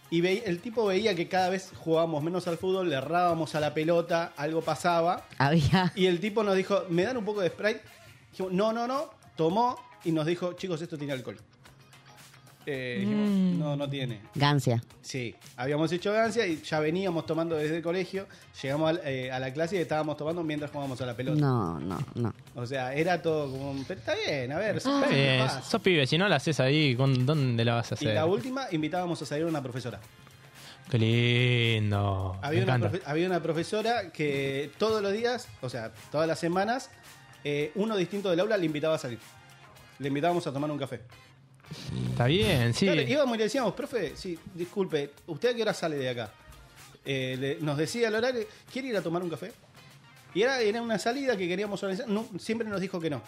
Speaker 6: y veí- el tipo veía que cada vez jugábamos menos al fútbol, le errábamos a la pelota, algo pasaba.
Speaker 5: Había.
Speaker 6: Y el tipo nos dijo, ¿me dan un poco de Sprite? Dijimos, no, no, no. Tomó y nos dijo, chicos, esto tiene alcohol. eh, dijimos,
Speaker 5: Mm.
Speaker 6: no, no tiene.
Speaker 5: Gancia.
Speaker 6: Sí, habíamos hecho gancia y ya veníamos tomando desde el colegio, llegamos al- eh, a la clase y estábamos tomando mientras jugábamos a la pelota.
Speaker 5: No, no, no.
Speaker 6: O sea, era todo como, un, pero está bien, a ver,
Speaker 4: Está
Speaker 6: ¿qué
Speaker 4: bien,
Speaker 6: pasa?
Speaker 4: sos pibe, si no la haces ahí, ¿con- ¿dónde la vas
Speaker 6: Y
Speaker 4: a hacer?
Speaker 6: la última, invitábamos a salir a una profesora.
Speaker 4: Qué lindo.
Speaker 6: Había
Speaker 4: me
Speaker 6: una,
Speaker 4: encanta.
Speaker 6: profe- había una profesora que todos los días, o sea, todas las semanas, eh, uno distinto del aula le invitaba a salir. Le invitábamos a tomar un café.
Speaker 4: Está bien, sí.
Speaker 6: Claro, íbamos y le decíamos, profe, sí, disculpe, ¿usted a qué hora sale de acá? Eh, le- nos decía el horario, ¿quiere ir a tomar un café? Y era, era una salida que queríamos organizar. No, siempre nos dijo que no.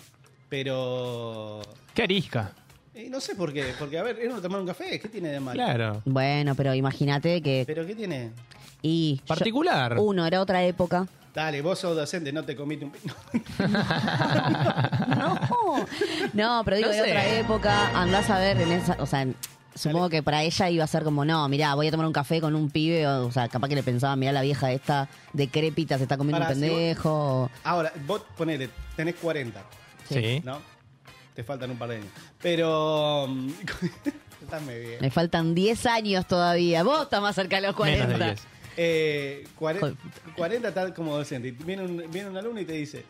Speaker 6: Pero.
Speaker 4: Qué arisca.
Speaker 6: eh, no sé por qué. Porque, a ver, era tomar un café. ¿Qué tiene de malo?
Speaker 5: Bueno, pero imagínate que.
Speaker 6: ¿Pero qué tiene?
Speaker 5: Y. yo-
Speaker 6: Particular.
Speaker 5: uno, era otra época.
Speaker 6: Dale, vos sos docente, no te comiste un. pi-
Speaker 5: No, pero digo,
Speaker 6: No
Speaker 5: era
Speaker 6: sé.
Speaker 5: otra época. Andás a ver en esa. O sea. Supongo que para ella iba a ser como, no, mirá, voy a tomar un café con un pibe, o, o sea, capaz que le pensaba, mirá la vieja esta decrépita, se está comiendo
Speaker 6: Pará,
Speaker 5: un
Speaker 6: si vos-
Speaker 5: pendejo.
Speaker 6: Ahora, vos ponele, tenés 40.
Speaker 5: Sí.
Speaker 6: ¿No? Te faltan un par de años. Pero. mm, Estás medio bien.
Speaker 5: Me faltan 10 años todavía, vos estás más cerca de los 40.
Speaker 6: Eh, cuare-
Speaker 5: Joder.
Speaker 6: 40 tal como docente. Y Viene un, viene un alumno y te dice,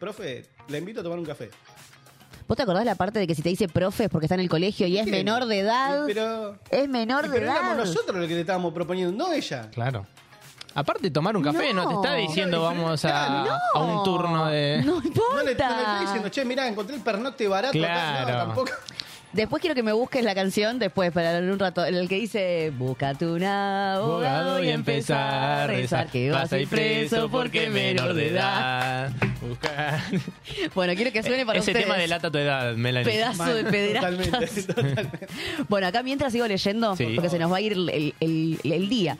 Speaker 6: profe, le invito a tomar un café.
Speaker 5: ¿Vos te acordás la parte de que si te dice profe es porque está en el colegio y es
Speaker 6: tiene?
Speaker 5: menor de edad?
Speaker 6: Pero,
Speaker 5: es menor de
Speaker 6: pero éramos
Speaker 5: edad.
Speaker 6: nosotros los que le estábamos proponiendo, no ella.
Speaker 4: Claro. Aparte, tomar un café no,
Speaker 6: No.
Speaker 4: te está diciendo vamos a,
Speaker 6: Claro,
Speaker 4: a un turno de.
Speaker 6: No
Speaker 5: No
Speaker 6: le, no le estoy diciendo, che, mirá, encontré el pernocte barato. acá". No,
Speaker 4: Claro.
Speaker 6: tampoco.
Speaker 5: Después quiero que me busques la canción, después, para en un rato, en el que dice, búscate un abogado y empezar a rezar que vas a ir preso porque menor de edad.
Speaker 4: Buscar.
Speaker 5: Bueno, quiero que suene para
Speaker 4: Ese
Speaker 5: ustedes.
Speaker 4: tema delata tu edad, Melanie.
Speaker 5: Pedazo de pederastas. Bueno, acá mientras sigo leyendo,
Speaker 4: Sí.
Speaker 5: porque se nos va a ir el, el- el- el día.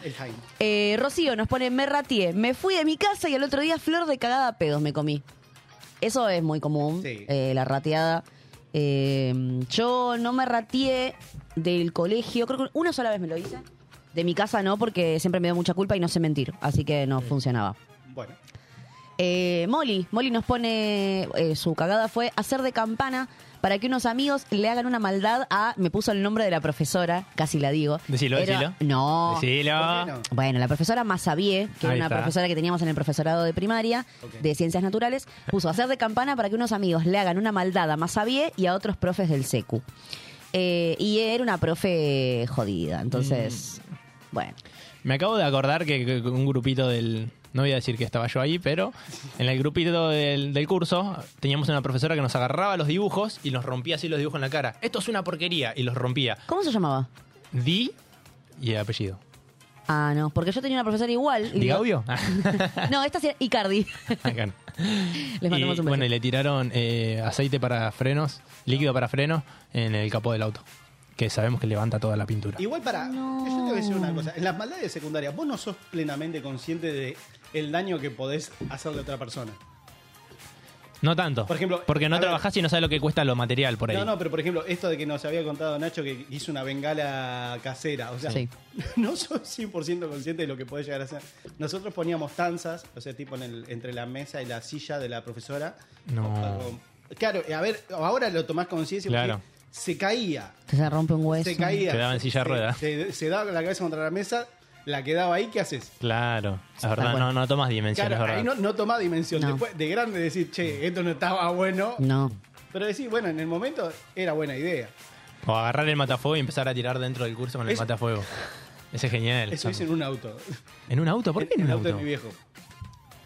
Speaker 5: Eh, Rocío nos pone, me ratié, me fui de mi casa y al otro día flor de cagada a pedos me comí. Eso es muy común, eh, la rateada. Eh, yo no me ratié del colegio, creo que una sola vez me lo hice. De mi casa no, porque siempre me dio mucha culpa y no sé mentir, así que no funcionaba.
Speaker 6: Bueno.
Speaker 5: Eh, Molly, Molly nos pone, eh, su cagada fue hacer de campana para que unos amigos le hagan una maldad a, me puso el nombre de la profesora, casi la digo.
Speaker 4: Decilo,
Speaker 5: Era-
Speaker 4: decilo.
Speaker 5: No.
Speaker 4: Decilo. ¿Por qué no?
Speaker 5: Bueno, la profesora Masavie, que
Speaker 4: Ahí
Speaker 5: era una
Speaker 4: está.
Speaker 5: profesora que teníamos en el profesorado de primaria de ciencias naturales, puso hacer de campana para que unos amigos le hagan una maldad a Masavie y a otros profes del secu. Eh, y era una profe jodida, entonces,
Speaker 4: Mm.
Speaker 5: bueno.
Speaker 4: Me acabo de acordar que que un grupito del. No voy a decir que estaba yo ahí, pero en el grupito del, del curso teníamos una profesora que nos agarraba los dibujos y nos rompía así los dibujos en la cara. Esto es una porquería. Y los rompía.
Speaker 5: ¿Cómo se llamaba?
Speaker 4: Di y el apellido.
Speaker 5: Ah, no, porque yo tenía una profesora igual. y
Speaker 4: ¿Di
Speaker 5: digo-
Speaker 4: Gaudio? Ah,
Speaker 5: No, esta sí era Icardi.
Speaker 4: acá no.
Speaker 5: Les mandamos
Speaker 4: Y,
Speaker 5: un beso.
Speaker 4: Bueno, y le tiraron eh, aceite para frenos, líquido para frenos en el capó del auto. Que sabemos que levanta toda la pintura.
Speaker 6: Igual para. Yo te voy a decir una cosa. En las maldades secundarias, vos no sos plenamente consciente de el daño que podés hacerle a otra persona.
Speaker 4: No tanto.
Speaker 6: Por ejemplo,
Speaker 4: porque no
Speaker 6: a ver.
Speaker 4: trabajás y no sabes lo que cuesta lo material por ahí.
Speaker 6: No, no, pero por ejemplo, esto de que nos había contado Nacho que hizo una bengala casera, o sea,
Speaker 4: Sí.
Speaker 6: no soy 100% consciente de lo que puede llegar a ser. Nosotros poníamos tanzas, o sea, tipo en el- entre la mesa y la silla de la profesora.
Speaker 4: No.
Speaker 6: Claro, a ver, ahora lo tomás conciencia porque
Speaker 4: Ah. Claro.
Speaker 6: se caía,
Speaker 5: Se rompe un hueso.
Speaker 6: se caía.
Speaker 4: Quedaba en silla de
Speaker 6: se-
Speaker 4: ruedas.
Speaker 6: Se, se daba la cabeza contra la mesa, la quedaba ahí, ¿qué haces?
Speaker 4: Claro. La
Speaker 6: Tal
Speaker 4: verdad,
Speaker 6: cual.
Speaker 4: no, no tomas dimensiones,
Speaker 6: Claro, ahí
Speaker 4: ¿verdad?
Speaker 6: no, no tomás dimensión. Después de grande decir, che, esto no estaba bueno.
Speaker 5: No.
Speaker 6: Pero decir, bueno, en el momento era buena idea.
Speaker 4: O agarrar el matafuego y empezar a tirar dentro del curso con el
Speaker 6: Eso-
Speaker 4: matafuego. Ese es genial.
Speaker 6: Eso hice en un auto.
Speaker 4: ¿En un auto? ¿Por qué en un
Speaker 6: El
Speaker 4: auto?
Speaker 6: auto de mi viejo.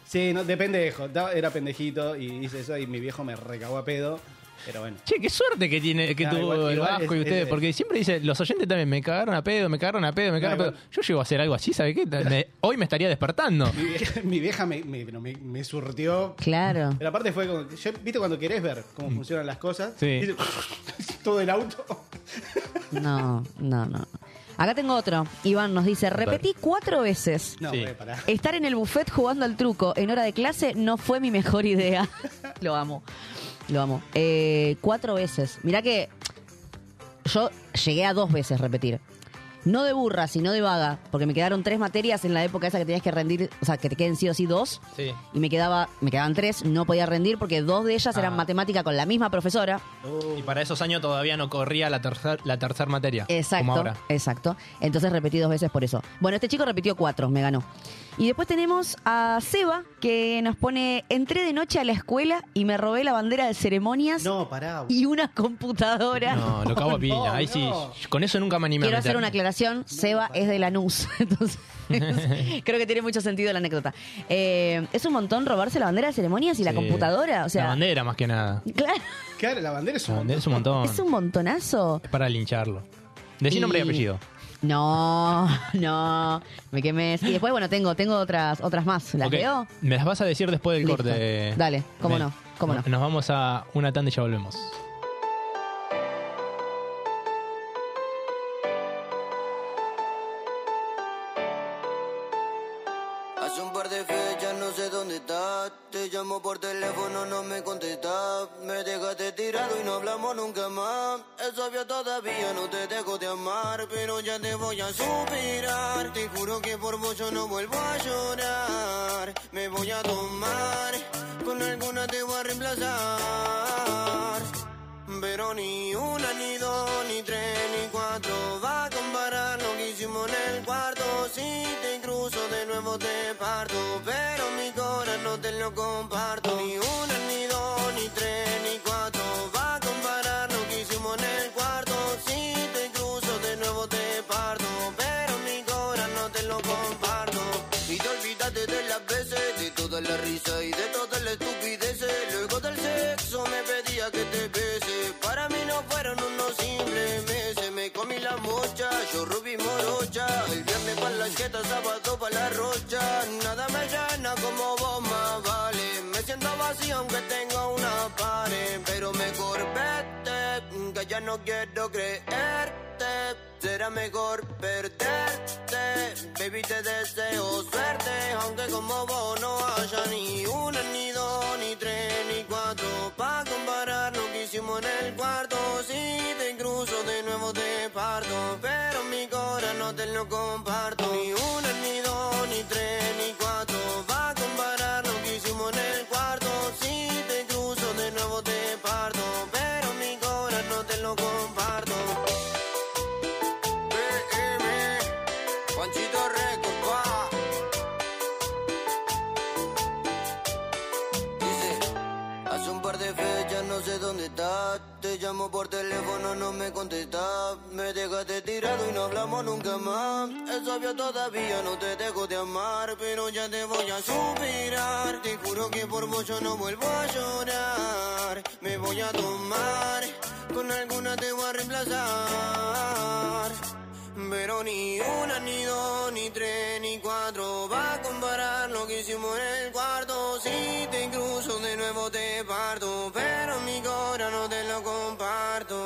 Speaker 6: Sí, no, de pendejo. Da- Era pendejito y hice eso y mi viejo me recagó a pedo. Pero bueno.
Speaker 4: Che, qué suerte que tiene que
Speaker 6: No,
Speaker 4: tuvo
Speaker 6: igual-
Speaker 4: el
Speaker 6: igual
Speaker 4: Vasco
Speaker 6: es-
Speaker 4: y ustedes,
Speaker 6: es-
Speaker 4: porque siempre dice, los oyentes también me cagaron a pedo, me cagaron a pedo, me cagaron a pedo. Yo llego a hacer algo así, ¿sabe qué? Me- hoy me estaría despertando.
Speaker 6: Mi vieja, mi vieja me, me- pero me- me surtió.
Speaker 5: Claro.
Speaker 6: Pero aparte fue como. yo- ¿Viste cuando querés ver
Speaker 4: Mm.
Speaker 6: cómo funcionan las cosas?
Speaker 5: Sí.
Speaker 6: Hice todo el auto.
Speaker 5: No, no, no. Acá tengo otro. Iván nos dice, repetí cuatro veces.
Speaker 6: No, eh, pará.
Speaker 5: Estar en el buffet jugando al truco en hora de clase no fue mi mejor idea. Lo amo. Lo amo. Eh, cuatro veces. Mirá que yo llegué a dos veces repetir. no de burra, sino de vaga, porque me quedaron tres materias en la época esa que tenías que rendir, o sea, que te queden sí o sí dos,
Speaker 4: Sí.
Speaker 5: y me, quedaba, me quedaban tres, no podía rendir porque dos de ellas eran
Speaker 4: Ah.
Speaker 5: matemática con la misma profesora.
Speaker 4: Y para esos años todavía no corría la tercera la tercer materia. Como
Speaker 5: Exacto,
Speaker 4: ahora.
Speaker 5: exacto. Entonces repetí dos veces por eso. Bueno, este chico repitió cuatro, me ganó. Y después tenemos a Seba, que nos pone, Eh, entré de noche a la escuela y me robé la bandera de ceremonias y una computadora.
Speaker 4: No, lo cago a piña. Ahí sí. Con eso nunca me animé
Speaker 5: Quiero
Speaker 4: a meter.
Speaker 5: hacer una aclaración, Seba es de Lanús, entonces creo que tiene mucho sentido la anécdota. Eh, es un montón robarse la bandera de ceremonias y la
Speaker 4: Sí.
Speaker 5: computadora, o
Speaker 4: La
Speaker 5: sea,
Speaker 4: bandera más que nada.
Speaker 5: claro,
Speaker 6: Claro, la bandera es
Speaker 4: La
Speaker 6: un
Speaker 4: bandera es un montón.
Speaker 5: es un montonazo.
Speaker 4: Es para lincharlo. Decí
Speaker 5: Y-
Speaker 4: nombre y apellido.
Speaker 5: No, no, me quemes. Y después, bueno, tengo, tengo otras, otras más. ¿Las
Speaker 4: Ok.
Speaker 5: veo?
Speaker 4: Me las vas a decir después del corte.
Speaker 5: Dale, cómo
Speaker 4: Mel.
Speaker 5: no, cómo no.
Speaker 4: Nos vamos a una tanda y ya volvemos.
Speaker 17: Hace un par de fechas no sé dónde estás. Te llamo por teléfono, no me contestas. Me dejaste tirado y no hablamos nunca más. Es obvio todavía no te dejo de amar, pero ya te voy a superar. Te juro que por vos yo no vuelvo a llorar. Me voy a tomar, con alguna te voy a reemplazar. Pero ni una, ni dos, ni tres, ni cuatro Va a comparar lo que hicimos en el cuarto Si te cruzo de nuevo te parto Pero mi corazón no te lo comparto Ni una, ni dos, ni tres, ni cuatro Va a comparar lo que hicimos en el cuarto Si te cruzo de nuevo te parto Pero mi corazón no te lo comparto Y te olvidaste de las veces De toda la risa y de toda la estupidez Luego del sexo me pedía que te bese Para mí no fueron unos simples meses Me comí la mocha, yo rubí morocha El viernes pa' la anqueta, sábado pa' la rocha Nada me llena como vos más vale Me siento vacío aunque tenga una pared Pero mejor vete, que ya no quiero creerte Será mejor perderte Baby te deseo suerte Aunque como vos no haya ni una, ni dos, ni tres, ni cuatro Pa' comparar lo que hicimos en el cuarto Si te cruzo de nuevo te parto Pero mi corazón no te lo comparto Ni una, ni dos, ni tres, ni cuatro Pa' comparar lo que hicimos en el cuarto Si te cruzo de nuevo te parto Pero mi corazón no te lo comparto BM Panchito Record, pa. Dice, hace un par de fechas no sé dónde estás. Te llamo por teléfono, no me contestas. Me dejaste tirado y no hablamos nunca más. Es obvio todavía, no te dejo de amar. Pero ya te voy a superar. Te juro que por vos yo no vuelvo a llorar. Me voy a tomar, con alguna te voy a reemplazar. Pero ni una, ni dos, ni tres, ni cuatro Va a comparar lo que hicimos en el cuarto Si te cruzo de nuevo te parto Pero mi corazón no te lo comparto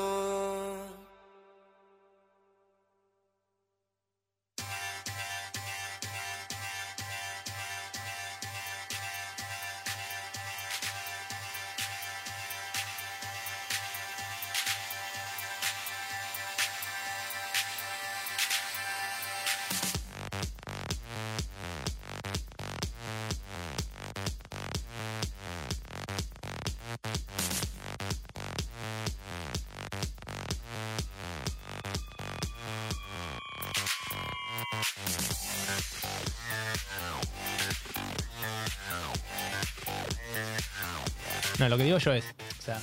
Speaker 4: No, lo que digo yo es, o sea,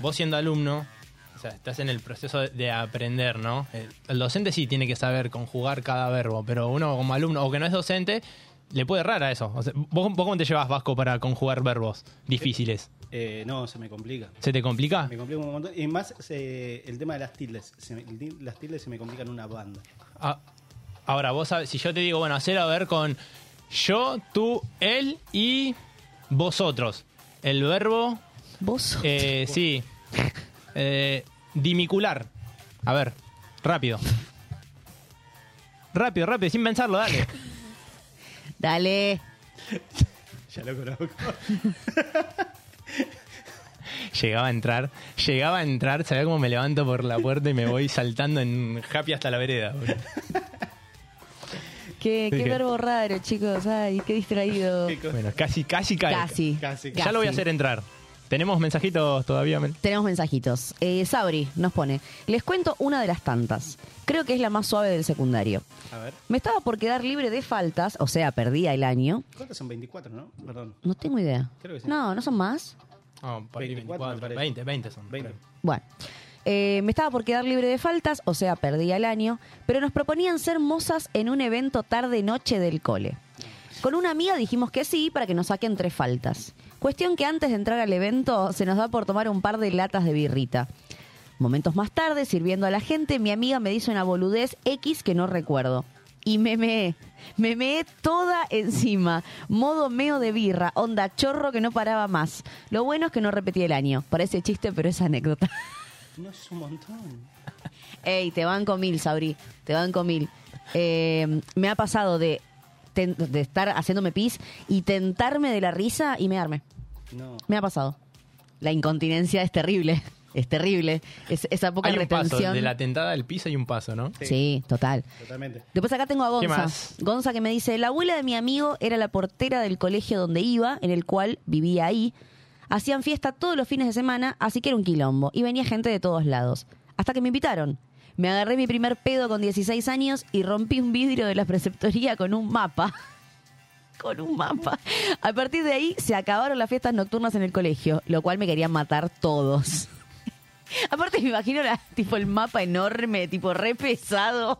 Speaker 4: vos siendo alumno, o sea, estás en el proceso de- de aprender, ¿no? El, el docente sí tiene que saber conjugar cada verbo, pero uno como alumno o que no es docente le puede errar a eso. O sea, ¿vos, vos cómo te llevas Vasco para conjugar verbos difíciles?
Speaker 6: Eh, no, se me complica.
Speaker 4: ¿Se te complica?
Speaker 6: Me complica un montón. Y más se- el tema de las tildes. Se me- las tildes se me complican una banda.
Speaker 4: Ah, ahora, vos sabés, si yo te digo, bueno, hacer a ver con yo, tú, él y vosotros. El verbo.
Speaker 5: ¿Vos?
Speaker 4: sí. Eh, dimicular. A ver, rápido. Rápido, rápido, sin pensarlo, dale.
Speaker 5: Dale.
Speaker 6: Ya lo conozco.
Speaker 4: llegaba a entrar, llegaba a entrar, sabía cómo me levanto por la puerta y me voy saltando en happy hasta la vereda. boludo.
Speaker 5: Qué, qué
Speaker 4: Dije-
Speaker 5: verbo raro, chicos. Ay, qué distraído.
Speaker 4: Bueno, casi, casi cae.
Speaker 5: Casi, Casi.
Speaker 4: Ya lo voy a
Speaker 5: casi.
Speaker 4: hacer entrar. ¿Tenemos mensajitos todavía, Mel?
Speaker 5: Tenemos mensajitos. Eh, Sabri nos pone, les cuento una de las tantas. Creo que es la más suave del secundario.
Speaker 6: A ver.
Speaker 5: Me estaba por quedar libre de faltas, o sea, perdía el año.
Speaker 6: ¿Cuántas son? 24, ¿no? Perdón.
Speaker 5: No tengo idea.
Speaker 6: Creo que sí.
Speaker 5: No, ¿no son más?
Speaker 4: No, por ahí 24, 20, 20 son. 20.
Speaker 5: Bueno. Eh, me estaba por quedar libre de faltas, o sea, perdía el año, pero nos proponían ser mozas en un evento tarde-noche del cole. Con una amiga dijimos que sí para que nos saquen tres faltas. Cuestión que antes de entrar al evento se nos da por tomar un par de latas de birrita. Momentos más tarde, sirviendo a la gente, mi amiga me dice una boludez X que no recuerdo. Y me meé. Me meé toda encima. Modo meo de birra. Onda chorro que no paraba más. Lo bueno es que no repetí el año. Parece chiste, pero es anécdota.
Speaker 6: No es un montón.
Speaker 5: Ey, te banco mil, Sabri. Te banco mil. Eh, me ha pasado de, ten- de estar haciéndome pis y tentarme de la risa y mearme.
Speaker 6: No.
Speaker 5: Me ha pasado. La incontinencia es terrible. Es terrible. Es- esa poca
Speaker 4: Hay un paso,
Speaker 5: retención.
Speaker 4: de la tentada al piso hay un paso, ¿no?
Speaker 5: Sí. total.
Speaker 6: Totalmente.
Speaker 5: Después acá tengo a
Speaker 4: ¿Qué
Speaker 5: Gonza.
Speaker 4: más?
Speaker 5: Gonza que me dice, la abuela de mi amigo era la portera del colegio donde iba, en el cual vivía ahí. Hacían fiesta todos los fines de semana, así que era un quilombo. Y venía gente de todos lados. Hasta que me invitaron. Me agarré mi primer pedo con 16 años y rompí un vidrio de la preceptoría con un mapa. con un mapa. A partir de ahí se acabaron las fiestas nocturnas en el colegio, lo cual me querían matar todos. Aparte me imagino la- tipo el mapa enorme, tipo re pesado.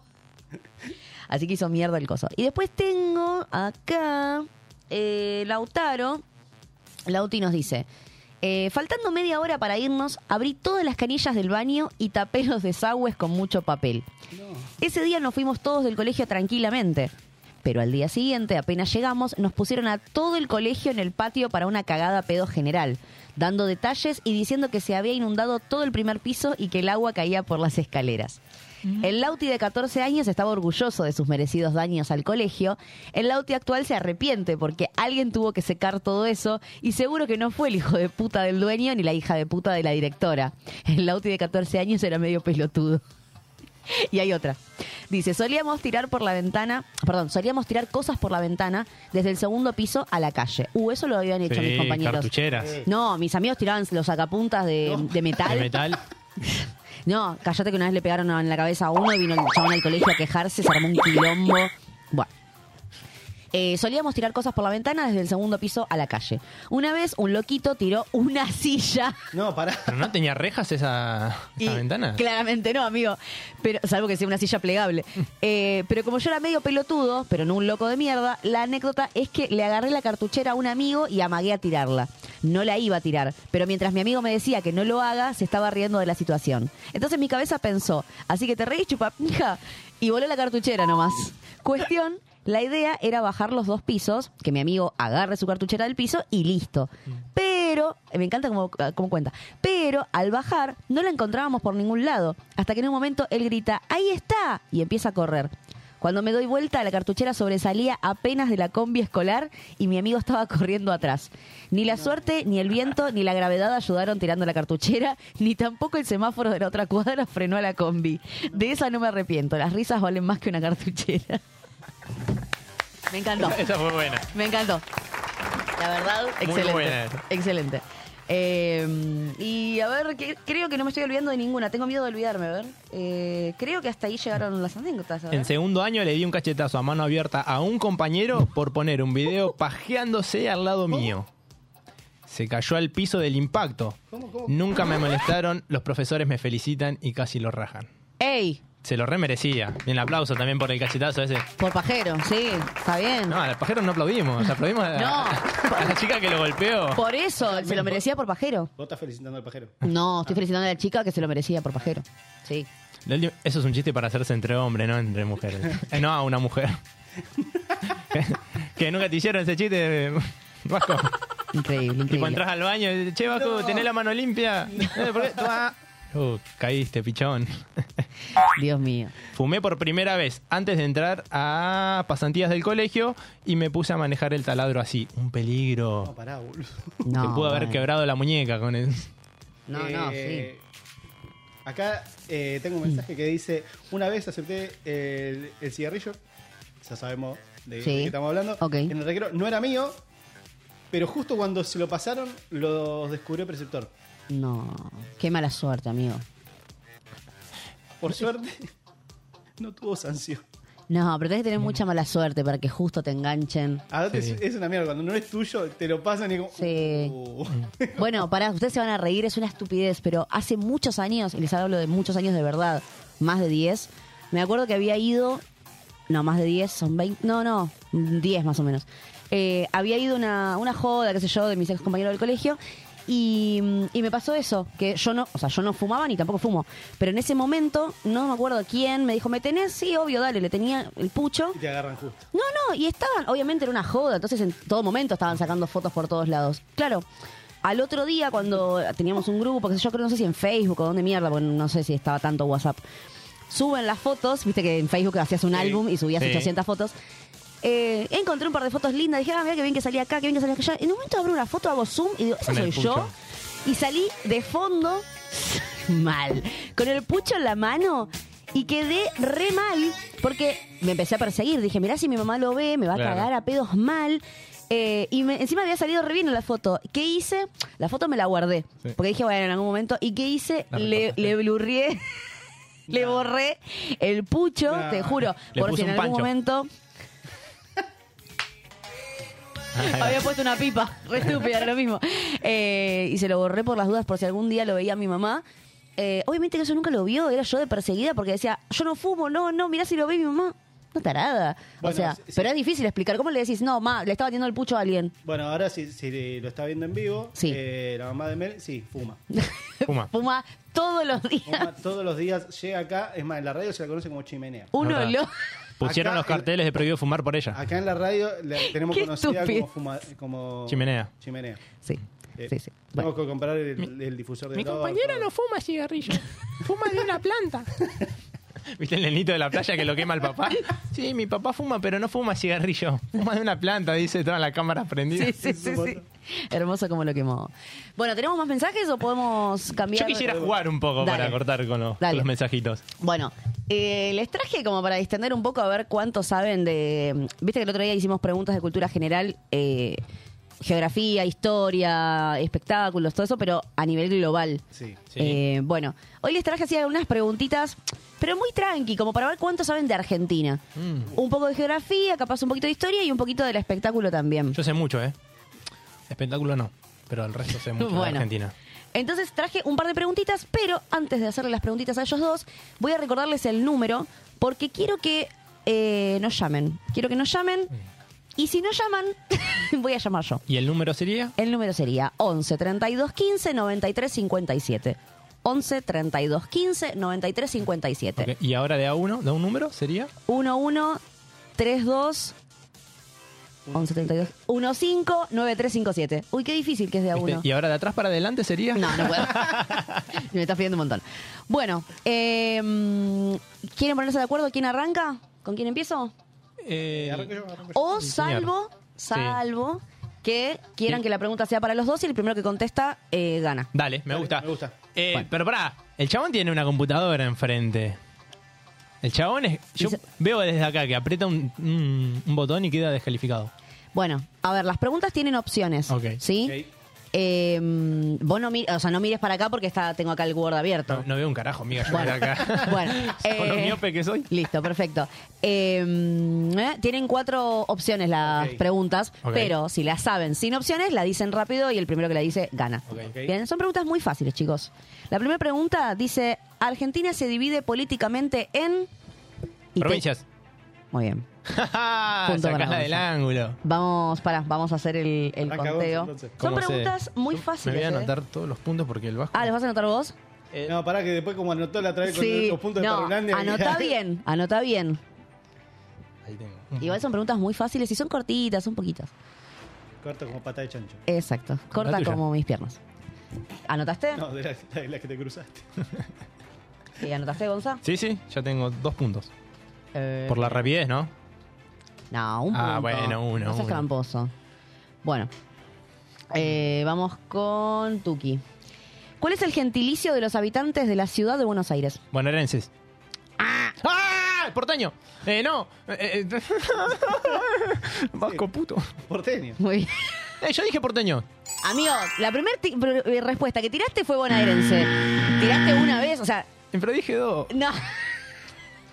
Speaker 5: Así que hizo mierda el coso. Y después tengo acá eh, Lautaro. Lauti nos dice, eh, faltando media hora para irnos, abrí todas las canillas del baño y tapé los desagües con mucho papel. Ese día nos fuimos todos del colegio tranquilamente. Pero al día siguiente, apenas llegamos, nos pusieron a todo el colegio en el patio para una cagada pedo general, dando detalles y diciendo que se había inundado todo el primer piso y que el agua caía por las escaleras. El Lauti de 14 años estaba orgulloso de sus merecidos daños al colegio. El Lauti actual se arrepiente porque alguien tuvo que secar todo eso y seguro que no fue el hijo de puta del dueño ni la hija de puta de la directora. El Lauti de 14 años era medio pelotudo. Y hay otra. Dice, solíamos tirar por la ventana, perdón, solíamos tirar cosas por la ventana desde el segundo piso a la calle. Uh, eso lo habían hecho
Speaker 4: Sí,
Speaker 5: mis compañeros.
Speaker 4: cartucheras.
Speaker 5: No, mis amigos tiraban los sacapuntas de, de metal.
Speaker 4: De metal.
Speaker 5: No, callate que una vez le pegaron en la cabeza a uno y vino el chabón al colegio a quejarse, se armó un quilombo. Bueno. Eh, solíamos tirar cosas por la ventana desde el segundo piso a la calle. Una vez un loquito tiró una silla.
Speaker 6: No, pará.
Speaker 4: ¿Pero no tenía rejas esa, esa ventana?
Speaker 5: Claramente no, amigo. Pero, salvo que sea una silla plegable. Eh, pero como yo era medio pelotudo, pero no un loco de mierda, la anécdota es que le agarré la cartuchera a un amigo y amagué a tirarla. No la iba a tirar, pero mientras mi amigo me decía que no lo haga, se estaba riendo de la situación. Entonces mi cabeza pensó, así que te reís, chupapija, y voló la cartuchera nomás. Cuestión, la idea era bajar los dos pisos, que mi amigo agarre su cartuchera del piso y listo. Pero, eh, me encanta cómo, cómo cuenta, pero al bajar no la encontrábamos por ningún lado, hasta que en un momento él grita, ¡ahí está! y empieza a correr. Cuando me doy vuelta, la cartuchera sobresalía apenas de la combi escolar y mi amigo estaba corriendo atrás. Ni la suerte, ni el viento, ni la gravedad ayudaron tirando la cartuchera, ni tampoco el semáforo de la otra cuadra frenó a la combi. De esa no me arrepiento, las risas valen más que una cartuchera. Me encantó.
Speaker 4: Esa fue buena.
Speaker 5: Me encantó. La verdad,
Speaker 4: Muy
Speaker 5: excelente.
Speaker 4: buena esa.
Speaker 5: Excelente. Eh, y a ver, que- creo que no me estoy olvidando de ninguna. Tengo miedo de olvidarme, a ver. Eh, creo que hasta ahí llegaron las anécdotas. a ver.
Speaker 4: En segundo año le di un cachetazo a mano abierta a un compañero por poner un video pajeándose al lado mío. Se cayó al piso del impacto. Nunca me molestaron, los profesores me felicitan y casi lo rajan.
Speaker 5: ¡Ey!
Speaker 4: Se lo remerecía. Y el aplauso también por el cachetazo ese.
Speaker 5: Por pajero, sí, está bien.
Speaker 4: No, a los pajeros no aplaudimos, o sea, aplaudimos a,
Speaker 5: No.
Speaker 4: a la chica que lo golpeó.
Speaker 5: Por eso, se lo merecía por pajero.
Speaker 6: Vos estás felicitando al pajero.
Speaker 5: No, estoy felicitando a la chica que se lo merecía por pajero. Sí.
Speaker 4: La última- Eso es un chiste para hacerse entre hombres, no entre mujeres. Eh, no a una mujer. que nunca te hicieron ese chiste, eh, Vasco.
Speaker 5: Increíble, increíble.
Speaker 4: Tipo, entras al baño y dices, che, Vasco,
Speaker 5: No.
Speaker 4: tenés la mano limpia. Eh, ¿por qué? Tuá. Uh, caíste, pichón.
Speaker 5: Dios mío.
Speaker 4: Fumé por primera vez antes de entrar a pasantías del colegio y me puse a manejar el taladro así. Un peligro.
Speaker 6: Pará, boludo.
Speaker 4: Te pudo haber
Speaker 5: bueno.
Speaker 4: quebrado la muñeca con el...
Speaker 5: No, no, sí.
Speaker 6: Acá eh, tengo un mensaje que dice: Una vez acepté el, el cigarrillo, ya sabemos de,
Speaker 5: Sí.
Speaker 6: de qué estamos hablando.
Speaker 5: Ok.
Speaker 6: En el recreo no era mío, pero justo cuando se lo pasaron, lo descubrió el preceptor.
Speaker 5: No, qué mala suerte, amigo.
Speaker 6: Por suerte, no tuvo sanción.
Speaker 5: No, pero tenés que tener mucha mala suerte para que justo te enganchen.
Speaker 6: Aparte, Ah, es- es una mierda, cuando no es tuyo, te lo pasan y como.
Speaker 5: Sí. Mm.
Speaker 6: "Uh".
Speaker 5: Bueno, para ustedes se van a reír, es una estupidez, pero hace muchos años, y les hablo de muchos años de verdad, más de 10, me acuerdo que había ido, no, más de 10, son 20, no, no, 10 más o menos. Eh, había ido una, una joda, qué sé yo, de mis ex compañeros del colegio. Y, mm, y me pasó eso, que yo no, o sea, yo no fumaba ni tampoco fumo. Pero en ese momento, no me acuerdo quién, me dijo, ¿me tenés? Sí, obvio, dale, le tenía el pucho.
Speaker 6: Y te agarran justo.
Speaker 5: No, no, y estaban, obviamente era una joda, entonces en todo momento estaban sacando fotos por todos lados. Claro, al otro día cuando teníamos un grupo, que yo creo, no sé si en Facebook o dónde mierda, porque no sé si estaba tanto WhatsApp, suben las fotos, viste que en Facebook hacías un álbum y subías
Speaker 18: sí.
Speaker 5: 800 fotos. Eh, encontré un par de fotos lindas, dije, ah, mira qué bien que salí acá, qué bien que salí acá. En un momento abro una foto, hago zoom y digo, ¿esa
Speaker 18: Con
Speaker 5: soy
Speaker 18: el
Speaker 5: yo?
Speaker 18: pucho.
Speaker 5: Y salí de fondo mal, con el pucho en la mano y quedé re mal porque me empecé a perseguir. Dije, mirá si mi mamá lo ve, me va a
Speaker 18: Claro.
Speaker 5: cagar a pedos mal. Eh, y me- encima había salido re bien en la foto. ¿Qué hice? La foto me la guardé. Porque dije, bueno, en algún momento. ¿Y qué hice?
Speaker 18: La
Speaker 5: Le, le blurrié, le borré el pucho,
Speaker 18: No.
Speaker 5: te juro.
Speaker 18: Le
Speaker 5: por
Speaker 18: puse
Speaker 5: si en
Speaker 18: un
Speaker 5: algún
Speaker 18: pancho.
Speaker 5: momento había puesto una pipa, re estúpida, era lo mismo. Eh, y se lo borré por las dudas por si algún día lo veía mi mamá. Eh, obviamente que eso nunca lo vio, era yo de perseguida porque decía, yo no fumo, no, no, mirá si lo ve mi mamá. No tarada.
Speaker 6: Bueno,
Speaker 5: o sea,
Speaker 6: sí,
Speaker 5: pero es difícil explicar. ¿Cómo le decís, no, ma, le estaba teniendo el pucho a alguien?
Speaker 6: Bueno, ahora si, si lo está viendo en vivo, eh, la mamá de Mel, sí, fuma.
Speaker 4: Fuma.
Speaker 5: Fuma todos los días.
Speaker 6: Fuma todos los días, llega acá, es más, en la radio se la conoce como chimenea.
Speaker 5: Uno
Speaker 4: Verdad.
Speaker 5: lo.
Speaker 4: Pusieron
Speaker 6: Acá
Speaker 4: los carteles de prohibido fumar por ella.
Speaker 6: Acá en la radio la tenemos
Speaker 5: Qué
Speaker 6: conocida
Speaker 5: estúpido.
Speaker 6: como, fuma- como
Speaker 4: Chimenea.
Speaker 6: Chimenea.
Speaker 5: Sí.
Speaker 6: Eh,
Speaker 5: sí, sí.
Speaker 6: Tenemos que comprar el, el difusor de
Speaker 18: Mi
Speaker 6: lodo,
Speaker 18: compañera
Speaker 6: todo.
Speaker 18: no fuma cigarrillo, fuma de una planta.
Speaker 4: ¿Viste el nenito de la playa que lo quema el papá? Sí, mi papá fuma, pero no fuma cigarrillo. Fuma de una planta, dice toda la cámara prendida.
Speaker 5: Sí, sí, sí, sí. Hermoso como lo quemó. Bueno, ¿tenemos más mensajes o podemos cambiar?
Speaker 4: Yo quisiera jugar un poco
Speaker 5: Dale.
Speaker 4: para cortar con los,
Speaker 5: Dale.
Speaker 4: los mensajitos.
Speaker 5: Bueno, eh, les traje como para distender un poco a ver cuánto saben de... Viste que el otro día hicimos preguntas de cultura general, eh, geografía, historia, espectáculos, todo eso, pero a nivel global.
Speaker 6: Sí.
Speaker 5: Eh, bueno, hoy les traje así algunas preguntitas, pero muy tranqui, como para ver cuánto saben de Argentina. Un poco de geografía, capaz un poquito de historia y un poquito del espectáculo también.
Speaker 4: Yo sé mucho, ¿eh? Espectáculo no, pero el resto sé mucho de
Speaker 5: Bueno.
Speaker 4: Argentina.
Speaker 5: Entonces traje un par de preguntitas, pero antes de hacerle las preguntitas a ellos dos, voy a recordarles el número porque quiero que eh, nos llamen. Quiero que nos llamen. Y si no llaman, voy a llamar yo.
Speaker 4: Mm. ¿Y el número sería?
Speaker 5: El número sería 11 32 15 93 57. 11 32 15 93 57.
Speaker 4: Ok, Y ahora de a uno, de un número, sería
Speaker 5: 1 1 3 2 11 32 1 5 9 3 5 7. Uy, qué difícil que es de a
Speaker 4: Este,
Speaker 5: uno.
Speaker 4: Y ahora de atrás para adelante sería.
Speaker 5: No, no puedo. Me estás pidiendo un montón. Bueno, eh, ¿quieren ponerse de acuerdo quién arranca? ¿Con quién empiezo? O
Speaker 4: Sí, Eh, señor.
Speaker 5: salvo,
Speaker 4: Sí.
Speaker 5: salvo que quieran que la pregunta sea para los dos y el primero que contesta eh, gana.
Speaker 4: Dale, me gusta. Me gusta. Pero pará, el chabón tiene una computadora enfrente. El chabón es. Yo veo desde acá que aprieta un, un- un botón y queda descalificado.
Speaker 5: Bueno, a ver, las preguntas tienen opciones. ¿Sí? Eh, vos no, mi- o sea, no mires para acá porque está, tengo acá el Word abierto.
Speaker 4: No, no veo un carajo, amiga, yo
Speaker 5: Bueno.
Speaker 4: desde acá.
Speaker 5: Bueno,
Speaker 4: Con lo
Speaker 5: eh,
Speaker 4: miope que soy.
Speaker 5: Listo, perfecto. Eh, eh, tienen cuatro opciones las
Speaker 4: Ok.
Speaker 5: preguntas,
Speaker 4: Ok.
Speaker 5: pero si las saben sin opciones, la dicen rápido y el primero que la dice gana.
Speaker 18: Ok.
Speaker 5: Bien, son preguntas muy fáciles, chicos. La primera pregunta dice, Argentina se divide políticamente en... y te-
Speaker 4: Provincias.
Speaker 5: Muy bien.
Speaker 4: Ah,
Speaker 5: Punto para
Speaker 4: sacala
Speaker 5: Gonza.
Speaker 4: del ángulo.
Speaker 5: Vamos, para, vamos a hacer el, el
Speaker 4: Arranca Gonza,
Speaker 5: conteo.
Speaker 4: entonces.
Speaker 5: Son
Speaker 4: ¿Cómo se-
Speaker 5: preguntas muy
Speaker 4: Me
Speaker 5: fáciles.
Speaker 4: voy a
Speaker 5: ¿eh?
Speaker 4: anotar todos los puntos porque el Vasco.
Speaker 5: Ah, ¿los vas a anotar vos?
Speaker 6: No, pará, que después como anotó la trae
Speaker 5: Sí.
Speaker 6: con los puntos
Speaker 5: No,
Speaker 6: de Fernández.
Speaker 5: anota bien, anota bien.
Speaker 4: Ahí tengo.
Speaker 5: Igual son preguntas muy fáciles y son cortitas, son poquitas.
Speaker 6: Corto como pata de chancho.
Speaker 5: Exacto.
Speaker 6: La
Speaker 5: Corta
Speaker 6: tuya.
Speaker 5: como mis piernas. Eh, ¿Anotaste?
Speaker 6: No, de la, de la que te cruzaste.
Speaker 5: Sí, ¿Anotaste, Gonza?
Speaker 4: Sí, sí, ya tengo dos puntos.
Speaker 5: Eh,
Speaker 4: Por la rapidez, ¿no?
Speaker 5: No, un punto.
Speaker 4: Ah, bueno, uno,
Speaker 5: No seas
Speaker 4: uno.
Speaker 5: tramposo. Bueno. Eh, vamos con Tuki. ¿Cuál es el gentilicio de los habitantes de la ciudad de Buenos Aires?
Speaker 4: Bonaerenses. ¡Ah! ¡Porteño! Eh, no. Eh, eh, Vasco puto. Eh,
Speaker 6: Porteño.
Speaker 5: Muy bien.
Speaker 4: yo dije porteño.
Speaker 5: Amigo, la primera eh, respuesta que tiraste fue bonaerense. Tiraste una vez, o sea...
Speaker 4: Pero dije dos.
Speaker 5: No,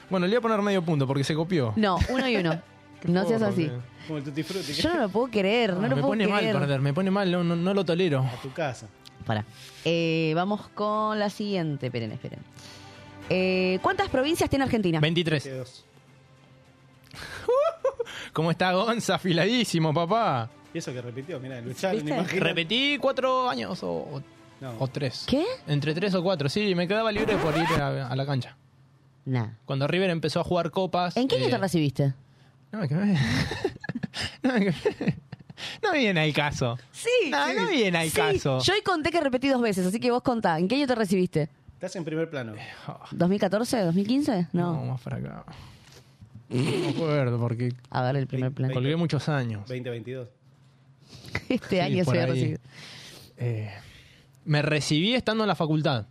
Speaker 4: Bueno, le voy a poner medio punto porque se copió.
Speaker 5: no, uno y uno. No seas
Speaker 4: forro,
Speaker 5: así.
Speaker 4: boludo.
Speaker 6: Como el Tutti Frutti.
Speaker 5: Yo no lo puedo querer, no,
Speaker 4: Ah,
Speaker 5: lo
Speaker 4: me
Speaker 5: puedo
Speaker 4: pone
Speaker 5: querer.
Speaker 4: mal perder, me pone mal, no, no, no lo tolero. A
Speaker 6: tu casa.
Speaker 5: Para. Eh, vamos con la siguiente. Esperen, esperen. Eh, ¿Cuántas provincias tiene Argentina?
Speaker 4: 23. ¿Cómo está Gonza? Afiladísimo, papá.
Speaker 6: Y eso que repitió, mirá, lucharon,
Speaker 4: ¿Viste?
Speaker 6: imagínate.
Speaker 4: Repetí cuatro años o, o- o tres.
Speaker 5: ¿Qué?
Speaker 4: Entre tres o cuatro, sí, me quedaba libre por ir a, a la cancha.
Speaker 5: Nah.
Speaker 4: Cuando River empezó a jugar copas.
Speaker 5: ¿En qué año
Speaker 4: eh,
Speaker 5: te recibiste?
Speaker 4: No, que me... no, que me- no viene al caso.
Speaker 5: Sí.
Speaker 4: No, no viene al
Speaker 5: Sí,
Speaker 4: caso.
Speaker 5: Yo hoy conté que repetí dos veces, así que vos contá. ¿En qué año te recibiste?
Speaker 6: Estás en primer plano.
Speaker 5: ¿2014? ¿2015? No.
Speaker 4: No, más Eh, ah, para acá. No me acuerdo porque.
Speaker 5: A ver, el primer plan.
Speaker 4: Colgué muchos años.
Speaker 6: 2022.
Speaker 5: Este
Speaker 4: Sí,
Speaker 5: año se
Speaker 4: por
Speaker 5: había
Speaker 4: ahí.
Speaker 5: recibido.
Speaker 4: Eh, me recibí estando en la facultad.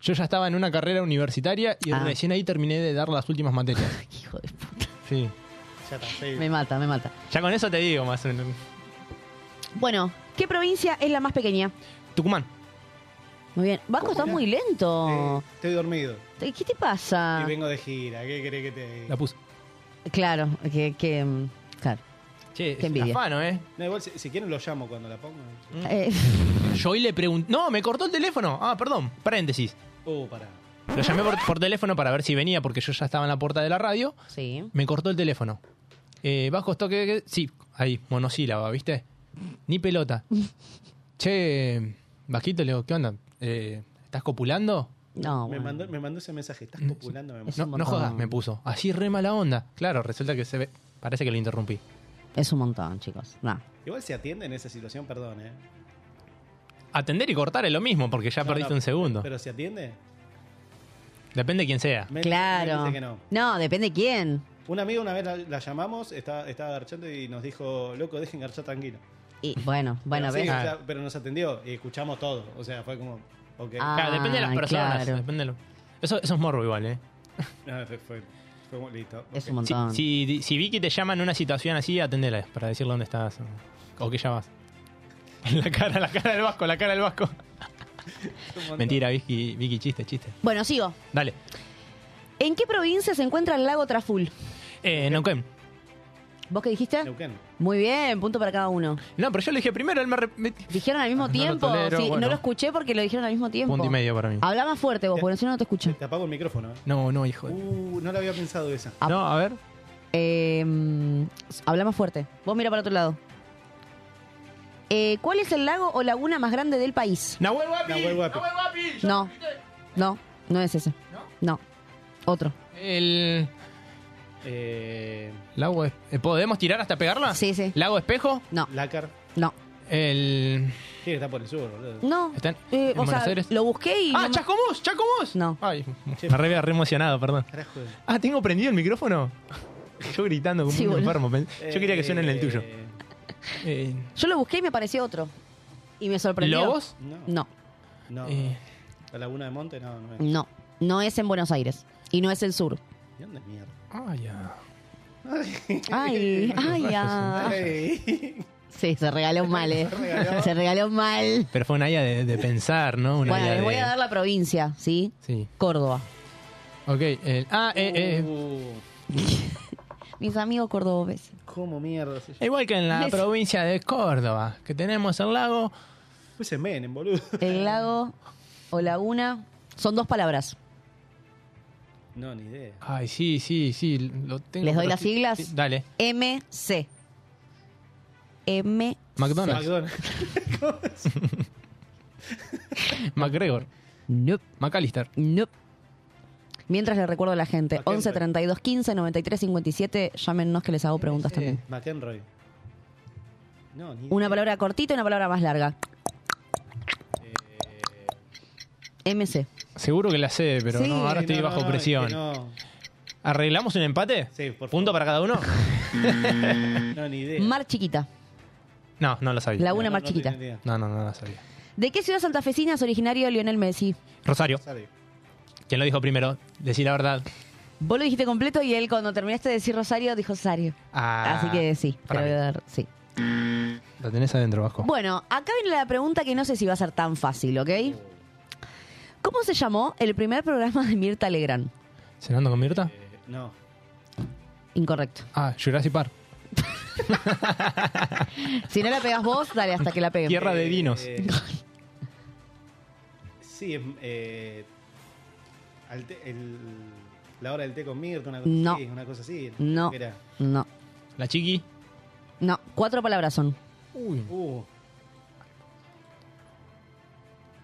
Speaker 4: Yo ya estaba en una carrera universitaria y
Speaker 5: Ah.
Speaker 4: recién ahí terminé de dar las últimas materias.
Speaker 5: Hijo de
Speaker 4: puta. Sí.
Speaker 6: Ya está, sí.
Speaker 5: Me mata, me mata.
Speaker 4: Ya con eso te digo más o menos.
Speaker 5: Bueno, ¿qué provincia es la más pequeña?
Speaker 4: Tucumán.
Speaker 5: Muy bien. Vasco, estás muy lento.
Speaker 6: Estoy dormido.
Speaker 5: ¿Qué te pasa?
Speaker 6: Y vengo de gira. ¿Qué querés que te.?
Speaker 4: La puse.
Speaker 5: Claro, que... que mm, claro.
Speaker 4: Che,
Speaker 5: Qué envidia.
Speaker 4: ¿eh?
Speaker 6: No, igual, si, si quieren lo llamo cuando la pongo.
Speaker 5: Eh,
Speaker 4: Yo hoy le pregunté. No, me cortó el teléfono. Ah, perdón. Paréntesis.
Speaker 6: Uh, pará.
Speaker 4: Lo llamé por, por teléfono para ver si venía porque yo ya estaba en la puerta de la radio.
Speaker 5: Sí.
Speaker 4: Me cortó el teléfono. Eh, Vasco, esto que. que- Sí, ahí, monosílaba, ¿viste? Ni pelota. Che, Vasquito, le digo, ¿qué onda? Eh, ¿Estás copulando?
Speaker 5: No,
Speaker 6: me, mandó, me mandó ese mensaje. Estás copulando, me mandó.
Speaker 4: Mm. No, no jodas, me puso. Así re mala onda. Claro, resulta que se ve. Parece que lo interrumpí.
Speaker 5: es un montón, chicos. No.
Speaker 6: Igual se atiende en esa situación, perdón, ¿eh?
Speaker 4: Atender y cortar es lo mismo porque ya
Speaker 6: No,
Speaker 4: perdiste
Speaker 6: no,
Speaker 4: un segundo.
Speaker 6: ¿Pero se atiende?
Speaker 4: Depende de quién sea.
Speaker 6: Me- me
Speaker 5: Claro.
Speaker 6: dice que no.
Speaker 5: depende quién.
Speaker 6: Una amiga una vez la, la llamamos, estaba, estaba garchando y nos dijo, loco, dejen garchar tranquilo.
Speaker 5: Y bueno, bueno,
Speaker 6: Sí,
Speaker 5: ves.
Speaker 6: o
Speaker 4: Ah.
Speaker 6: sea, pero nos atendió y escuchamos todo. O sea, fue como. ok.
Speaker 5: Ah.
Speaker 4: Claro, depende de las personas.
Speaker 5: claro.
Speaker 4: depende de lo- eso, eso es morbo igual, ¿eh?
Speaker 6: No, fue, fue- fue como, listo. ok.
Speaker 4: Si- Si, di- si vi que te llama en una situación así, atendela para decirle dónde estás o, o que ya vas. La cara, la cara del vasco, la cara del vasco. Mentira, Vicky, Vicky, chiste, chiste.
Speaker 5: Bueno, sigo.
Speaker 4: Dale.
Speaker 5: ¿En qué provincia se encuentra el lago Traful?
Speaker 4: Eh, Neuquén.
Speaker 5: ¿Vos qué dijiste? Muy bien, punto para cada uno.
Speaker 4: No, pero yo lo dije primero, él me... re- me- Ah,
Speaker 5: Dijeron al
Speaker 4: no
Speaker 5: mismo
Speaker 4: lo
Speaker 5: tiempo.
Speaker 4: tolero,
Speaker 5: sí,
Speaker 4: bueno.
Speaker 5: no lo escuché porque lo dijeron al mismo tiempo.
Speaker 4: Punto y medio para mí.
Speaker 5: Habla más fuerte vos, porque si no, no te escucho.
Speaker 6: Te apago el micrófono. ¿eh?
Speaker 4: No, no, hijo. de-
Speaker 6: Uh, no lo había pensado esa.
Speaker 4: No, a ver.
Speaker 5: Eh, Ah. habla más fuerte. Vos mira para otro lado. Eh, ¿Cuál es el lago o laguna más grande del país?
Speaker 4: Nahuel Huapi.
Speaker 6: Nahuel Huapi.
Speaker 5: No, no, no es ese. No, otro.
Speaker 4: El...
Speaker 6: Eh,
Speaker 4: Lago... Es- eh, ¿Podemos tirar hasta pegarla?
Speaker 5: Sí, sí.
Speaker 4: ¿Lago Espejo?
Speaker 5: No.
Speaker 6: Lácar.
Speaker 5: No.
Speaker 4: El...
Speaker 6: Sí, está por el sur, boludo.
Speaker 5: No.
Speaker 4: ¿Está en,
Speaker 5: Eh,
Speaker 4: en
Speaker 5: o
Speaker 4: Buenos
Speaker 5: sea,
Speaker 4: Aires?
Speaker 5: lo busqué y.
Speaker 4: Ah,
Speaker 5: no me-
Speaker 4: Chascomús, Chascomús.
Speaker 5: No.
Speaker 4: Ay, me re, había re emocionado, perdón.
Speaker 6: Carajo.
Speaker 4: Ah, ¿tengo prendido el micrófono? Yo gritando como
Speaker 5: Sí,
Speaker 4: un
Speaker 5: boludo.
Speaker 4: enfermo. pen- Yo quería que suene en el tuyo.
Speaker 6: Eh,
Speaker 4: Eh,
Speaker 5: Yo lo busqué y me pareció otro. Y me sorprendió.
Speaker 4: ¿Lobos?
Speaker 6: No.
Speaker 5: No,
Speaker 6: No.
Speaker 4: eh.
Speaker 6: La Laguna de Monte, no, no es.
Speaker 5: no. No es en Buenos Aires. Y no es el sur.
Speaker 6: ¿De dónde es mierda?
Speaker 4: Ay, Ah, ya.
Speaker 5: Ay, ay, ah. Sí, se regaló mal, eh. Se regaló mal.
Speaker 4: Pero fue una idea de, de pensar, ¿no? Una
Speaker 5: bueno,
Speaker 4: idea
Speaker 5: les voy
Speaker 4: de-
Speaker 5: a dar la provincia, ¿sí?
Speaker 4: Sí.
Speaker 5: Córdoba.
Speaker 4: Ok. el- ah, eh, eh.
Speaker 6: Uh,
Speaker 5: Mis amigos cordobeses.
Speaker 6: ¿Cómo mierda? se llama?
Speaker 4: Igual que en la
Speaker 5: Les-
Speaker 4: provincia de Córdoba, que tenemos el lago.
Speaker 6: Pues es Menem, boludo.
Speaker 5: El lago o laguna son dos palabras.
Speaker 6: No, ni idea.
Speaker 4: Ay, sí, sí, sí. Lo tengo,
Speaker 5: ¿Les doy
Speaker 4: pero
Speaker 5: las
Speaker 4: sí-
Speaker 5: siglas?
Speaker 4: sí, Dale.
Speaker 5: MC. M.
Speaker 4: McDonald's. McGregor.
Speaker 5: Nope.
Speaker 4: McAllister.
Speaker 5: Nope. Mientras le recuerdo a la gente, 11 32 15 93 57, llámenos que les hago preguntas
Speaker 4: Eh.
Speaker 5: también.
Speaker 6: McEnroy. No, ni
Speaker 5: Una palabra cortita y una palabra más larga.
Speaker 4: Eh.
Speaker 5: MC.
Speaker 4: Seguro que la sé, pero
Speaker 5: Sí.
Speaker 4: no, ahora estoy
Speaker 6: No, no, no,
Speaker 4: bajo
Speaker 6: es que
Speaker 4: presión.
Speaker 6: No,
Speaker 4: ¿Arreglamos un empate?
Speaker 6: Sí, por favor.
Speaker 4: ¿Punto para cada uno?
Speaker 6: no, ni idea.
Speaker 5: Mar chiquita.
Speaker 4: no, no lo sabía.
Speaker 5: Laguna No, no, Mar no Chiquita. tenía
Speaker 4: No, no, no lo sabía.
Speaker 5: ¿De qué ciudad santafesina es originario Lionel Messi?
Speaker 4: Rosario. ¿Quién lo dijo primero? Decí la verdad.
Speaker 5: Vos lo dijiste completo y él cuando terminaste de decir Rosario dijo Rosario.
Speaker 4: Ah,
Speaker 5: Así que sí,
Speaker 4: para
Speaker 5: te
Speaker 4: mí.
Speaker 5: voy a dar- sí.
Speaker 4: La tenés adentro, Vasco.
Speaker 5: Bueno, acá viene la pregunta que no sé si va a ser tan fácil, ¿ok? ¿Cómo se llamó el primer programa de Mirta Legrand?
Speaker 4: ¿Cenando con Mirta?
Speaker 6: No.
Speaker 5: Incorrecto.
Speaker 4: Ah, Jurassic Park.
Speaker 5: Si no la pegas vos, dale hasta que la peguen.
Speaker 4: Tierra de dinos.
Speaker 6: Eh, Sí, es, eh, al té- el- la hora del té con Mirta, una cosa
Speaker 5: No.
Speaker 6: así. Una cosa así
Speaker 5: No.
Speaker 6: Era.
Speaker 5: No.
Speaker 4: La chiqui.
Speaker 5: No, cuatro palabras son.
Speaker 4: Uy.
Speaker 6: Uh,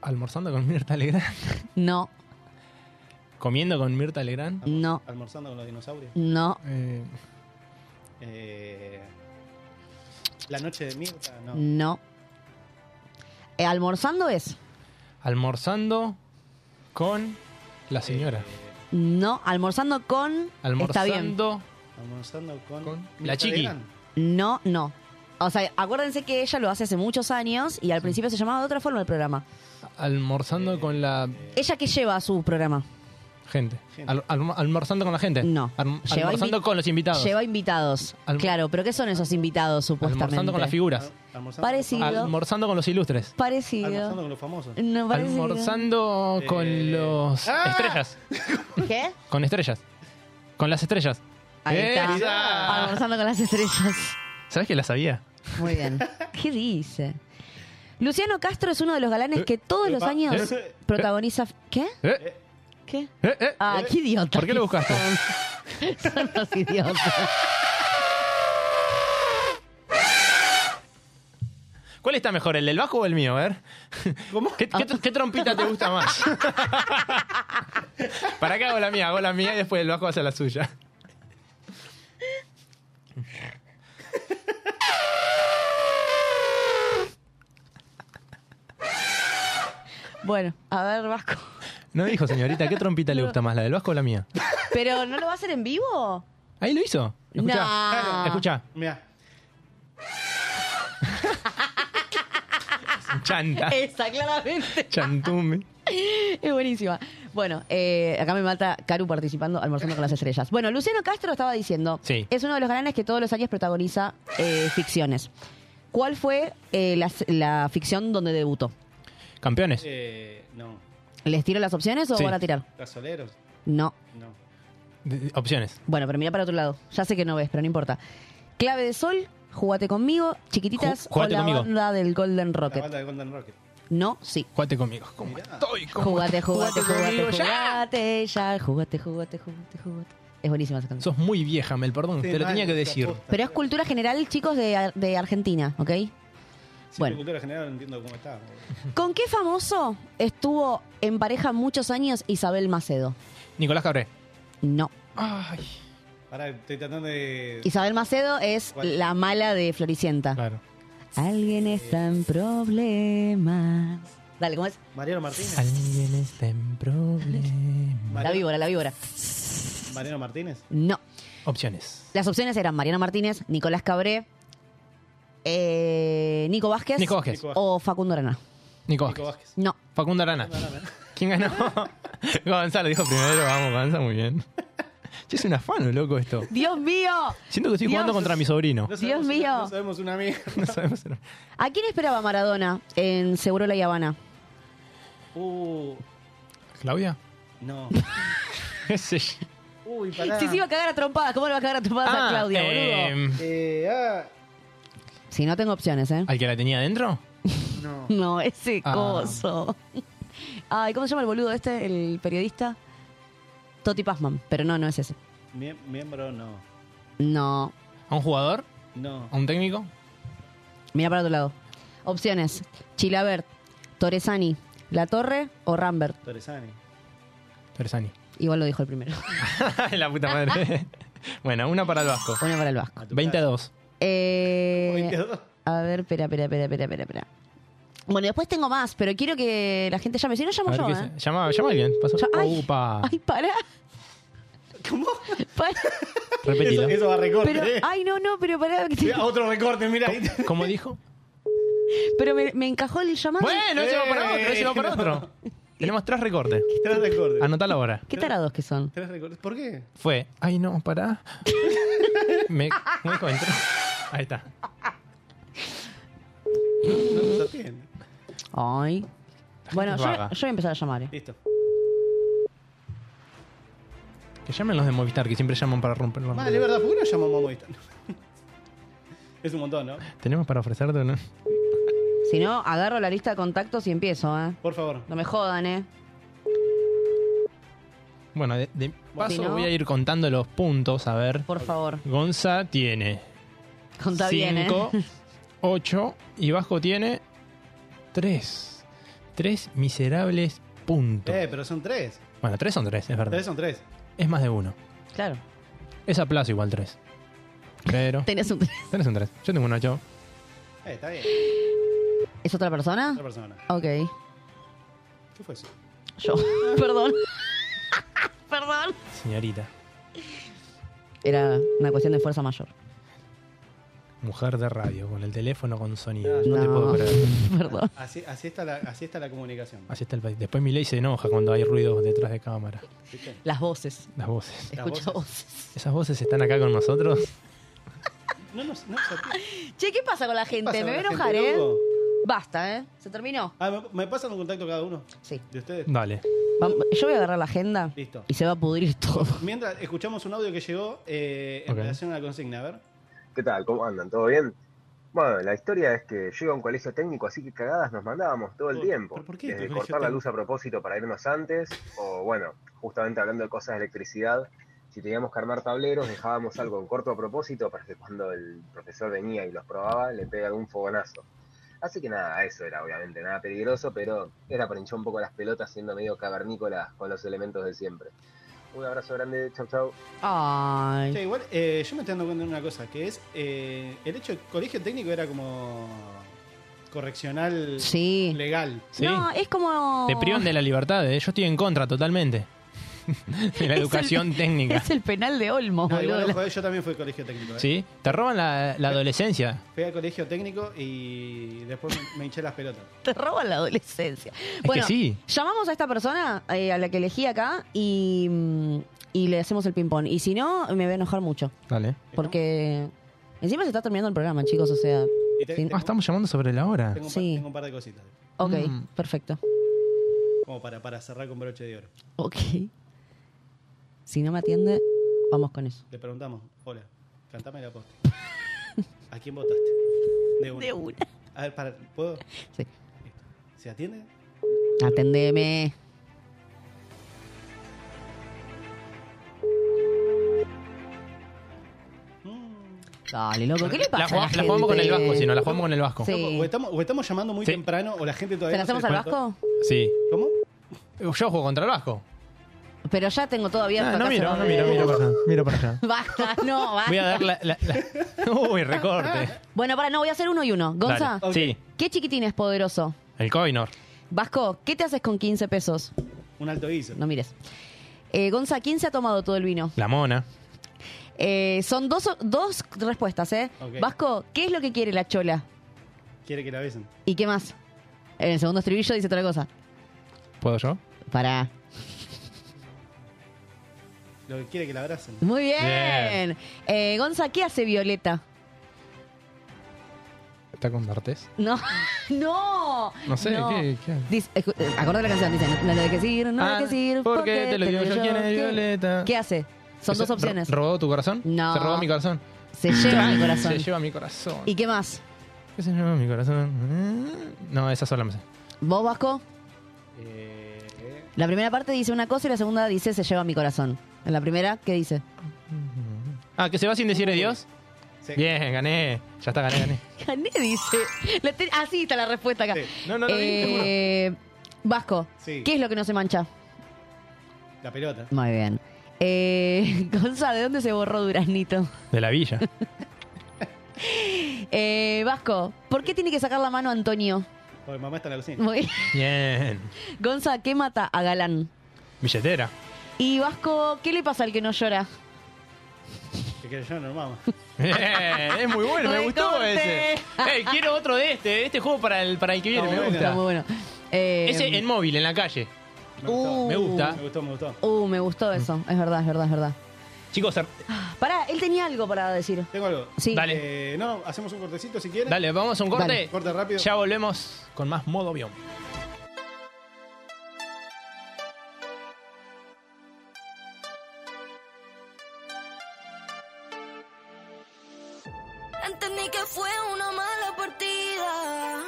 Speaker 4: Almorzando con Mirta Legrand.
Speaker 5: No,
Speaker 4: Comiendo con Mirta Legrand.
Speaker 5: no,
Speaker 6: almorzando con los dinosaurios.
Speaker 5: no.
Speaker 6: Eh, la noche de Mirta, no.
Speaker 5: No. Eh, ¿Almorzando es?
Speaker 4: Almorzando con la señora.
Speaker 5: Eh, No. ¿Almorzando con? Está bien.
Speaker 4: Almorzando.
Speaker 6: Almorzando con,
Speaker 4: La
Speaker 6: Mirta
Speaker 4: chiqui.
Speaker 6: Legrand.
Speaker 5: No, no. O sea, acuérdense que ella lo hace hace muchos años y al principio se llamaba de otra forma el programa.
Speaker 4: Almorzando con la
Speaker 5: ¿Ella qué lleva a su programa?
Speaker 4: gente. Al- alm- almorzando con la gente. No.
Speaker 5: Lleva
Speaker 4: almorzando
Speaker 5: invi-
Speaker 4: con los invitados.
Speaker 5: Lleva invitados. claro, pero ¿qué son esos invitados supuestamente?
Speaker 4: almorzando con las figuras.
Speaker 5: Parecido.
Speaker 4: Almorzando con los ilustres.
Speaker 5: Parecido.
Speaker 6: Almorzando con los famosos.
Speaker 5: No, parecido.
Speaker 4: Almorzando con los
Speaker 5: ¡Ah!
Speaker 4: estrellas.
Speaker 5: ¿Qué?
Speaker 4: Con estrellas. Con las estrellas.
Speaker 5: Ahí está.
Speaker 4: ¡Esa!
Speaker 5: Almorzando con las estrellas.
Speaker 4: ¿Sabes que la sabía?
Speaker 5: Muy bien. ¿Qué dice? Luciano Castro es uno de los galanes que todos los
Speaker 4: Epa.
Speaker 5: años
Speaker 4: Eh.
Speaker 5: protagoniza. ¿Qué?
Speaker 4: Eh.
Speaker 5: ¿Qué?
Speaker 4: Eh, eh.
Speaker 5: Ah, qué idiota.
Speaker 4: ¿Por qué lo buscaste?
Speaker 5: Son los idiotas.
Speaker 4: ¿Cuál está mejor, el del bajo o el mío? A ver. ¿Qué, qué tr- qué trompita te gusta más? Para acá hago la mía, hago la mía y después el bajo hace la suya.
Speaker 5: Bueno, a ver, Vasco.
Speaker 4: No dijo, señorita, ¿qué trompita le gusta más, la del vasco o la mía?
Speaker 5: ¿Pero no lo va a hacer en vivo?
Speaker 4: Ahí lo hizo. Escucha.
Speaker 5: No.
Speaker 4: Escucha.
Speaker 6: Mira.
Speaker 4: Chanta.
Speaker 5: Esa, claramente.
Speaker 4: Chantume.
Speaker 5: Es buenísima. Bueno, eh, acá me mata Caru participando, almorzando con las estrellas. Bueno, Luciano Castro estaba diciendo,
Speaker 4: Sí.
Speaker 5: es uno de los galanes que todos los años protagoniza eh, ficciones. ¿Cuál fue eh, la, la ficción donde debutó?
Speaker 4: Campeones.
Speaker 6: Eh, no.
Speaker 5: ¿Les tiro las opciones o
Speaker 4: Sí.
Speaker 5: van a tirar?
Speaker 6: Gasoleros.
Speaker 5: No.
Speaker 6: No.
Speaker 4: De- opciones.
Speaker 5: Bueno, pero mira para otro lado. Ya sé que no ves, pero no importa. Clave de sol, jugate conmigo, chiquititas
Speaker 4: Ju- Jugate
Speaker 5: o la
Speaker 4: conmigo.
Speaker 5: banda del Golden
Speaker 6: La
Speaker 5: Rocket.
Speaker 6: banda de Golden Rocket.
Speaker 5: No, sí.
Speaker 4: Jugate conmigo.
Speaker 5: Jugate, jugate, jugate,
Speaker 4: conmigo ya.
Speaker 5: jugate, ya. Jugate, jugate, jugate, jugate. Es buenísima esa canción.
Speaker 4: Sos muy vieja, Mel, perdón. Te lo tenía que decir.
Speaker 5: Pero es cultura general, chicos, de, de Argentina, ¿ok?
Speaker 6: Sí,
Speaker 5: Bueno.
Speaker 6: cultura general no entiendo cómo está.
Speaker 5: ¿Con qué famoso estuvo en pareja muchos años Isabel Macedo?
Speaker 4: Nicolás Cabré.
Speaker 5: No.
Speaker 4: Ay.
Speaker 6: Pará, estoy tratando de.
Speaker 5: Isabel Macedo es
Speaker 6: ¿Cuál?
Speaker 5: la mala de Floricienta.
Speaker 4: Claro.
Speaker 5: Alguien está en problemas. Dale, ¿cómo es?
Speaker 6: Mariano Martínez.
Speaker 4: Alguien está en problemas.
Speaker 5: La víbora, la víbora.
Speaker 6: Mariano Martínez.
Speaker 5: No.
Speaker 4: Opciones.
Speaker 5: Las opciones eran Mariana Martínez, Nicolás Cabré, eh, Nico Vázquez,
Speaker 4: Nico Vázquez. Nico Vázquez.
Speaker 5: o Facundo Arana.
Speaker 4: Nico Vázquez.
Speaker 5: No.
Speaker 4: Facundo Arana. ¿Quién ganó? Gonzalo dijo primero. Vamos, Gonzalo, muy bien. Che, es un afano, loco, esto.
Speaker 5: ¡Dios mío!
Speaker 4: Siento que estoy jugando contra mi sobrino.
Speaker 5: Dios mío.
Speaker 6: No sabemos una mierda.
Speaker 4: No sabemos.
Speaker 5: ¿A quién esperaba Maradona en Seguro La Habana?
Speaker 6: Uh,
Speaker 4: ¿Claudia?
Speaker 6: no.
Speaker 4: ¿Qué sé yo?
Speaker 6: Uy, pará.
Speaker 5: Si se iba a cagar a trompadas, ¿cómo le va a cagar a trompadas a
Speaker 4: Ah,
Speaker 5: Claudia,
Speaker 4: em.
Speaker 5: boludo?
Speaker 6: Eh, ah,
Speaker 5: Si no tengo opciones, ¿eh?
Speaker 4: ¿Al que la tenía adentro?
Speaker 6: No.
Speaker 5: No, ese
Speaker 4: Ah.
Speaker 5: coso. Ay, ¿cómo se llama el boludo este, el periodista? Toti Pazman, pero no, no es ese.
Speaker 6: mie- miembro, no.
Speaker 5: No.
Speaker 4: ¿A un jugador?
Speaker 6: No.
Speaker 4: ¿A un técnico?
Speaker 5: Mira para otro lado. Opciones: Chilabert, Torresani, La Torre o Rambert.
Speaker 6: Torresani.
Speaker 4: Terzani.
Speaker 5: Igual lo dijo el primero.
Speaker 4: la puta madre. bueno, una para el Vasco.
Speaker 5: Una para el Vasco.
Speaker 4: 22.
Speaker 5: Eh, a ver, espera, espera, espera, espera, espera, espera. Bueno, después tengo más, pero quiero que la gente llame. Si no,
Speaker 4: A
Speaker 5: llamo
Speaker 4: ver
Speaker 5: yo,
Speaker 4: qué
Speaker 5: ¿eh?
Speaker 4: se- Llama, llama a alguien. Pasó. Upa.
Speaker 5: Ay, pará.
Speaker 6: ¿Cómo?
Speaker 5: Pará.
Speaker 4: Repetilo.
Speaker 6: Eso- eso va a recorte.
Speaker 5: Pero, ay, no, no, pero pará. que te-
Speaker 6: Mirá, Otro recorte, mira.
Speaker 4: ¿Cómo dijo?
Speaker 5: Pero me, me encajó el llamado.
Speaker 4: Bueno, ese va para otro, ese va para otro. Tenemos tres recortes.
Speaker 6: Tres recortes.
Speaker 4: Anotalo ahora.
Speaker 5: ¿Qué tarados que son?
Speaker 6: ¿Tres recortes? ¿Por qué?
Speaker 4: Fue. Ay, no, pará. Me, no encuentro. Ahí está.
Speaker 6: No nos atiende.
Speaker 5: Ay. Bueno,
Speaker 4: es
Speaker 5: yo,
Speaker 4: vaga.
Speaker 5: yo voy a empezar a llamar. eh.
Speaker 6: Listo.
Speaker 4: Que llamen los de Movistar, que siempre llaman para romperlo.
Speaker 6: Vale, es Ah, verdad, ¿por qué no llamamos a Movistar? Es un montón, ¿no?
Speaker 4: Tenemos para ofrecerte, ¿no?
Speaker 5: Si no, agarro la lista de contactos y empiezo, ¿eh?
Speaker 6: Por favor.
Speaker 5: No me jodan, ¿eh?
Speaker 4: Bueno, de, de paso
Speaker 5: Si no-
Speaker 4: voy a ir contando los puntos, a ver.
Speaker 5: Por favor.
Speaker 4: Gonza tiene
Speaker 5: Contá bien, ¿eh?
Speaker 4: 5, 8 y Vasco tiene 3. 3 miserables puntos.
Speaker 6: Eh, pero son tres.
Speaker 4: Bueno, 3 son 3, es verdad.
Speaker 6: Tres son tres.
Speaker 4: Es más de uno.
Speaker 5: Claro.
Speaker 4: Es a plazo igual 3. Pero.
Speaker 5: Tenés un 3.
Speaker 4: Tenés un 3. Yo tengo un 8.
Speaker 6: Eh, está bien.
Speaker 5: ¿Es otra persona? Otra
Speaker 6: persona.
Speaker 5: Ok.
Speaker 6: ¿Qué fue eso?
Speaker 5: Yo. Perdón. Perdón.
Speaker 4: Señorita.
Speaker 5: Era una cuestión de fuerza mayor.
Speaker 4: Mujer de radio, con el teléfono con sonido.
Speaker 5: No,
Speaker 4: No, te
Speaker 5: no.
Speaker 4: puedo creer.
Speaker 5: Perdón.
Speaker 6: Así, así, está, la, así está la comunicación.
Speaker 4: Así está el país. Después mi ley se enoja cuando hay ruidos detrás de cámara.
Speaker 6: ¿viste?
Speaker 5: Las voces.
Speaker 4: Las voces.
Speaker 5: Escucho voces.
Speaker 4: ¿Esas voces están acá con nosotros?
Speaker 6: No, no, no.
Speaker 5: Che, ¿qué pasa con la gente?
Speaker 6: pasa
Speaker 5: Me voy a
Speaker 6: con la
Speaker 5: enojar,
Speaker 6: gente,
Speaker 5: ¿eh?
Speaker 6: Hugo?
Speaker 5: Basta, ¿eh? Se terminó.
Speaker 6: Ah, ¿me, me pasan un contacto cada uno?
Speaker 5: Sí.
Speaker 6: ¿De ustedes?
Speaker 4: Dale.
Speaker 5: Vam- Yo voy a agarrar la agenda
Speaker 6: Listo.
Speaker 5: y se va a pudrir todo.
Speaker 6: Mientras escuchamos un audio que llegó eh, en
Speaker 13: Ok.
Speaker 6: relación a la consigna, a ver.
Speaker 13: ¿Qué tal? ¿Cómo andan? ¿Todo bien? Bueno, la historia es que yo iba a un colegio técnico, así que cagadas nos mandábamos todo el tiempo.
Speaker 6: Oh, qué
Speaker 13: Desde
Speaker 6: colegio
Speaker 13: cortar la
Speaker 6: técnico?
Speaker 13: luz a propósito para irnos antes, o bueno, justamente hablando de cosas de electricidad, si teníamos que armar tableros, dejábamos algo en corto a propósito para que cuando el profesor venía y los probaba, le pegue algún fogonazo. Así que nada, eso era obviamente nada peligroso, pero era para hinchar un poco las pelotas siendo medio cavernícolas con los elementos de siempre. Un abrazo grande, chau chau.
Speaker 5: Ay.
Speaker 6: Che, igual, eh, yo me estoy dando cuenta de una cosa, que es eh, el hecho de que colegio técnico era como correccional legal.
Speaker 4: Sí.
Speaker 5: No, es como.
Speaker 4: Te privan de la libertad, ¿eh? yo estoy en contra totalmente. De la
Speaker 5: Es el-
Speaker 4: educación técnica.
Speaker 5: Es el penal de Olmo,
Speaker 6: No,
Speaker 5: boludo.
Speaker 6: igual, ojo, eh, yo también fui colegio técnico. eh.
Speaker 4: ¿Sí? Te roban la, la adolescencia.
Speaker 6: Fui al colegio técnico y después me, me hinché las pelotas.
Speaker 5: Te roban la adolescencia.
Speaker 6: que
Speaker 5: Bueno,
Speaker 6: sí.
Speaker 5: llamamos a esta persona, eh, a la que elegí acá, y, mm, y le hacemos el ping-pong. Y si no, me voy a enojar mucho.
Speaker 4: Dale.
Speaker 5: Porque encima se está terminando el programa, chicos, o sea.
Speaker 6: Y te-
Speaker 5: si-
Speaker 6: tengo-
Speaker 4: Ah, Estamos llamando sobre la hora.
Speaker 6: Tengo, un par-
Speaker 5: Sí.
Speaker 6: tengo un par de cositas,
Speaker 5: Ok,
Speaker 4: Mm.
Speaker 5: perfecto.
Speaker 6: como para, para cerrar con broche de oro.
Speaker 5: Ok. Si no me atiende, vamos con eso.
Speaker 6: Le preguntamos, hola, cantame la posta. ¿A quién votaste? De una. A ver, para, ¿puedo?
Speaker 5: Sí.
Speaker 6: ¿Se atiende?
Speaker 5: Atendeme. Dale, loco, ¿qué le pasa?
Speaker 4: La,
Speaker 5: a
Speaker 4: jugamos-
Speaker 5: la
Speaker 4: la jugamos con el
Speaker 5: gente?
Speaker 4: Vasco, si no, la jugamos con el Vasco.
Speaker 5: Sí.
Speaker 6: O, estamos, o estamos llamando muy temprano o la gente
Speaker 5: ¿Se
Speaker 6: todavía no
Speaker 5: la hacemos
Speaker 6: se
Speaker 5: al
Speaker 6: despertó.
Speaker 5: Vasco?
Speaker 4: Sí.
Speaker 6: ¿Cómo?
Speaker 4: Yo juego contra el Vasco.
Speaker 5: Pero ya tengo todo abierto.
Speaker 4: Ah, no
Speaker 5: acá se
Speaker 4: miro,
Speaker 5: va a
Speaker 4: no
Speaker 5: ver.
Speaker 4: miro, miro para allá. Miro para allá.
Speaker 5: Basta, no, basta.
Speaker 4: Voy a dar la. la- la- Uy, recorte.
Speaker 5: Bueno, para, no, voy a hacer uno y uno. Ah, Gonza,
Speaker 4: Dale. Sí.
Speaker 5: ¿qué chiquitín es poderoso?
Speaker 4: El Coinor.
Speaker 5: Vasco, ¿qué te haces con 15 pesos?
Speaker 6: Un alto guiso.
Speaker 5: No mires. Eh, Gonza, ¿quién se ha tomado todo el vino?
Speaker 4: La mona.
Speaker 5: Eh, son dos, dos respuestas, ¿eh?
Speaker 6: Ok.
Speaker 5: Vasco, ¿qué es lo que quiere la chola?
Speaker 6: Quiere que la besen.
Speaker 5: ¿Y qué más? En el segundo estribillo dice otra cosa.
Speaker 4: ¿Puedo yo?
Speaker 5: Para.
Speaker 6: Lo que quiere que la abracen.
Speaker 5: Muy bien. Eh, Gonza, ¿qué hace Violeta?
Speaker 4: ¿Está con D'Artes?
Speaker 5: No, no.
Speaker 4: No sé, ¿qué, qué?
Speaker 5: Dice, escu- eh, acordate la canción, dice, no, no le dejes ir, no
Speaker 4: Ah,
Speaker 5: le dejes ir.
Speaker 4: porque te lo digo yo, ¿quién es
Speaker 5: ¿Qué-
Speaker 4: Violeta?
Speaker 5: ¿Qué hace? Son dos opciones.
Speaker 4: ¿Robó tu corazón?
Speaker 5: No.
Speaker 4: Se robó mi corazón.
Speaker 5: Se lleva mi corazón.
Speaker 4: Se lleva mi corazón.
Speaker 5: ¿Y qué más?
Speaker 4: ¿Qué se lleva mi corazón? No, esa sola me sé.
Speaker 5: ¿Vos, Vasco?
Speaker 4: Eh.
Speaker 5: La primera parte dice una cosa y la segunda dice se lleva mi corazón. En la primera, ¿qué dice?
Speaker 4: Ah, que se va sin decir adiós. Bien, gané. Ya está, gané, gané.
Speaker 5: Gané, dice. La te- Ah, sí, está la respuesta acá.
Speaker 4: No, no, no,
Speaker 5: Eh, Vasco,
Speaker 6: Sí.
Speaker 5: ¿qué es lo que no se mancha?
Speaker 6: La pelota.
Speaker 5: Muy bien. Eh, Gonza, ¿de dónde se borró Duraznito?
Speaker 4: De la villa.
Speaker 5: Eh, Vasco, ¿por qué tiene que sacar la mano Antonio?
Speaker 6: Porque mamá está en la cocina.
Speaker 5: Muy-
Speaker 4: Bien.
Speaker 5: Gonza, ¿qué mata a Galán?
Speaker 4: Billetera.
Speaker 5: Y Vasco, ¿qué le pasa al que no llora?
Speaker 6: Que quiere yo, no, mamá.
Speaker 4: Eh, es muy bueno, me gustó ese.
Speaker 5: Recorte.
Speaker 4: Eh, quiero otro de este, de este juego para el, para el que viene,
Speaker 5: Está
Speaker 4: me
Speaker 5: bueno,
Speaker 4: gusta.
Speaker 5: está muy bueno. Eh,
Speaker 4: ese en móvil, en la calle.
Speaker 5: Uh,
Speaker 4: Me gusta.
Speaker 6: me gustó.
Speaker 5: Uh, me gustó eso. Es verdad, es verdad, es verdad.
Speaker 4: Chicos, ar-
Speaker 5: Pará, él tenía algo para decir.
Speaker 6: Tengo algo.
Speaker 5: Sí.
Speaker 6: Eh, no, hacemos un cortecito si quieren.
Speaker 4: dale, vamos a un corte.
Speaker 6: Dale. Corte rápido.
Speaker 4: Ya volvemos con más modo avión.
Speaker 11: Entendí que fue una mala partida.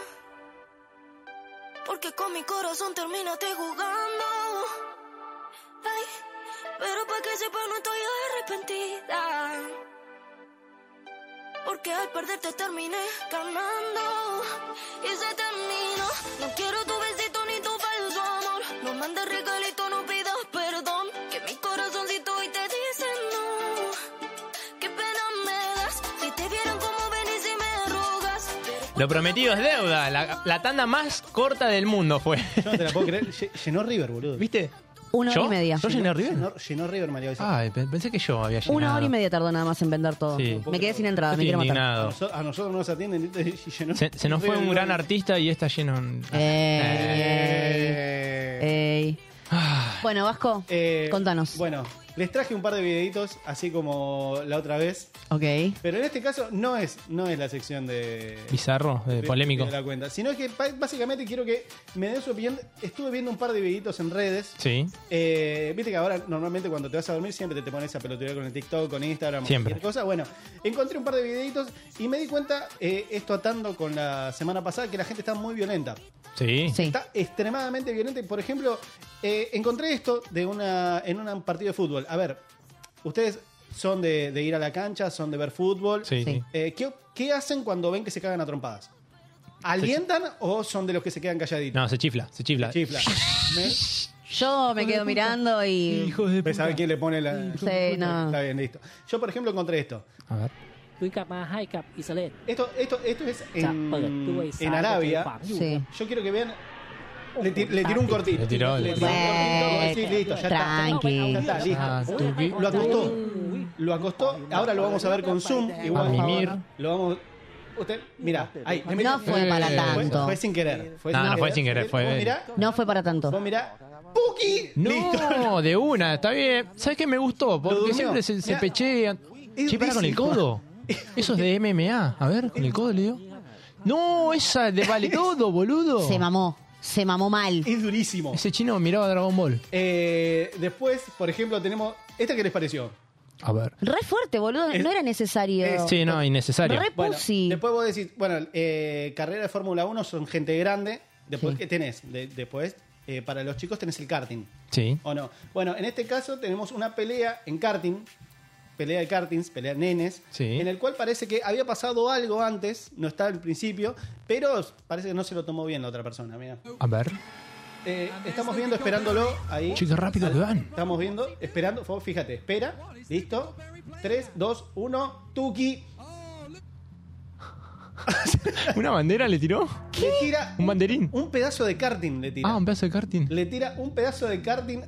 Speaker 11: Porque con mi corazón terminaste jugando. Ay, pero para que sepa, no estoy arrepentida. Porque al perderte terminé ganando. Y se terminó. No quiero tu besito ni tu falso amor. No mandes regalito, no pidas perdón. Que mi corazoncito hoy te dice no. Qué pena me das si te vieron como venís y me rogas. Pero
Speaker 4: Lo prometido es deuda. La, la tanda más corta del mundo fue.
Speaker 6: Yo no te la puedo creer. Lle- Llenó River, boludo.
Speaker 4: ¿Viste?
Speaker 5: Una hora
Speaker 4: ¿Yo?
Speaker 5: y media.
Speaker 4: ¿Yo llené River?
Speaker 6: Llenó, llenó River, María José.
Speaker 4: Ay, pe- pensé que yo había llenado.
Speaker 5: Una hora y media tardó nada más en vender todo.
Speaker 4: Sí.
Speaker 5: Me quedé sin entrada, me
Speaker 4: Estoy
Speaker 5: quiero
Speaker 6: A,
Speaker 4: indignado.
Speaker 5: matar.
Speaker 6: noso- a nosotros no nos atienden. entonces llenó-
Speaker 4: Se, se nos fue un gran artista y está lleno. un-
Speaker 5: Ey, ey. Bueno, Vasco,
Speaker 6: Eh,
Speaker 5: contanos.
Speaker 6: Bueno, les traje un par de videitos, así como la otra vez.
Speaker 5: Ok.
Speaker 6: Pero en este caso no es, no es la sección de.
Speaker 4: Bizarro, de polémico.
Speaker 6: de la cuenta. Sino que pa- básicamente quiero que me des su opinión. Estuve viendo un par de videitos en redes.
Speaker 4: Sí.
Speaker 6: Eh, Viste que ahora normalmente cuando te vas a dormir siempre te, te pones a pelotudear con el TikTok, con Instagram, con
Speaker 4: Siempre.
Speaker 6: cualquier cosa. Bueno, encontré un par de videitos y me di cuenta, eh, esto atando con la semana pasada, que la gente está muy violenta.
Speaker 4: Sí.
Speaker 6: Está extremadamente violenta. Y por ejemplo, eh, encontré esto de una, en un partido de fútbol. A ver, ustedes son de, de ir a la cancha, son de ver fútbol.
Speaker 4: Sí, sí.
Speaker 6: Eh, ¿qué, qué hacen cuando ven que se cagan a trompadas? ¿Alientan o son de los que se quedan calladitos?
Speaker 4: No, se chifla, se chifla.
Speaker 6: Chifla. Me-
Speaker 5: Yo me quedo mirando y.
Speaker 6: Pues, ¿sabe quién le pone la.?
Speaker 5: Sí, no.
Speaker 6: Está bien, listo. Yo, por ejemplo, encontré esto.
Speaker 4: A ver.
Speaker 6: Esto, esto, esto es
Speaker 18: Chapa, tú
Speaker 6: en,
Speaker 18: y
Speaker 6: en
Speaker 18: sabe
Speaker 6: Arabia.
Speaker 18: que te
Speaker 5: papi.
Speaker 6: Yo quiero que vean. Le, ti- le tiró un cortito.
Speaker 4: Le tiró, le
Speaker 6: un cortito. Sí,
Speaker 5: Bueno,
Speaker 6: listo, ya
Speaker 5: tranqui.
Speaker 6: está. Ya está, listo.
Speaker 4: Ah, tuqui.
Speaker 6: Lo acostó. Lo acostó. Ahora lo vamos a ver con Zoom. Igual.
Speaker 4: A mimir.
Speaker 6: Lo vamos. Usted, mira, ahí. le
Speaker 5: No
Speaker 6: metí-
Speaker 5: fue para
Speaker 6: Fue-
Speaker 5: tanto.
Speaker 6: Fue sin querer.
Speaker 4: No, no fue sin querer, fue-
Speaker 6: Vos mirá,
Speaker 5: No fue para tanto.
Speaker 6: vos mirá. ¡Puki!
Speaker 4: No, de una, está bien. ¿Sabes qué me gustó? Porque
Speaker 6: durmió.
Speaker 4: siempre se, se
Speaker 6: Mirá.
Speaker 4: pechean.
Speaker 6: Es
Speaker 4: Che, para con el
Speaker 6: décimo.
Speaker 4: codo. Eso es de MMA. A ver, con el codo le dio. No, esa de vale todo, boludo.
Speaker 5: Se mamó. Se mamó mal.
Speaker 6: Es durísimo.
Speaker 4: Ese chino miraba Dragon Ball.
Speaker 6: Eh, después, por ejemplo, tenemos. ¿Esta qué les pareció?
Speaker 4: A ver.
Speaker 5: Re fuerte, boludo.
Speaker 6: Es-
Speaker 5: no era necesario.
Speaker 4: Sí, no, innecesario.
Speaker 5: Re
Speaker 6: Bueno,
Speaker 5: pussy.
Speaker 6: después vos decís, bueno, eh, carrera de Fórmula 1 son gente grande. Después,
Speaker 5: Sí.
Speaker 6: ¿qué tenés? De- después, eh, para los chicos tenés el karting,
Speaker 4: Sí.
Speaker 6: ¿o no? Bueno, en este caso tenemos una pelea en karting, pelea de kartings, pelea de nenes,
Speaker 4: Sí.
Speaker 6: en el cual parece que había pasado algo antes, no está al principio, pero parece que no se lo tomó bien la otra persona, mira.
Speaker 4: A ver.
Speaker 6: Eh, estamos viendo, esperándolo ahí.
Speaker 4: Che, qué rápido que van.
Speaker 6: Estamos viendo, esperando. Fo- Fíjate, espera. Listo. 3, 2, 1. Tuki
Speaker 4: ¿Una bandera le tiró?
Speaker 6: le tira
Speaker 4: ¿Un banderín?
Speaker 6: un pedazo de karting. Le tira.
Speaker 4: Ah, un pedazo de karting.
Speaker 6: Le tira un pedazo de karting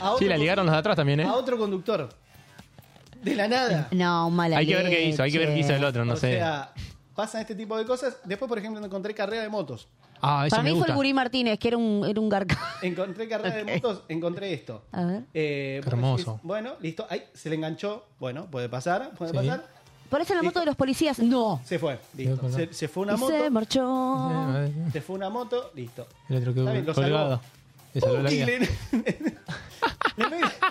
Speaker 6: a otro,
Speaker 4: Sí, la ligaron los de atrás también, ¿eh?
Speaker 6: a otro conductor. De la nada.
Speaker 5: No, mala
Speaker 4: Hay que ver qué hizo, hay que ver qué hizo el otro, no
Speaker 6: o
Speaker 4: sé.
Speaker 6: sea, pasan este tipo de cosas. Después, por ejemplo, encontré carrera de motos.
Speaker 4: Ah, ese
Speaker 5: Para
Speaker 4: me
Speaker 5: mí fue
Speaker 4: gusta.
Speaker 5: el Gurí Martínez, que era un, era un garca.
Speaker 6: Encontré carrera
Speaker 5: Ok.
Speaker 6: de motos, encontré esto.
Speaker 5: A ver.
Speaker 6: Eh, vos decís,
Speaker 4: Qué hermoso.
Speaker 6: bueno, listo. Ahí se le enganchó. Bueno, puede pasar, puede
Speaker 4: Sí.
Speaker 6: pasar.
Speaker 5: Parece la moto de los policías. No.
Speaker 6: Se fue, listo. Se, se fue una
Speaker 5: Y se
Speaker 6: moto.
Speaker 5: marchó.
Speaker 6: Se fue una moto, listo.
Speaker 4: El otro
Speaker 6: Está bien,
Speaker 4: quedó
Speaker 6: lo salvó.
Speaker 4: colgado. Le salvó la
Speaker 6: Y
Speaker 4: vida.
Speaker 6: le- le medio-
Speaker 4: Está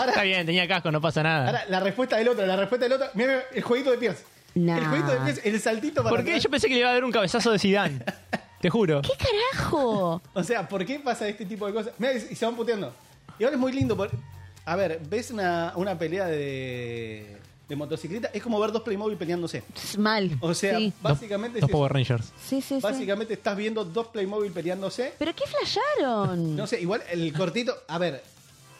Speaker 6: ahora,
Speaker 4: bien, tenía casco, no pasa nada.
Speaker 6: ahora, la respuesta del otro, la respuesta del otro. Mira, mira, el jueguito de pies.
Speaker 5: Nah.
Speaker 6: El jueguito de pies, el saltito para.
Speaker 4: ¿Por qué?
Speaker 6: atrás.
Speaker 4: Yo pensé que le iba a dar un cabezazo de Zidane. Te juro.
Speaker 5: ¿Qué carajo?
Speaker 6: O sea, ¿por qué pasa este tipo de cosas? Mira, y se van puteando. Y ahora es muy lindo. por- A ver, ves una, una pelea de, de motocicleta, es como ver dos Playmobil peleándose.
Speaker 5: Pss, Mal.
Speaker 6: O sea,
Speaker 5: sí.
Speaker 6: básicamente.
Speaker 4: Los
Speaker 6: es-
Speaker 4: Power Rangers.
Speaker 5: Sí, sí, sí.
Speaker 6: Básicamente estás viendo dos Playmobil peleándose.
Speaker 5: ¿Pero qué flasharon?
Speaker 6: No sé, igual el cortito, a ver,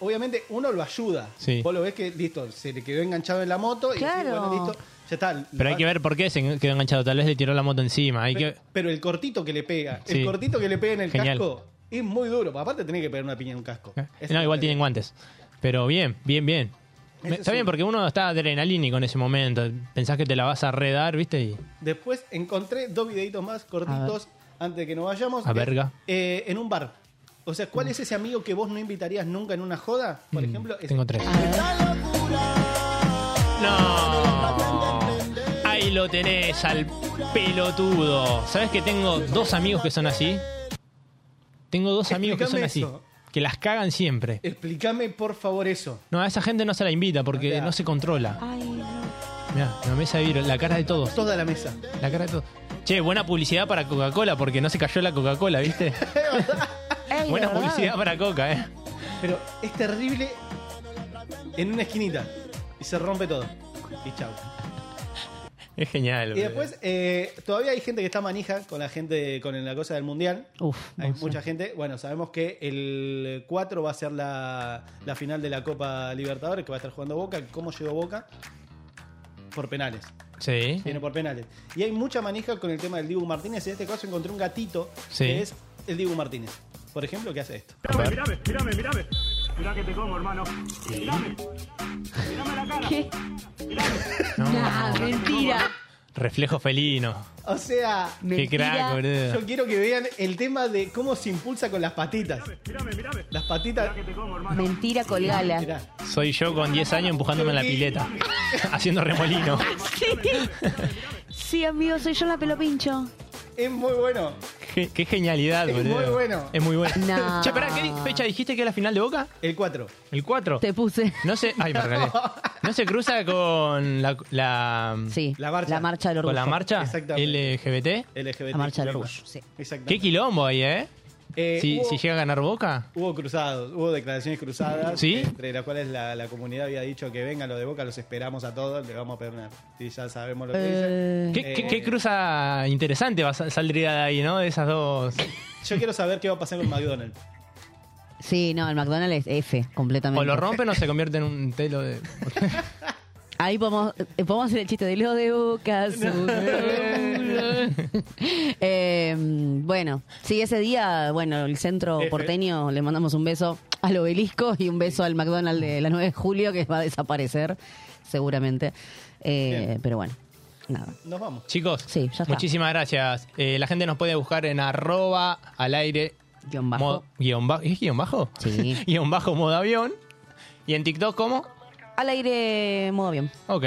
Speaker 6: obviamente uno lo ayuda.
Speaker 4: Sí.
Speaker 6: Vos lo ves que, listo, se le quedó enganchado en la moto y decís,
Speaker 5: Claro.
Speaker 6: bueno, listo, ya está.
Speaker 4: Pero hay que ver por qué se quedó enganchado. Tal vez le tiró la moto encima. Hay que...
Speaker 6: Pero, pero el cortito que le pega,
Speaker 4: Sí.
Speaker 6: el cortito que le pega en el
Speaker 4: Genial. Eh,
Speaker 6: casco, es muy duro. Aparte tenés que pegar una piña en un casco. Esa
Speaker 4: No,
Speaker 6: es
Speaker 4: igual
Speaker 6: la
Speaker 4: tienen guantes. Pero bien, bien, bien. Me- está bien, porque uno está adrenalínico en ese momento. Pensás que te la vas a redar, ¿viste? Y
Speaker 6: Después encontré dos videitos más cortitos antes de que nos vayamos.
Speaker 4: a verga.
Speaker 6: Eh, en un bar. O sea, ¿cuál es ese amigo que vos no invitarías nunca en una joda? Por ejemplo, es-
Speaker 4: Tengo tres. No. Ahí lo tenés al pelotudo. ¿Sabes que tengo dos amigos que son así? Tengo dos amigos que son
Speaker 6: Explícame
Speaker 4: así.
Speaker 6: eso.
Speaker 4: Que las cagan siempre.
Speaker 6: explícame por favor eso.
Speaker 4: No, a esa gente no se la invita porque no se controla. Mirá, la mesa de vidrio, la cara de todos.
Speaker 6: Toda la mesa.
Speaker 4: La cara de todos. Che, buena publicidad para Coca-Cola porque no se cayó la Coca-Cola, ¿viste? buena
Speaker 6: ¿verdad?
Speaker 4: publicidad para Coca, ¿eh?
Speaker 6: Pero es terrible en una esquinita. Y se rompe todo. Y chau.
Speaker 4: Es
Speaker 6: Y
Speaker 4: genial. boludo.
Speaker 6: después, eh, todavía hay gente que está manija con la gente, con la cosa del mundial. Hay mucha gente. Bueno, sabemos que el 4 va a ser la, la final de la Copa Libertadores, que va a estar jugando Boca. ¿Cómo llegó Boca? Por penales.
Speaker 4: Sí.
Speaker 6: Viene por penales. Y hay mucha manija con el tema del Dibu Martínez. En este caso encontré un gatito
Speaker 4: Sí.
Speaker 6: que es el Dibu Martínez. Por ejemplo, que hace esto.
Speaker 4: A ver.
Speaker 19: Mirame, mirame, mirame. Mirá que te como, hermano. Mirame. Mirame la cara. ¿Qué?
Speaker 5: Ah, mentira.
Speaker 4: Reflejo felino.
Speaker 6: O sea,
Speaker 4: Qué crack, boludo.
Speaker 6: yo quiero que vean el tema de cómo se impulsa con las patitas. Las patitas.
Speaker 5: Mentira colgala.
Speaker 6: Mirá.
Speaker 4: Soy yo con 10 años empujándome en la pileta, haciendo remolino.
Speaker 5: Sí. Sí, amigo, soy yo la pelopincho.
Speaker 6: Es muy bueno.
Speaker 4: Qué, qué genialidad,
Speaker 5: Es
Speaker 4: boludo.
Speaker 5: muy bueno.
Speaker 4: Es muy bueno.
Speaker 5: No.
Speaker 4: Che, pará, ¿qué fecha dijiste que era la final de Boca?
Speaker 6: El 4.
Speaker 4: El 4.
Speaker 5: Te puse.
Speaker 4: No se. Ay, me regalé. No se cruza con la. la
Speaker 5: sí,
Speaker 6: la marcha.
Speaker 5: La marcha del
Speaker 4: ¿Con
Speaker 5: orgullo.
Speaker 4: la marcha?
Speaker 6: Exactamente.
Speaker 4: ¿LGBT?
Speaker 6: LGBT.
Speaker 5: La marcha del orgullo, sí.
Speaker 4: Qué quilombo ahí, ¿eh?
Speaker 6: Eh,
Speaker 4: si,
Speaker 6: hubo-
Speaker 4: si llega a ganar Boca.
Speaker 6: Hubo cruzados, hubo declaraciones cruzadas,
Speaker 4: ¿Sí?
Speaker 6: entre las cuales la, la comunidad había dicho que venga lo de Boca, los esperamos a todos, le vamos a perdonar. Y ya sabemos lo que
Speaker 4: ¿Qué,
Speaker 6: dicen.
Speaker 4: qué-
Speaker 6: Eh,
Speaker 4: qué cruza interesante va- saldría de ahí, ¿no? De esas dos.
Speaker 6: Yo quiero saber qué va a pasar con McDonald's.
Speaker 5: Sí, no, el McDonald's es F, completamente.
Speaker 4: O lo rompen o se convierte en un telo de.
Speaker 5: Ahí podemos, eh, podemos hacer el chiste de lo de Boca. su- Eh, bueno, sí, ese día, bueno, el centro
Speaker 6: F.
Speaker 5: porteño le mandamos un beso al obelisco y un beso al McDonald's de la 9 de julio que va a desaparecer, seguramente. Eh, pero bueno, nada.
Speaker 6: Nos vamos.
Speaker 4: Chicos,
Speaker 5: está.
Speaker 4: muchísimas gracias. Eh, la gente nos puede buscar en arroba al aire.
Speaker 5: Guión bajo.
Speaker 4: guión bajo. ¿Es guión bajo?
Speaker 5: Sí.
Speaker 4: guión bajo modo avión. ¿Y en TikTok cómo?
Speaker 5: Al aire, modo bien.
Speaker 4: Ok.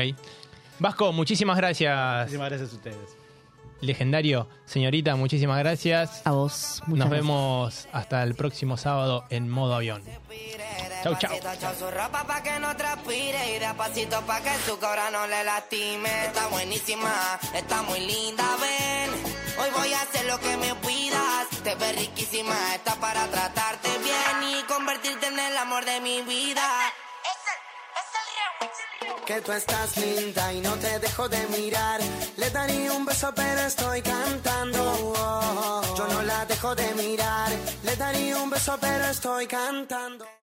Speaker 4: Vasco, muchísimas gracias.
Speaker 6: Muchísimas gracias a ustedes.
Speaker 4: Legendario. Señorita, muchísimas gracias.
Speaker 5: A vos.
Speaker 4: Nos
Speaker 5: muchas
Speaker 4: vemos hasta el próximo sábado en modo avión. Chau, chau.
Speaker 10: Despacito, echa su ropa pa' que no transpire y despacito pa' que su cobra no le lastime. Está buenísima, está muy linda, ven. Hoy voy a hacer lo que me pidas. Te ves riquísima, está para tratarte bien y convertirte en el amor de mi vida.
Speaker 20: que tú estás linda y no te dejo de mirar. Le daría un beso pero estoy cantando. Oh, yo no la dejo de mirar. Le daría un beso pero estoy cantando.